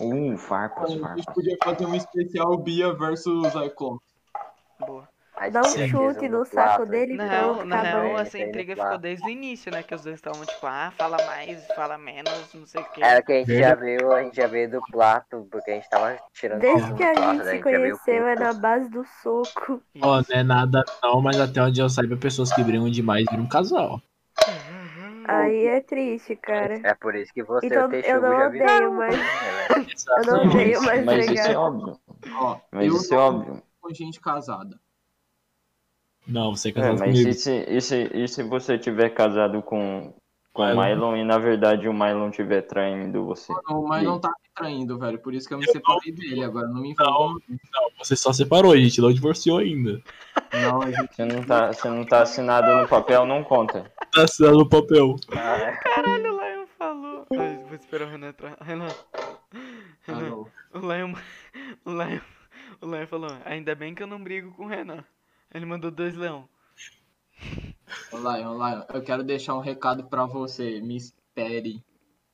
S2: Uh, farpas,
S3: A gente
S2: farpas.
S3: podia fazer um especial Bia versus Icon.
S6: Boa.
S4: Mas
S5: Dá um
S4: certeza
S5: chute no
S4: quatro,
S5: saco dele
S4: Tá
S6: Na
S5: e
S6: real,
S5: pronto,
S6: na real,
S5: acabou.
S6: essa intriga ficou desde o início, né? Que os dois estavam tipo, ah, fala mais, fala menos, não sei o que.
S4: Era que a gente já
S1: Verdade.
S4: veio, a gente já veio do plato, porque a gente tava tirando
S5: Desde
S4: foto
S5: que
S4: do
S5: a
S4: Plato,
S5: gente
S4: É né?
S5: se
S4: já veio
S5: conheceu é
S4: puto.
S5: na base do soco.
S1: ó, não é nada não, mas até onde eu saiba, pessoas que brigam demais viram um casal.
S3: Hum.
S5: Aí é triste, cara.
S4: É por isso que você
S5: Então
S4: o Teixugo
S5: eu não
S4: já É, né? viu.
S5: odeio, mas eu não
S1: Exatamente.
S5: odeio mais
S2: Mas isso é
S5: brigar.
S2: óbvio.
S3: Ó,
S2: Mas
S3: eu
S2: isso é óbvio.
S3: com gente casada.
S1: Não, você é
S2: É,
S1: casado
S2: mas
S1: comigo.
S2: e se, e, se, e se você tiver casado com, com o
S1: Mylon.
S2: Mylon e na verdade o Mylon tiver traindo você?
S3: Não, mas não tá me traindo, velho. Por isso que eu me separei dele agora. Não me envolvo.
S1: Você só separou, a gente não divorciou ainda.
S3: Não, a gente
S2: Você não tá, você não tá assinado no papel, não conta.
S1: Tá assinado no papel.
S4: Ah,
S6: Caralho, o Lion falou. Ai, vou esperar o Renan entrar. Renan. Renan.
S3: parou.
S6: O Lion. O Lion. O Lion falou, ainda bem que eu não brigo com o Renan. Ele mandou dois leão.
S3: Ô, Lion, Lion, eu quero deixar um recado pra você. Me espere.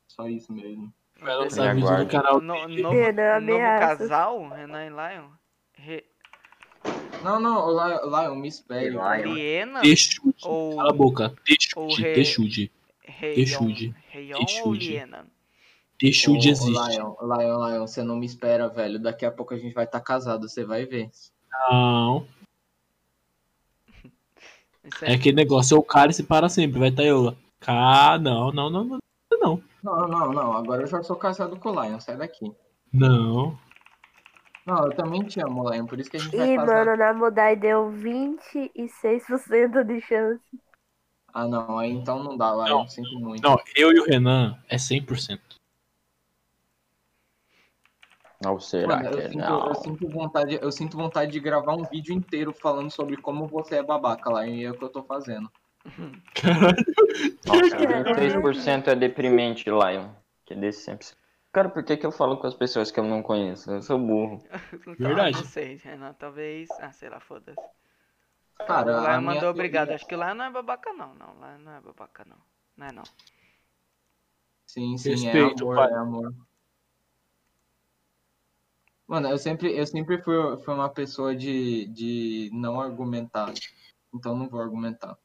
S3: Só isso mesmo.
S1: Vai lançar
S4: Me
S1: vídeo no
S4: aguarde.
S1: canal.
S6: No-
S1: dele.
S6: novo
S5: Renan
S6: novo
S5: ameaça.
S6: casal, Renan e Lion. Re-
S3: Não, não, lá, lá eu me espelho.
S4: Lá, Lion.
S6: Liena
S1: Texude.
S6: ou
S1: Cala a boca.
S6: ou
S1: Texude.
S6: re-
S1: Texude. Texude.
S6: Reion? Reion ou
S1: Texude.
S6: Liena?
S1: Texude
S3: Ô, ô,
S1: existe.
S3: Lion, Lion, Lion, você não me espera, velho. Daqui a pouco a gente vai estar casado, você vai ver.
S1: Não.
S6: Isso
S1: É aquele negócio, é o cara e se para sempre. Vai estar eu lá. Cá, não, não, não, não. Não.
S3: Não, não, não. Agora eu já sou casado com o Lion, sai daqui.
S1: Não.
S3: Não, eu também te amo, Lion, por isso que a gente vai
S5: Ih,
S3: casar.
S5: mano, na Mudai deu 26% de chance.
S3: Ah, não, aí então não dá, Lion,
S1: Não.
S3: sinto muito.
S1: Não, eu e o Renan é 100%.
S2: Ou será
S3: Mano, eu
S2: que é?
S3: sinto,
S2: não?
S3: eu, sinto vontade, eu sinto vontade de gravar um vídeo inteiro falando sobre como você é babaca, Lion, e é o que eu tô fazendo.
S1: Caralho.
S2: Nossa,
S5: Caralho.
S2: 3% é deprimente, Lion. Que é desse sempre. Cara, por que, que eu falo com as pessoas que eu não conheço? Eu sou burro.
S6: Então,
S1: Verdade.
S6: Não sei, Renan, talvez. Ah, sei lá, foda-se.
S3: Cara,
S6: o
S3: a minha
S6: Lion mandou obrigado.
S3: teoria-
S6: Acho que o Lion não é babaca, não. Não, Lion não é babaca, não. Não é, não.
S3: Sim, sim,
S1: Respeito,
S3: é amor,
S1: pai.
S3: é amor. Mano, eu sempre, eu sempre fui, fui uma pessoa de, de não argumentar. Então não vou argumentar.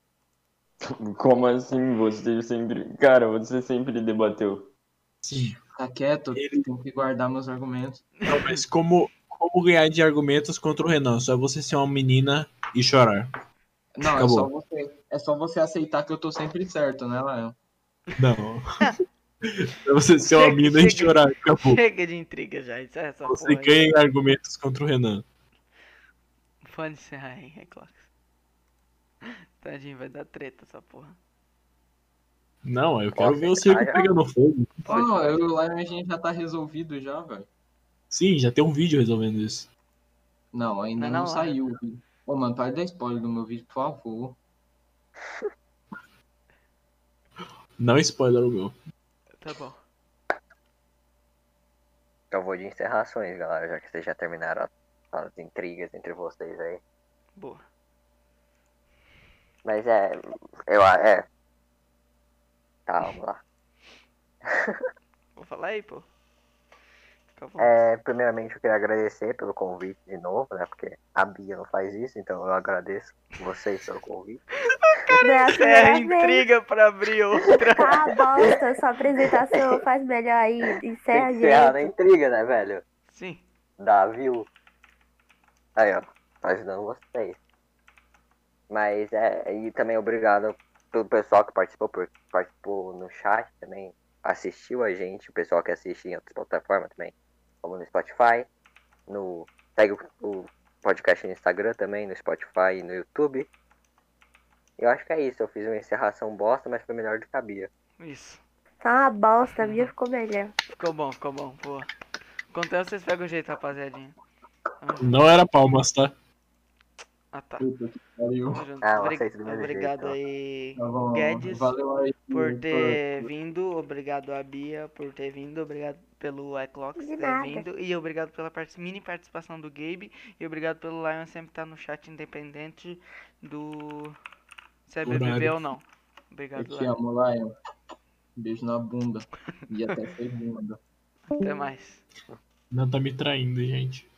S2: Como assim você sempre. Cara, você sempre debateu.
S1: Sim.
S3: Tá quieto,
S1: Ele-
S3: tenho que guardar meus argumentos.
S1: Não, mas como, como ganhar de argumentos contra o Renan? Só é você ser uma menina e chorar.
S3: Não, é
S1: Acabou.
S3: só, você, é só você aceitar que eu tô sempre certo, né, Lion?
S1: Não. Só você ser uma
S6: Chega,
S1: menina e
S6: chega.
S1: chorar. Acabou.
S6: Chega de intriga já. Isso é essa
S1: Você
S6: porra. aí.
S1: ganha em argumentos contra o Renan.
S6: Fã de encerrar aí, é claro. Tadinho, vai dar treta essa porra.
S1: Não, eu quero
S4: Nossa,
S1: ver o circo
S4: cara.
S1: pegando fogo.
S6: Pode,
S3: não, eu
S6: pode.
S3: e o Lion a gente já tá resolvido já, velho.
S1: Sim, já tem um vídeo resolvendo isso.
S3: Não, ainda
S6: Não,
S3: não,
S6: não, Lion.
S3: saiu o vídeo. Ô, mano, para de dar spoiler do meu vídeo, por favor.
S1: Não spoiler o meu.
S6: Tá bom.
S4: Então vou de encerrações, galera, já que vocês já terminaram as, as intrigas entre vocês aí.
S6: Boa.
S4: Mas é. Eu a- é. Tá, vamos lá.
S6: Vou falar aí, pô. Fica à vontade.
S4: É, primeiramente eu queria agradecer pelo convite de novo, né? Porque a Bia não faz isso, então eu agradeço vocês pelo convite.
S5: Não é a
S6: Isso é
S5: primeira vez.
S6: intriga pra abrir outra.
S5: Ah, bosta, sua apresentação faz melhor aí.
S4: Tem
S5: Encerra
S4: que encerrar na
S5: direito.
S4: intriga, né, velho?
S6: Sim.
S4: Dá, viu? Aí, ó. Tá ajudando vocês. Mas é. E também obrigado pelo pessoal que participou, por, participou no chat também. Assistiu a gente, o pessoal que assiste em outras plataformas também. Como no Spotify. No. Segue o, o podcast no Instagram também, no Spotify e no YouTube. Eu acho que é isso. Eu fiz uma encerração bosta, mas foi melhor do que cabia.
S6: Isso.
S5: Tá uma bosta, a minha ficou melhor.
S6: Ficou bom, ficou bom. Boa. Quanto é vocês pegam o jeito, rapaziadinha. Tamo junto.
S1: Não era palmas, tá?
S6: Ah, tá.
S3: Puta que pariu.
S6: Tamo junto.
S4: Ah, eu
S6: Obri-
S4: aceito do mesmo
S6: Obrigado
S4: jeito, ó.
S6: aí
S3: Tá bom,
S6: Guedes,
S3: valeu aí
S6: por ter vindo. Obrigado a Bia por ter vindo. Obrigado pelo iClocks
S5: De
S6: ter
S5: nada.
S6: vindo. E obrigado pela parti- mini participação do Gabe. E obrigado pelo Lion sempre estar no chat independente do. Se é
S1: Horário.
S6: BBB ou não.
S3: Eu
S6: Obrigado,
S3: te
S6: Lion.
S3: amo, Lion. Beijo na bunda. E até segunda.
S6: Até mais.
S1: Não tá me traindo, gente.